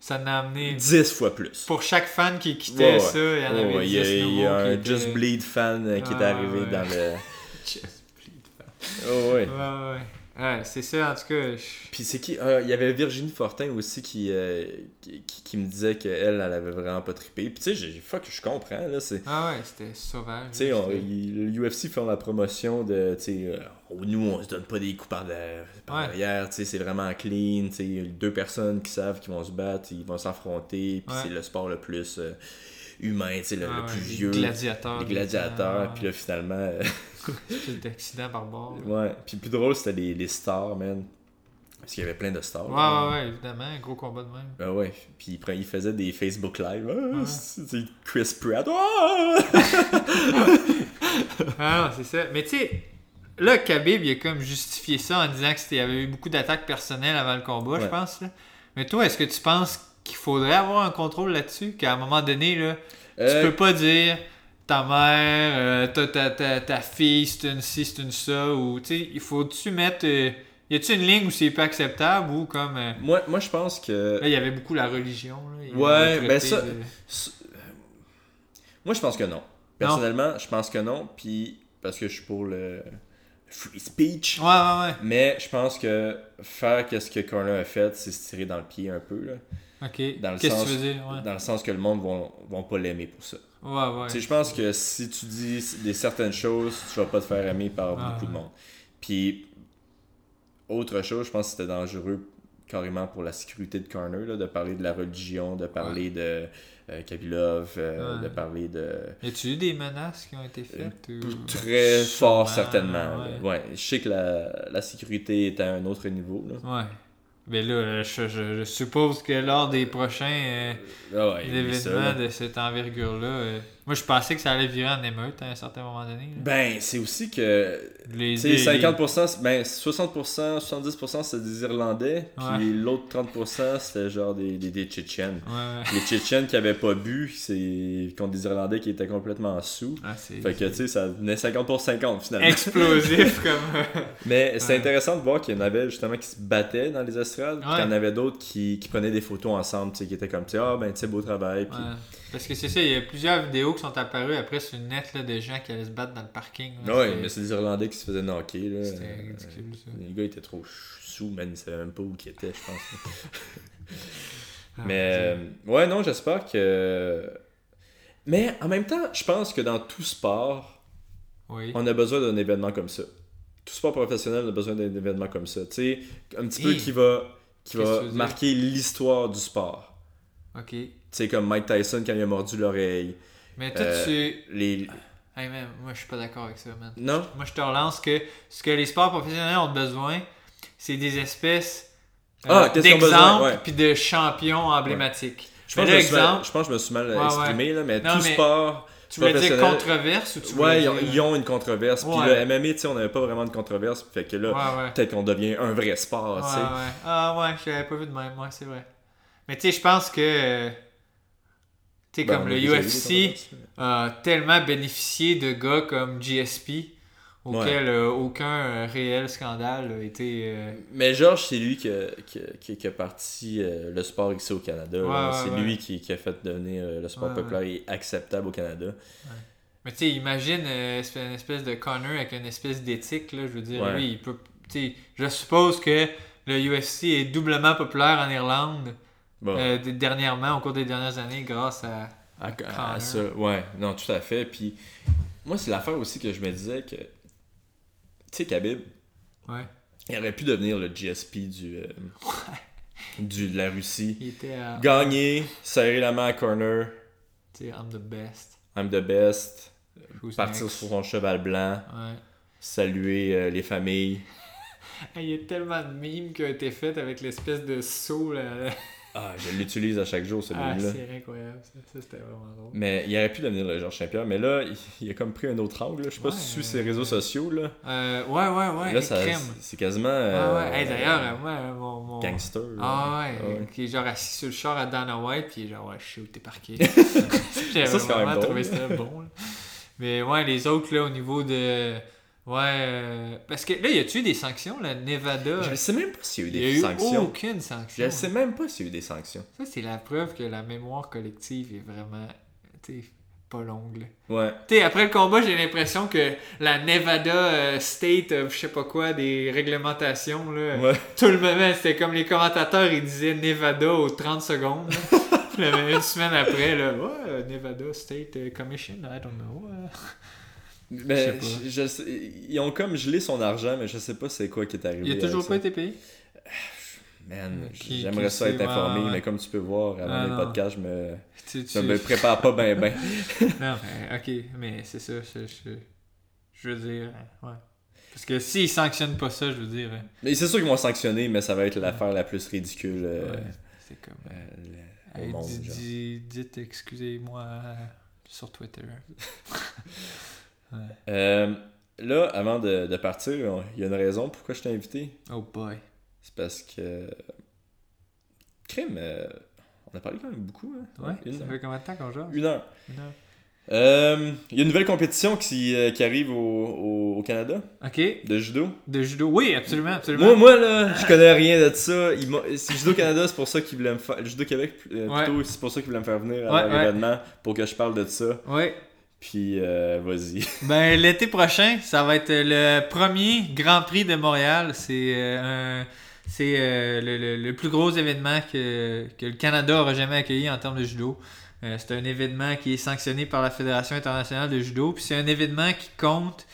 Speaker 5: Ça en a amené.
Speaker 1: 10 fois plus.
Speaker 5: Pour chaque fan qui quittait
Speaker 1: Ouais, ouais.
Speaker 5: ça, il y en
Speaker 1: Oh,
Speaker 5: avait
Speaker 1: il
Speaker 5: 10
Speaker 1: y a, il y a
Speaker 5: nouveaux
Speaker 1: un
Speaker 5: qui étaient-
Speaker 1: Just Bleed fan euh, qui est
Speaker 5: Ah,
Speaker 1: arrivé
Speaker 5: ouais.
Speaker 1: dans le.
Speaker 5: Just Bleed.
Speaker 1: Oh, ouais.
Speaker 5: Ouais, ouais. Ouais, c'est ça, en tout cas. je-
Speaker 1: Puis c'est qui Euh, Il y avait Virginie Fortin aussi qui, euh, qui, qui- qui me disait qu'elle, elle avait vraiment pas trippé. Puis tu sais, j'ai fuck, je comprends. Là, c'est. Tu
Speaker 5: Ah ouais, c'était sauvage.
Speaker 1: sais, on-
Speaker 5: C'était-
Speaker 1: il- le UFC fait la promotion de. Tu sais, euh, oh, nous, on se donne pas des coups par, la- par
Speaker 5: Ouais.
Speaker 1: derrière. Tu sais, c'est vraiment clean. Tu sais, deux personnes qui savent qu'ils vont se battre, ils vont s'affronter. Puis
Speaker 5: Ouais.
Speaker 1: c'est le sport le plus euh, humain, tu sais, le,
Speaker 5: Ah
Speaker 1: le
Speaker 5: ouais,
Speaker 1: plus
Speaker 5: les
Speaker 1: vieux.
Speaker 5: gladiateurs.
Speaker 1: Les gladiateurs.
Speaker 5: Ah,
Speaker 1: Puis là, finalement. euh,
Speaker 5: C'est d'accident barbare. Ouais,
Speaker 1: ouais. Puis plus drôle, c'était les, les stars, man. Parce qu'il y avait plein de stars. là.
Speaker 5: ouais, ouais, évidemment. Un gros combat de même.
Speaker 1: Ben ouais, puis il, pre- il faisait des Facebook Live. Ah,
Speaker 5: Ouais.
Speaker 1: c'est- c'est Chris Pratt. Ah!
Speaker 5: Ah, non, c'est ça. Mais tu sais, là, Khabib, il a comme justifié ça en disant qu'il y avait eu beaucoup d'attaques personnelles avant le combat, je
Speaker 1: Ouais.
Speaker 5: pense. là. Mais toi, est-ce que tu penses qu'il faudrait avoir un contrôle là-dessus? Qu'à un moment donné, là,
Speaker 1: Euh,
Speaker 5: tu peux pas dire ta mère, euh, ta, ta, ta, ta fille, c'est une ci, c'est une ça, ou tu sais, il faut-tu mettre. euh, y a-tu une ligne où c'est pas acceptable ou comme. euh,
Speaker 1: Moi, moi je pense que.
Speaker 5: là, il y avait beaucoup la religion. là, il
Speaker 1: Ouais,
Speaker 5: avait traité
Speaker 1: ben ça-
Speaker 5: de-
Speaker 1: s- euh, Moi, je pense que non. Personnellement, je pense que non, puis parce que je suis pour le free speech.
Speaker 5: Ouais, ouais,
Speaker 1: Mais je pense que faire qu'est-ce que Corner a fait, c'est se tirer dans le pied un peu. là.
Speaker 5: ouais.
Speaker 1: Dans le
Speaker 5: Ok. Qu'est-ce que
Speaker 1: sens-
Speaker 5: tu veux dire? Ouais,
Speaker 1: Dans le sens que le monde vont, vont pas l'aimer pour ça.
Speaker 5: ouais. ouais.
Speaker 1: Tu sais, je pense que si tu dis des certaines choses, tu vas pas te faire aimer par
Speaker 5: Ah,
Speaker 1: beaucoup de
Speaker 5: ouais.
Speaker 1: monde. Puis, autre chose, je pense que c'était dangereux carrément pour la sécurité de Corner, là, de parler de la religion, de parler de euh, Kabilov, euh,
Speaker 5: Ouais.
Speaker 1: de parler de...
Speaker 5: Y a-tu eu des menaces qui ont été faites? ou-
Speaker 1: Euh, Très fort,
Speaker 5: Sûrement,
Speaker 1: certainement. là.
Speaker 5: ouais.
Speaker 1: Ouais. Je sais que la, la sécurité est à un autre niveau. Là.
Speaker 5: Ouais. Mais là, euh, je, je- je suppose que lors des prochains euh,
Speaker 1: Ah ouais, oublie ça, là.
Speaker 5: événements de cette envergure-là, euh, moi je pensais que ça allait virer en émeute à un certain moment donné. là.
Speaker 1: Ben, c'est aussi que
Speaker 5: les,
Speaker 1: Ben, Tu
Speaker 5: les-
Speaker 1: sais, 50%, c'est- ben 60%, 70% c'était des Irlandais, puis
Speaker 5: Ouais.
Speaker 1: l'autre 30% c'était genre des, des, des Tchétchènes.
Speaker 5: Ouais, ouais.
Speaker 1: Les Tchétchènes qui avaient pas bu, c'est contre des Irlandais qui étaient complètement sous.
Speaker 5: Ah, c'est
Speaker 1: Fait que tu sais, ça venait 50 pour 50 finalement.
Speaker 5: explosif comme. euh,
Speaker 1: Mais c'est
Speaker 5: Ouais.
Speaker 1: intéressant de voir qu'il y en avait justement qui se battaient dans les estrades, puis
Speaker 5: Ouais.
Speaker 1: qu'il y en avait d'autres qui, qui prenaient des photos ensemble, tu sais, qui étaient comme, tu sais, ah ben tu sais, beau travail. Puis...
Speaker 5: Ouais. Parce que c'est ça, il y a plusieurs vidéos qui sont apparues après sur le net là, de gens qui allaient se battre dans le parking. là.
Speaker 1: Ouais,
Speaker 5: C'était-
Speaker 1: mais c'est des Irlandais qui se faisaient knocker. Là.
Speaker 5: C'était
Speaker 1: Euh,
Speaker 5: ridicule ça.
Speaker 1: Le gars était trop ch- sous, man, il savait même pas où il était, je pense.
Speaker 5: Ah,
Speaker 1: Mais
Speaker 5: ok.
Speaker 1: euh, ouais, non, j'espère que. Mais en même temps, je pense que dans tout sport,
Speaker 5: Oui.
Speaker 1: on a besoin d'un événement comme ça. Tout sport professionnel on a besoin d'un événement comme ça. Tu sais, un petit peu
Speaker 5: Hey.
Speaker 1: qui va, qui
Speaker 5: Qu'est-ce que
Speaker 1: va
Speaker 5: tu veux dire?
Speaker 1: marquer l'histoire du sport.
Speaker 5: Ok.
Speaker 1: Tu sais, comme Mike Tyson quand il a mordu l'oreille.
Speaker 5: Mais toi,
Speaker 1: Euh,
Speaker 5: tu.
Speaker 1: Les...
Speaker 5: Hey, man, moi je suis pas d'accord avec ça, man.
Speaker 1: Non?
Speaker 5: Moi, je te relance que ce que les sports professionnels ont besoin, c'est des espèces euh,
Speaker 1: Ah, qu'est-ce qu'on a besoin, ouais.
Speaker 5: d'exemples puis de champions emblématiques.
Speaker 1: Je pense,
Speaker 5: Mais
Speaker 1: que je
Speaker 5: là,
Speaker 1: me suis mal-
Speaker 5: exemple,
Speaker 1: je pense que je me suis mal
Speaker 5: Ouais,
Speaker 1: exprimé, là, mais
Speaker 5: Non,
Speaker 1: tout
Speaker 5: mais
Speaker 1: sport.
Speaker 5: tu voulais dire
Speaker 1: professionnel-
Speaker 5: controverse ou tu voulais
Speaker 1: Ouais, ils
Speaker 5: dire...
Speaker 1: ont, ils ont une controverse. Puis
Speaker 5: Ouais.
Speaker 1: le MMA, tu sais, on n'avait pas vraiment de controverse. Fait que là,
Speaker 5: Ouais, ouais.
Speaker 1: peut-être qu'on devient un vrai sport,
Speaker 5: Ouais,
Speaker 1: tu sais.
Speaker 5: ouais. Ah ouais, je l'avais pas vu de même, ouais, c'est vrai. Mais tu sais, je pense que. euh, Tu sais,
Speaker 1: Ben,
Speaker 5: comme
Speaker 1: on a
Speaker 5: le
Speaker 1: déjà eu des
Speaker 5: UFC
Speaker 1: controverses, mais-
Speaker 5: a tellement bénéficié de gars comme GSP, auquel euh, aucun euh, réel scandale a été. euh,
Speaker 1: Mais Georges, c'est lui qui a, qui a- qui a- qui a parti euh, le sport ici au Canada.
Speaker 5: Ouais,
Speaker 1: là.
Speaker 5: ouais,
Speaker 1: c'est
Speaker 5: ouais.
Speaker 1: lui qui, qui a fait devenir euh, le sport
Speaker 5: Ouais,
Speaker 1: populaire et acceptable au Canada.
Speaker 5: Mais tu sais, imagine euh, esp- une espèce de Connor avec une espèce d'éthique, là. Je veux dire,
Speaker 1: Ouais.
Speaker 5: lui, il peut. Tu sais, je suppose que le UFC est doublement populaire en Irlande
Speaker 1: Bon,
Speaker 5: euh, d- dernièrement, au cours des dernières années, grâce à.
Speaker 1: à, à-
Speaker 5: Connor.
Speaker 1: à ça, ouais, non, tout à fait. Puis moi, c'est l'affaire aussi que je me disais que, tu sais, Khabib,
Speaker 5: Ouais,
Speaker 1: il aurait pu devenir le GSP du, euh, du de la Russie.
Speaker 5: il était à.
Speaker 1: Gagner, serrer la main à Corner,
Speaker 5: Tu sais, I'm the best.
Speaker 1: I'm the best,
Speaker 5: Who's
Speaker 1: partir
Speaker 5: next?
Speaker 1: sur son cheval blanc,
Speaker 5: Ouais.
Speaker 1: saluer euh, les familles.
Speaker 5: Hey, Il y a tellement de mimes qui ont été faites avec l'espèce de saut là.
Speaker 1: Ah, je l'utilise à chaque jour, ce
Speaker 5: Ah,
Speaker 1: meme-là.
Speaker 5: c'est incroyable. Ça, Ça, c'était vraiment drôle.
Speaker 1: Mais il aurait pu devenir le Georges Saint-Pierre, mais là, il, il a comme pris un autre angle. là. Je sais pas
Speaker 5: Ouais,
Speaker 1: si tu
Speaker 5: euh,
Speaker 1: suis ses réseaux sociaux. Là,
Speaker 5: Euh, ouais, ouais, ouais.
Speaker 1: là
Speaker 5: hey,
Speaker 1: ça-
Speaker 5: crème.
Speaker 1: c'est quasiment.
Speaker 5: Ouais,
Speaker 1: euh,
Speaker 5: ouais. Hey, D'ailleurs, euh, moi, euh, mon. mon...
Speaker 1: Gangster.
Speaker 5: Ah ouais,
Speaker 1: là.
Speaker 5: euh, qui est genre assis sur le char à Dana White, puis il est genre, ouais, je sais où t'es parqué. J'avais
Speaker 1: Ça, c'est quand même
Speaker 5: vraiment
Speaker 1: drôle.
Speaker 5: trouvé ça bon. là. Mais ouais, les autres, là, au niveau de. Ouais. euh, Parce que là, y a-tu eu des sanctions, là Nevada
Speaker 1: Je sais même pas s'il y a eu
Speaker 5: Il
Speaker 1: des
Speaker 5: y a eu
Speaker 1: sanctions.
Speaker 5: aucune sanction.
Speaker 1: Je sais même pas s'il y a eu des sanctions.
Speaker 5: Ça, c'est la preuve que la mémoire collective est vraiment, tu sais, pas longue. là.
Speaker 1: Ouais.
Speaker 5: Tu sais, après le combat, j'ai l'impression que la Nevada euh, State, euh, je sais pas quoi, des réglementations, là,
Speaker 1: Ouais.
Speaker 5: tout le moment, c'était comme les commentateurs, ils disaient Nevada aux 30 secondes. là. Puis là, une semaine après, là, ouais, euh, Nevada State euh, Commission, I don't know. euh.
Speaker 1: Mais
Speaker 5: Je sais pas.
Speaker 1: je- je sais- ils ont comme gelé son argent, mais je sais pas c'est quoi qui est arrivé.
Speaker 5: Il a toujours
Speaker 1: avec
Speaker 5: pas
Speaker 1: ça.
Speaker 5: été payé.
Speaker 1: Man,
Speaker 5: Qui-
Speaker 1: j'aimerais
Speaker 5: qui
Speaker 1: ça être
Speaker 5: sait, ouais,
Speaker 1: informé,
Speaker 5: ouais.
Speaker 1: mais comme tu peux voir, avant
Speaker 5: Ah,
Speaker 1: les
Speaker 5: non.
Speaker 1: podcasts, je me,
Speaker 5: Tu, tu-
Speaker 1: je me prépare pas ben ben.
Speaker 5: Non, mais, ok, mais c'est ça, je, je- je veux dire, euh, ouais. Parce que s'ils sanctionnent pas ça, je veux dire, euh,
Speaker 1: Mais c'est sûr qu'ils vont sanctionner, mais ça va être l'affaire la plus ridicule. euh,
Speaker 5: Ouais. c'est comme.
Speaker 1: euh, le- au
Speaker 5: Hey,
Speaker 1: monde,
Speaker 5: dis-
Speaker 1: genre.
Speaker 5: dis- dites excusez-moi euh, sur Twitter.
Speaker 1: Euh, là, avant de, de partir, on- il y a une raison pourquoi je t'ai invité.
Speaker 5: Oh boy.
Speaker 1: C'est parce que. Crime, euh, on a parlé quand même beaucoup. hein?
Speaker 5: Ouais,
Speaker 1: une,
Speaker 5: ça
Speaker 1: heure.
Speaker 5: fait combien de temps qu'on joue?
Speaker 1: Une heure.
Speaker 5: Une heure.
Speaker 1: Euh, il y a une nouvelle compétition qui, euh, qui arrive au, au- au Canada
Speaker 5: Ok,
Speaker 1: de judo.
Speaker 5: de judo. Oui, absolument, absolument.
Speaker 1: Moi, moi là, je connais rien de ça. Ils m'ont- c'est judo Canada, c'est pour ça qu'ils voulaient me faire. Judo Québec, euh,
Speaker 5: Ouais.
Speaker 1: plutôt, c'est pour ça qu'ils voulaient me faire venir à
Speaker 5: Ouais,
Speaker 1: leur
Speaker 5: ouais.
Speaker 1: événement pour que je parle de ça.
Speaker 5: Ouais.
Speaker 1: Puis, euh, vas-y.
Speaker 5: Ben, l'été prochain, ça va être le premier Grand Prix de Montréal. C'est euh, un- C'est euh, le, le- le plus gros événement que, que le Canada aura jamais accueilli en termes de judo. Euh, c'est un événement qui est sanctionné par la Fédération internationale de judo. Puis c'est un événement qui compte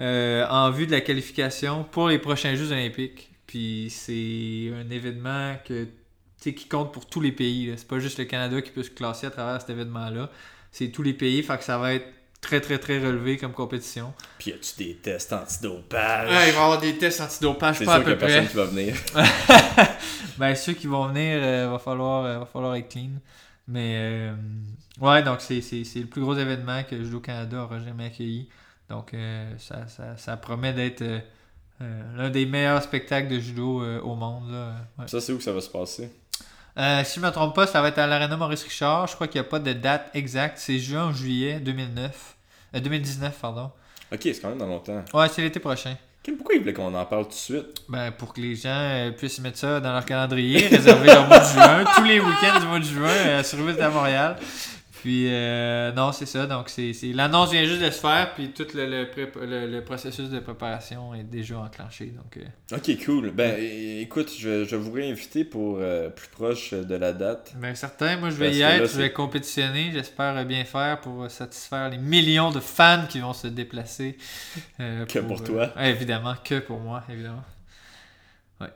Speaker 5: euh, en vue de la qualification pour les prochains Jeux olympiques. Puis c'est un événement que, tu sais, qui compte pour tous les pays. là. C'est pas juste le Canada qui peut se classer à travers cet événement-là. C'est tous les pays. Fait que ça va être très, très, très relevé comme compétition.
Speaker 1: Puis, y a-tu des tests antidopage?
Speaker 5: il va y avoir des tests antidopage,
Speaker 1: c'est
Speaker 5: pas à
Speaker 1: sûr qu'il y
Speaker 5: peu
Speaker 1: a
Speaker 5: près.
Speaker 1: personne qui va venir.
Speaker 5: ben, ceux qui vont venir, euh, va, falloir, euh, va falloir être clean. Mais euh, ouais, donc c'est, c'est, c'est le plus gros événement que Judo Canada aura jamais accueilli. Donc euh, ça, ça, ça promet d'être euh, euh, l'un des meilleurs spectacles de judo euh, au monde. là. Ouais.
Speaker 1: Ça, c'est où que ça va se passer?
Speaker 5: Euh, si je me trompe pas, ça va être à l'Arena Maurice Richard. Je crois qu'il n'y a pas de date exacte. C'est juin ou juillet 2009. Euh, 2019, pardon.
Speaker 1: Ok, c'est quand même dans longtemps.
Speaker 5: Ouais, c'est l'été prochain.
Speaker 1: Kim, pourquoi il voulait qu'on en parle tout de suite?
Speaker 5: Ben, pour que les gens euh, puissent mettre ça dans leur calendrier, réserver leur mois de juin, tous les week-ends du mois de juin, euh, sur Ville à Montréal. Puis, euh, non, c'est ça. Donc, c'est c'est- l'annonce vient juste de se faire, puis tout le, le prép- le- le processus de préparation est déjà enclenché. Donc, euh,
Speaker 1: Ok, cool. Ben, é- écoute, je, je vous réinviter pour euh, plus proche de la date.
Speaker 5: ben, certain, moi, je vais
Speaker 1: Parce
Speaker 5: y
Speaker 1: que là,
Speaker 5: être, je
Speaker 1: c'est-
Speaker 5: vais compétitionner, j'espère euh, bien faire pour euh, satisfaire les millions de fans qui vont se déplacer. euh,
Speaker 1: Que pour
Speaker 5: euh,
Speaker 1: toi.
Speaker 5: ouais, évidemment, que pour moi, évidemment. Ouais.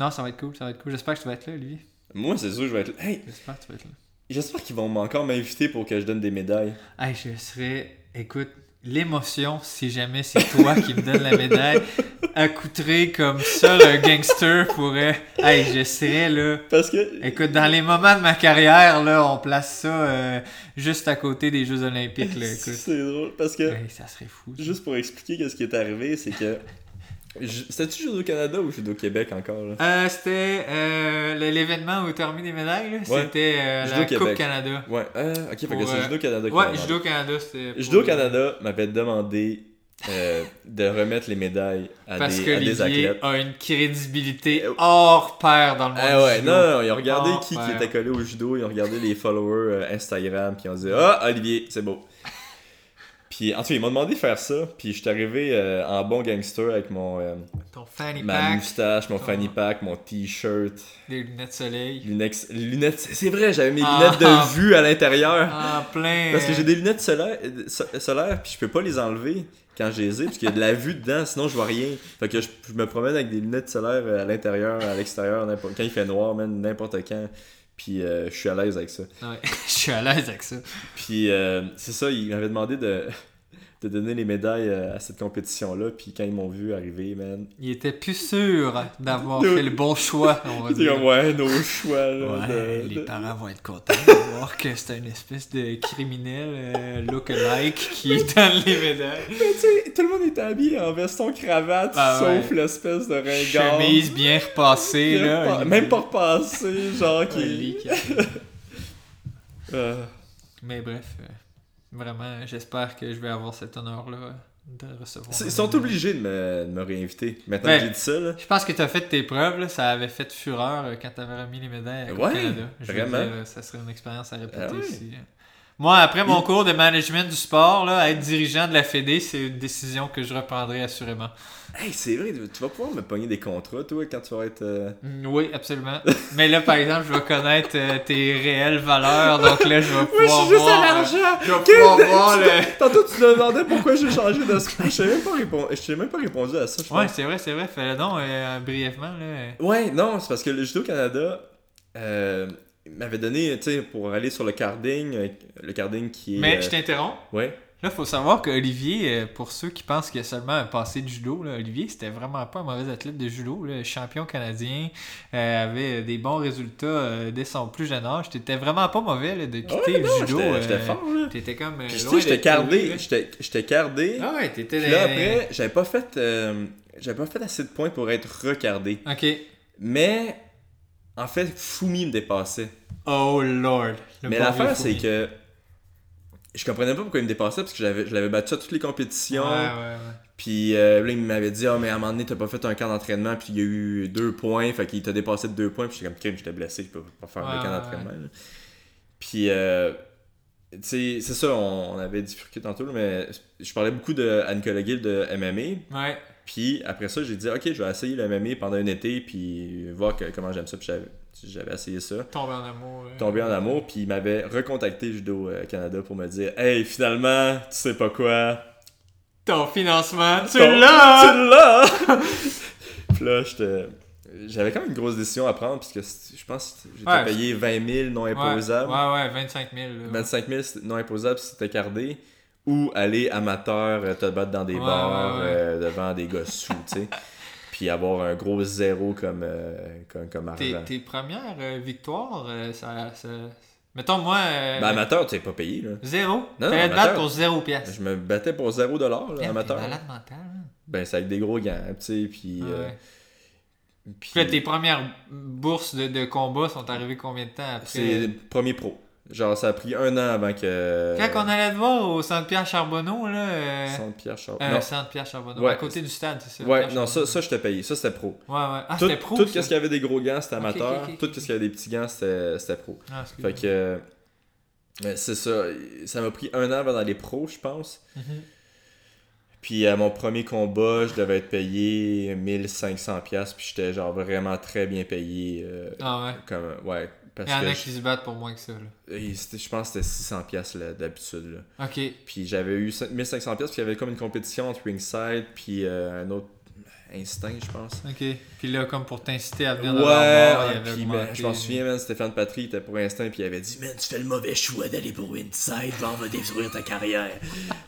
Speaker 5: Non, ça va être cool, ça va être cool. J'espère que tu vas être là, Olivier.
Speaker 1: Moi, c'est sûr, que je vais être. Hey,
Speaker 5: J'espère que tu vas être là.
Speaker 1: j'espère qu'ils vont encore m'inviter pour que je donne des médailles.
Speaker 5: Hey, je serais. Écoute, l'émotion, si jamais c'est toi qui me donne la médaille, accoutré comme ça, le gangster pourrait. Hey, je serais là.
Speaker 1: Parce que.
Speaker 5: Écoute, dans les moments de ma carrière, là, on place ça euh, juste à côté des Jeux Olympiques, là, écoute.
Speaker 1: C'est drôle, parce que.
Speaker 5: Hey, ça serait fou. ça.
Speaker 1: Juste pour expliquer que ce qui est arrivé, c'est que. Je- C'était-tu Judo Canada ou Judo Québec encore là?
Speaker 5: Euh, c'était euh, le- l'événement où tu as remis des médailles, là. C'était euh, la
Speaker 1: Judo
Speaker 5: Coupe
Speaker 1: Québec.
Speaker 5: Canada.
Speaker 1: Ouais, euh, ok, fait que
Speaker 5: Pour,
Speaker 1: c'est
Speaker 5: euh,
Speaker 1: Judo Canada. qui m'a
Speaker 5: Ouais,
Speaker 1: demandé.
Speaker 5: Judo Canada, c'était. pour- euh,
Speaker 1: Judo Canada m'avait demandé euh, de remettre les médailles à,
Speaker 5: Parce
Speaker 1: des,
Speaker 5: que
Speaker 1: à des
Speaker 5: Olivier
Speaker 1: athlètes.
Speaker 5: a une crédibilité
Speaker 1: Euh,
Speaker 5: hors pair dans le monde.
Speaker 1: Ah ouais,
Speaker 5: du
Speaker 1: non,
Speaker 5: judo.
Speaker 1: non, non, ils ont regardé
Speaker 5: Oh,
Speaker 1: qui, qui
Speaker 5: ouais.
Speaker 1: était collé au judo, ils ont regardé les followers euh, Instagram, puis ils ont dit Ah, Olivier, c'est beau. Puis en tout cas, ils m'ont demandé de faire ça, puis je suis arrivé euh, en bon gangster avec mon, euh,
Speaker 5: Ton fanny
Speaker 1: ma
Speaker 5: pack, Oh.
Speaker 1: moustache, mon
Speaker 5: Ton-
Speaker 1: fanny pack, mon t-shirt,
Speaker 5: des lunettes de soleil,
Speaker 1: lunettes. lunettes c'est vrai, j'avais mes
Speaker 5: Ah.
Speaker 1: lunettes de vue à l'intérieur.
Speaker 5: en plein.
Speaker 1: Parce que j'ai
Speaker 5: euh,
Speaker 1: des lunettes solaires, euh, so- solaires puis je peux pas les enlever quand j'ai les ai, parce qu'il y a de la vue dedans, sinon je vois rien. Fait que je, je me promène avec des lunettes solaires euh, à l'intérieur, à l'extérieur, n'importe- quand il fait noir, même n'importe quand. Puis euh, je suis à l'aise avec ça.
Speaker 5: Ouais, je suis à l'aise avec ça.
Speaker 1: Puis euh, c'est ça, ils m'avaient demandé de, de donner les médailles euh, à cette compétition-là, puis quand ils m'ont vu arriver, man.
Speaker 5: Il était plus sûr d'avoir
Speaker 1: Nous-
Speaker 5: fait le bon choix, on va
Speaker 1: C'est
Speaker 5: dire.
Speaker 1: comme, ouais, nos choix, là.
Speaker 5: Ouais,
Speaker 1: de-
Speaker 5: les
Speaker 1: de-
Speaker 5: parents vont être contents de voir que c'est une espèce de criminel euh, look-alike qui donne les médailles.
Speaker 1: Mais tu sais, tout le monde était habillé en veston cravate,
Speaker 5: Ah ouais.
Speaker 1: sauf l'espèce de ringard.
Speaker 5: Chemise bien repassée,
Speaker 1: Même
Speaker 5: là.
Speaker 1: pas- même pas repassé, genre
Speaker 5: Un
Speaker 1: qui.
Speaker 5: leak.
Speaker 1: Euh,
Speaker 5: Mais bref, euh, vraiment, j'espère que je vais avoir cet honneur-là euh, de recevoir.
Speaker 1: c'est-
Speaker 5: le
Speaker 1: ils sont
Speaker 5: médaille.
Speaker 1: obligés de me, de me réinviter. Maintenant
Speaker 5: Ben,
Speaker 1: que j'ai dit ça, là.
Speaker 5: Je pense que t'as fait tes preuves, là, ça avait fait fureur euh, quand t'avais remis les médailles à la Coupe
Speaker 1: Ouais,
Speaker 5: Canada. Je veux
Speaker 1: vraiment.
Speaker 5: dire, euh, ça serait une expérience à répéter
Speaker 1: Ah ouais.
Speaker 5: ici. Moi, après mon cours de management du sport, là, être dirigeant de la Fédé, c'est une décision que je reprendrai assurément.
Speaker 1: Hey, c'est vrai, tu vas pouvoir me pogner des contrats, toi, quand tu vas être. euh,
Speaker 5: Mm, Oui, absolument. Mais là, par exemple, je vais connaître euh, tes réelles valeurs, donc là, je vais pouvoir voir, euh, je vais
Speaker 1: Quel-
Speaker 5: pouvoir voir le...
Speaker 1: Tantôt, tu te demandais pourquoi j'ai changé de sport. Je t'ai même, pas répon- je t'ai même pas répondu à ça, je
Speaker 5: Ouais,
Speaker 1: pense.
Speaker 5: c'est vrai, c'est vrai. Fais-le donc euh, brièvement. Là.
Speaker 1: Ouais, non, c'est parce que le Judo Canada euh, m'avait donné, tu sais, pour aller sur le carding, euh, le carding qui est.
Speaker 5: Mais
Speaker 1: euh,
Speaker 5: je t'interromps.
Speaker 1: Ouais.
Speaker 5: Là, faut savoir que Olivier, euh, pour ceux qui pensent qu'il y a seulement un passé de judo, là, Olivier, c'était vraiment pas un mauvais athlète de judo. là. Champion canadien, euh, avait des bons résultats euh, dès son plus jeune âge. T'étais vraiment pas mauvais là, de quitter
Speaker 1: Ouais,
Speaker 5: le
Speaker 1: non,
Speaker 5: judo.
Speaker 1: j'étais- j'étais
Speaker 5: euh,
Speaker 1: fort, là.
Speaker 5: T'étais comme. euh,
Speaker 1: Puis, tu
Speaker 5: loin
Speaker 1: sais, j'étais
Speaker 5: d'être mauvais,
Speaker 1: cardé,
Speaker 5: là.
Speaker 1: j'étais j'étais cardé.
Speaker 5: Ah ouais, t'étais
Speaker 1: Puis là, après, j'avais pas fait. euh, j'avais pas fait assez de points pour être recardé.
Speaker 5: Ok.
Speaker 1: Mais en fait, Fumi me dépassait.
Speaker 5: Oh lord.
Speaker 1: mais
Speaker 5: Le bon vieux
Speaker 1: l'affaire, c'est
Speaker 5: Fournier.
Speaker 1: que je comprenais pas pourquoi il me dépassait parce que j'avais- je l'avais battu à toutes les
Speaker 5: Ouais,
Speaker 1: compétitions.
Speaker 5: ouais, ouais.
Speaker 1: Puis euh, là, il m'avait dit Ah, mais à un moment donné, t'as pas fait un camp d'entraînement, puis il y a eu deux points, fait qu'il t'a dépassé de deux points, puis j'étais comme, crime, j'étais blessé, je peux pas faire
Speaker 5: Ouais,
Speaker 1: le camp
Speaker 5: ouais,
Speaker 1: d'entraînement. là. Puis, euh, tu sais, c'est ça, on, on avait discuté tantôt, là, mais je parlais beaucoup de Anne-Cola Gill de MMA,
Speaker 5: Ouais.
Speaker 1: puis après ça, j'ai dit, ok, je vais essayer le MMA pendant un été, puis voir que- comment j'aime ça. Puis j'avais- j'avais essayé ça.
Speaker 5: Tombé en amour. euh.
Speaker 1: Tombé en amour, puis il m'avait recontacté Judo euh, Canada pour me dire, hey, finalement, tu sais pas quoi.
Speaker 5: Ton financement, tu
Speaker 1: Ton-
Speaker 5: l'as!
Speaker 1: Tu l'as! Puis là, j'étais- J'avais quand même une grosse décision à prendre, puisque c'est- je pense que j'étais
Speaker 5: Ouais.
Speaker 1: payé 20 000 non
Speaker 5: Ouais,
Speaker 1: imposables.
Speaker 5: Ouais, ouais, 25 000. là.
Speaker 1: 25 000 c'était- non imposables si c'était cardé. Ou aller amateur, euh, te battre dans des
Speaker 5: Ouais,
Speaker 1: bars
Speaker 5: ouais, ouais.
Speaker 1: euh, devant des gosses sous, tu sais. Puis avoir un gros zéro comme, euh, comme, comme
Speaker 5: Tes,
Speaker 1: argent.
Speaker 5: tes premières euh, victoires, euh, ça, ça- Mettons, moi. euh,
Speaker 1: Ben, amateur, tu n'es pas payé, là.
Speaker 5: Zéro.
Speaker 1: non,
Speaker 5: T'allais te
Speaker 1: amateur.
Speaker 5: battre pour zéro pièce.
Speaker 1: Je me battais pour 0 dollar, là,
Speaker 5: Eh, T'es
Speaker 1: amateur.
Speaker 5: malade mental. hein.
Speaker 1: Ben, c'est avec des gros gants, tu sais, puis...
Speaker 5: Ah
Speaker 1: euh,
Speaker 5: ouais.
Speaker 1: puis-
Speaker 5: Puis là, tes premières bourses de, de combat sont arrivées combien de temps
Speaker 1: C'est euh,
Speaker 5: après?
Speaker 1: le premier pro. Genre, ça a pris un an avant que.
Speaker 5: Quand on allait te voir au Centre-Pierre Charbonneau, là. euh,
Speaker 1: Pierre Charles.
Speaker 5: euh,
Speaker 1: non.
Speaker 5: Centre-Pierre Charbonneau,
Speaker 1: Ouais.
Speaker 5: à côté du stade, c'est ça?
Speaker 1: Ouais,
Speaker 5: Pierre
Speaker 1: non, ça,
Speaker 5: Charbonneau.
Speaker 1: ça je t'ai payé. Ça, c'était pro.
Speaker 5: Ouais, ouais. Ah,
Speaker 1: tout
Speaker 5: c'était pro.
Speaker 1: tout
Speaker 5: ça.
Speaker 1: ce qu'il y avait des gros gants, c'était
Speaker 5: Ok,
Speaker 1: amateur.
Speaker 5: ok, ok,
Speaker 1: tout
Speaker 5: ok.
Speaker 1: ce qu'il y avait des petits gants, c'était c'était pro.
Speaker 5: Ah, excuse-moi.
Speaker 1: Fait que. euh, mais C'est ça. Ça m'a pris un an avant d'aller pro, je pense.
Speaker 5: Mhm.
Speaker 1: Puis à mon premier combat, je devais être payé 1500$. piastres, Puis j'étais genre vraiment très bien payé. euh,
Speaker 5: Ah, ouais.
Speaker 1: Comme, ouais.
Speaker 5: Il
Speaker 1: Parce
Speaker 5: y en
Speaker 1: que
Speaker 5: a
Speaker 1: je,
Speaker 5: qui se battent pour moins que ça, là.
Speaker 1: et c'était- je pense que c'était 600$ piastres, là, d'habitude. là.
Speaker 5: Ok.
Speaker 1: Puis j'avais eu 1500 pièces, puis il y avait comme une compétition entre Ringside, puis euh, un autre Instinct, je pense.
Speaker 5: Ok. Puis là, comme pour t'inciter à venir
Speaker 1: Ouais,
Speaker 5: de leur bord, il
Speaker 1: ouais,
Speaker 5: avait
Speaker 1: puis,
Speaker 5: augmenté.
Speaker 1: ben, je m'en souviens, man, Stéphane Patry était pour l'instant, puis il avait dit Man, tu fais le mauvais choix d'aller pour Inside, ben, on va détruire ta carrière.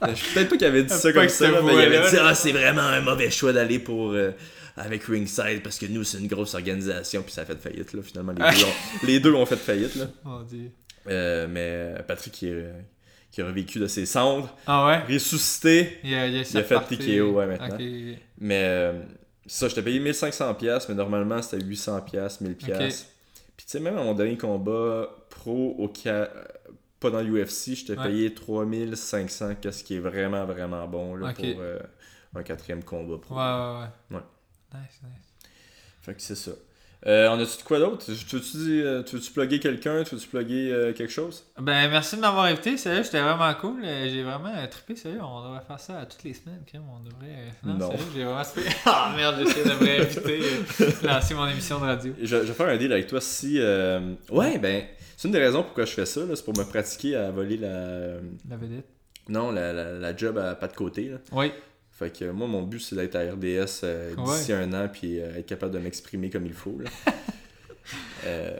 Speaker 1: Ben, je sais peut-être pas qu'il avait dit ça
Speaker 5: Pas
Speaker 1: comme
Speaker 5: que
Speaker 1: ça, là,
Speaker 5: ce
Speaker 1: mais il
Speaker 5: voix-là.
Speaker 1: avait dit Ah, c'est vraiment un mauvais choix d'aller pour. euh, avec Ringside, parce que nous, c'est une grosse organisation, puis ça a fait faillite, là, finalement. Les, deux, ont, les deux ont fait faillite, là.
Speaker 5: Mon Dieu.
Speaker 1: Euh, mais Patrick, qui, est- euh, qui a revécu de ses cendres,
Speaker 5: Ah ouais?
Speaker 1: ressuscité,
Speaker 5: Il a, il a,
Speaker 1: fait TKO, ouais, maintenant.
Speaker 5: Ok, ok.
Speaker 1: Mais euh, c'est ça, je t'ai payé 1500$, piastres, mais normalement c'était 800$, piastres, 1000$. piastres. Puis tu sais, même à mon dernier combat pro, au ca- euh, pas dans l'UFC, je t'ai
Speaker 5: Ouais.
Speaker 1: payé 3500$, qu'est-ce qui est vraiment, vraiment bon là,
Speaker 5: Ok.
Speaker 1: pour euh, un quatrième combat pro.
Speaker 5: Ouais, ouais, ouais.
Speaker 1: Ouais.
Speaker 5: Nice, nice.
Speaker 1: Fait que c'est ça. Euh, on a-tu de quoi d'autre? Tu veux-tu dire- euh, tu veux-tu plugger quelqu'un? Tu veux-tu plugger euh, quelque chose?
Speaker 5: Ben, merci de m'avoir invité. Sérieux, j'étais vraiment cool. Euh, J'ai vraiment euh, trippé. Sérieux, on devrait faire ça à toutes les semaines. Kim. On devrait. euh, Non,
Speaker 1: Non.
Speaker 5: sérieux, j'ai vraiment trippé. Ah merde, j'essaie de me réinviter. euh, lancer mon émission de radio.
Speaker 1: Je, je vais faire un deal avec toi si. euh, Ouais, ben, c'est une des raisons pourquoi je fais ça, là, c'est pour me pratiquer à voler la.
Speaker 5: La vedette.
Speaker 1: Non, la, la, la job à pas de côté. Là.
Speaker 5: Oui.
Speaker 1: Fait que moi, mon but, c'est d'être à RDS euh, d'ici un an, puis euh, être capable de m'exprimer comme il faut. là. Euh,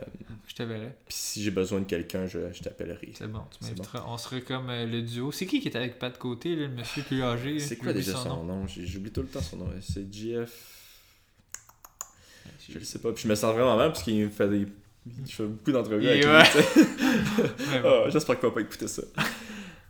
Speaker 5: Je te verrai.
Speaker 1: puis si j'ai besoin de quelqu'un, je, je t'appellerai.
Speaker 5: C'est bon, tu
Speaker 1: C'est
Speaker 5: m'inviteras. On serait comme euh, le duo. C'est qui qui est avec Pat Côté, là, le monsieur plus âgé là?
Speaker 1: C'est quoi
Speaker 5: J'oublie
Speaker 1: déjà son, nom? J'ai- J'oublie tout le temps son nom. C'est JF... Je le sais pas. Puis je me sens vraiment mal, parce qu'il me fait des... Je fais beaucoup d'entrevues avec
Speaker 5: Et
Speaker 1: lui,
Speaker 5: ouais.
Speaker 1: tu sais.
Speaker 5: Ouais, bon.
Speaker 1: Ah, J'espère qu'il va pas écouter ça.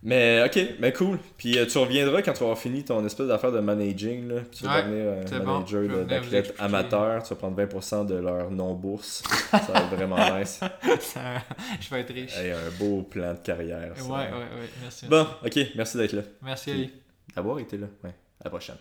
Speaker 1: Mais ok, mais cool. Puis euh, tu reviendras quand tu auras fini ton espèce d'affaire de managing. Là. Puis tu vas
Speaker 5: Ouais,
Speaker 1: devenir
Speaker 5: c'est
Speaker 1: un
Speaker 5: bon. Je
Speaker 1: manager
Speaker 5: vais
Speaker 1: de-
Speaker 5: venir vous
Speaker 1: d'athlètes
Speaker 5: expliquer.
Speaker 1: amateurs. Tu vas prendre 20% de leur non-bourse. ça va être vraiment nice.
Speaker 5: Ça- Je vais être riche.
Speaker 1: Hey, un beau plan de carrière. ça.
Speaker 5: ouais, ouais, ouais. Merci.
Speaker 1: Bon, ok, merci d'être là.
Speaker 5: Merci, Ali.
Speaker 1: D'avoir été là. Ouais. À la prochaine.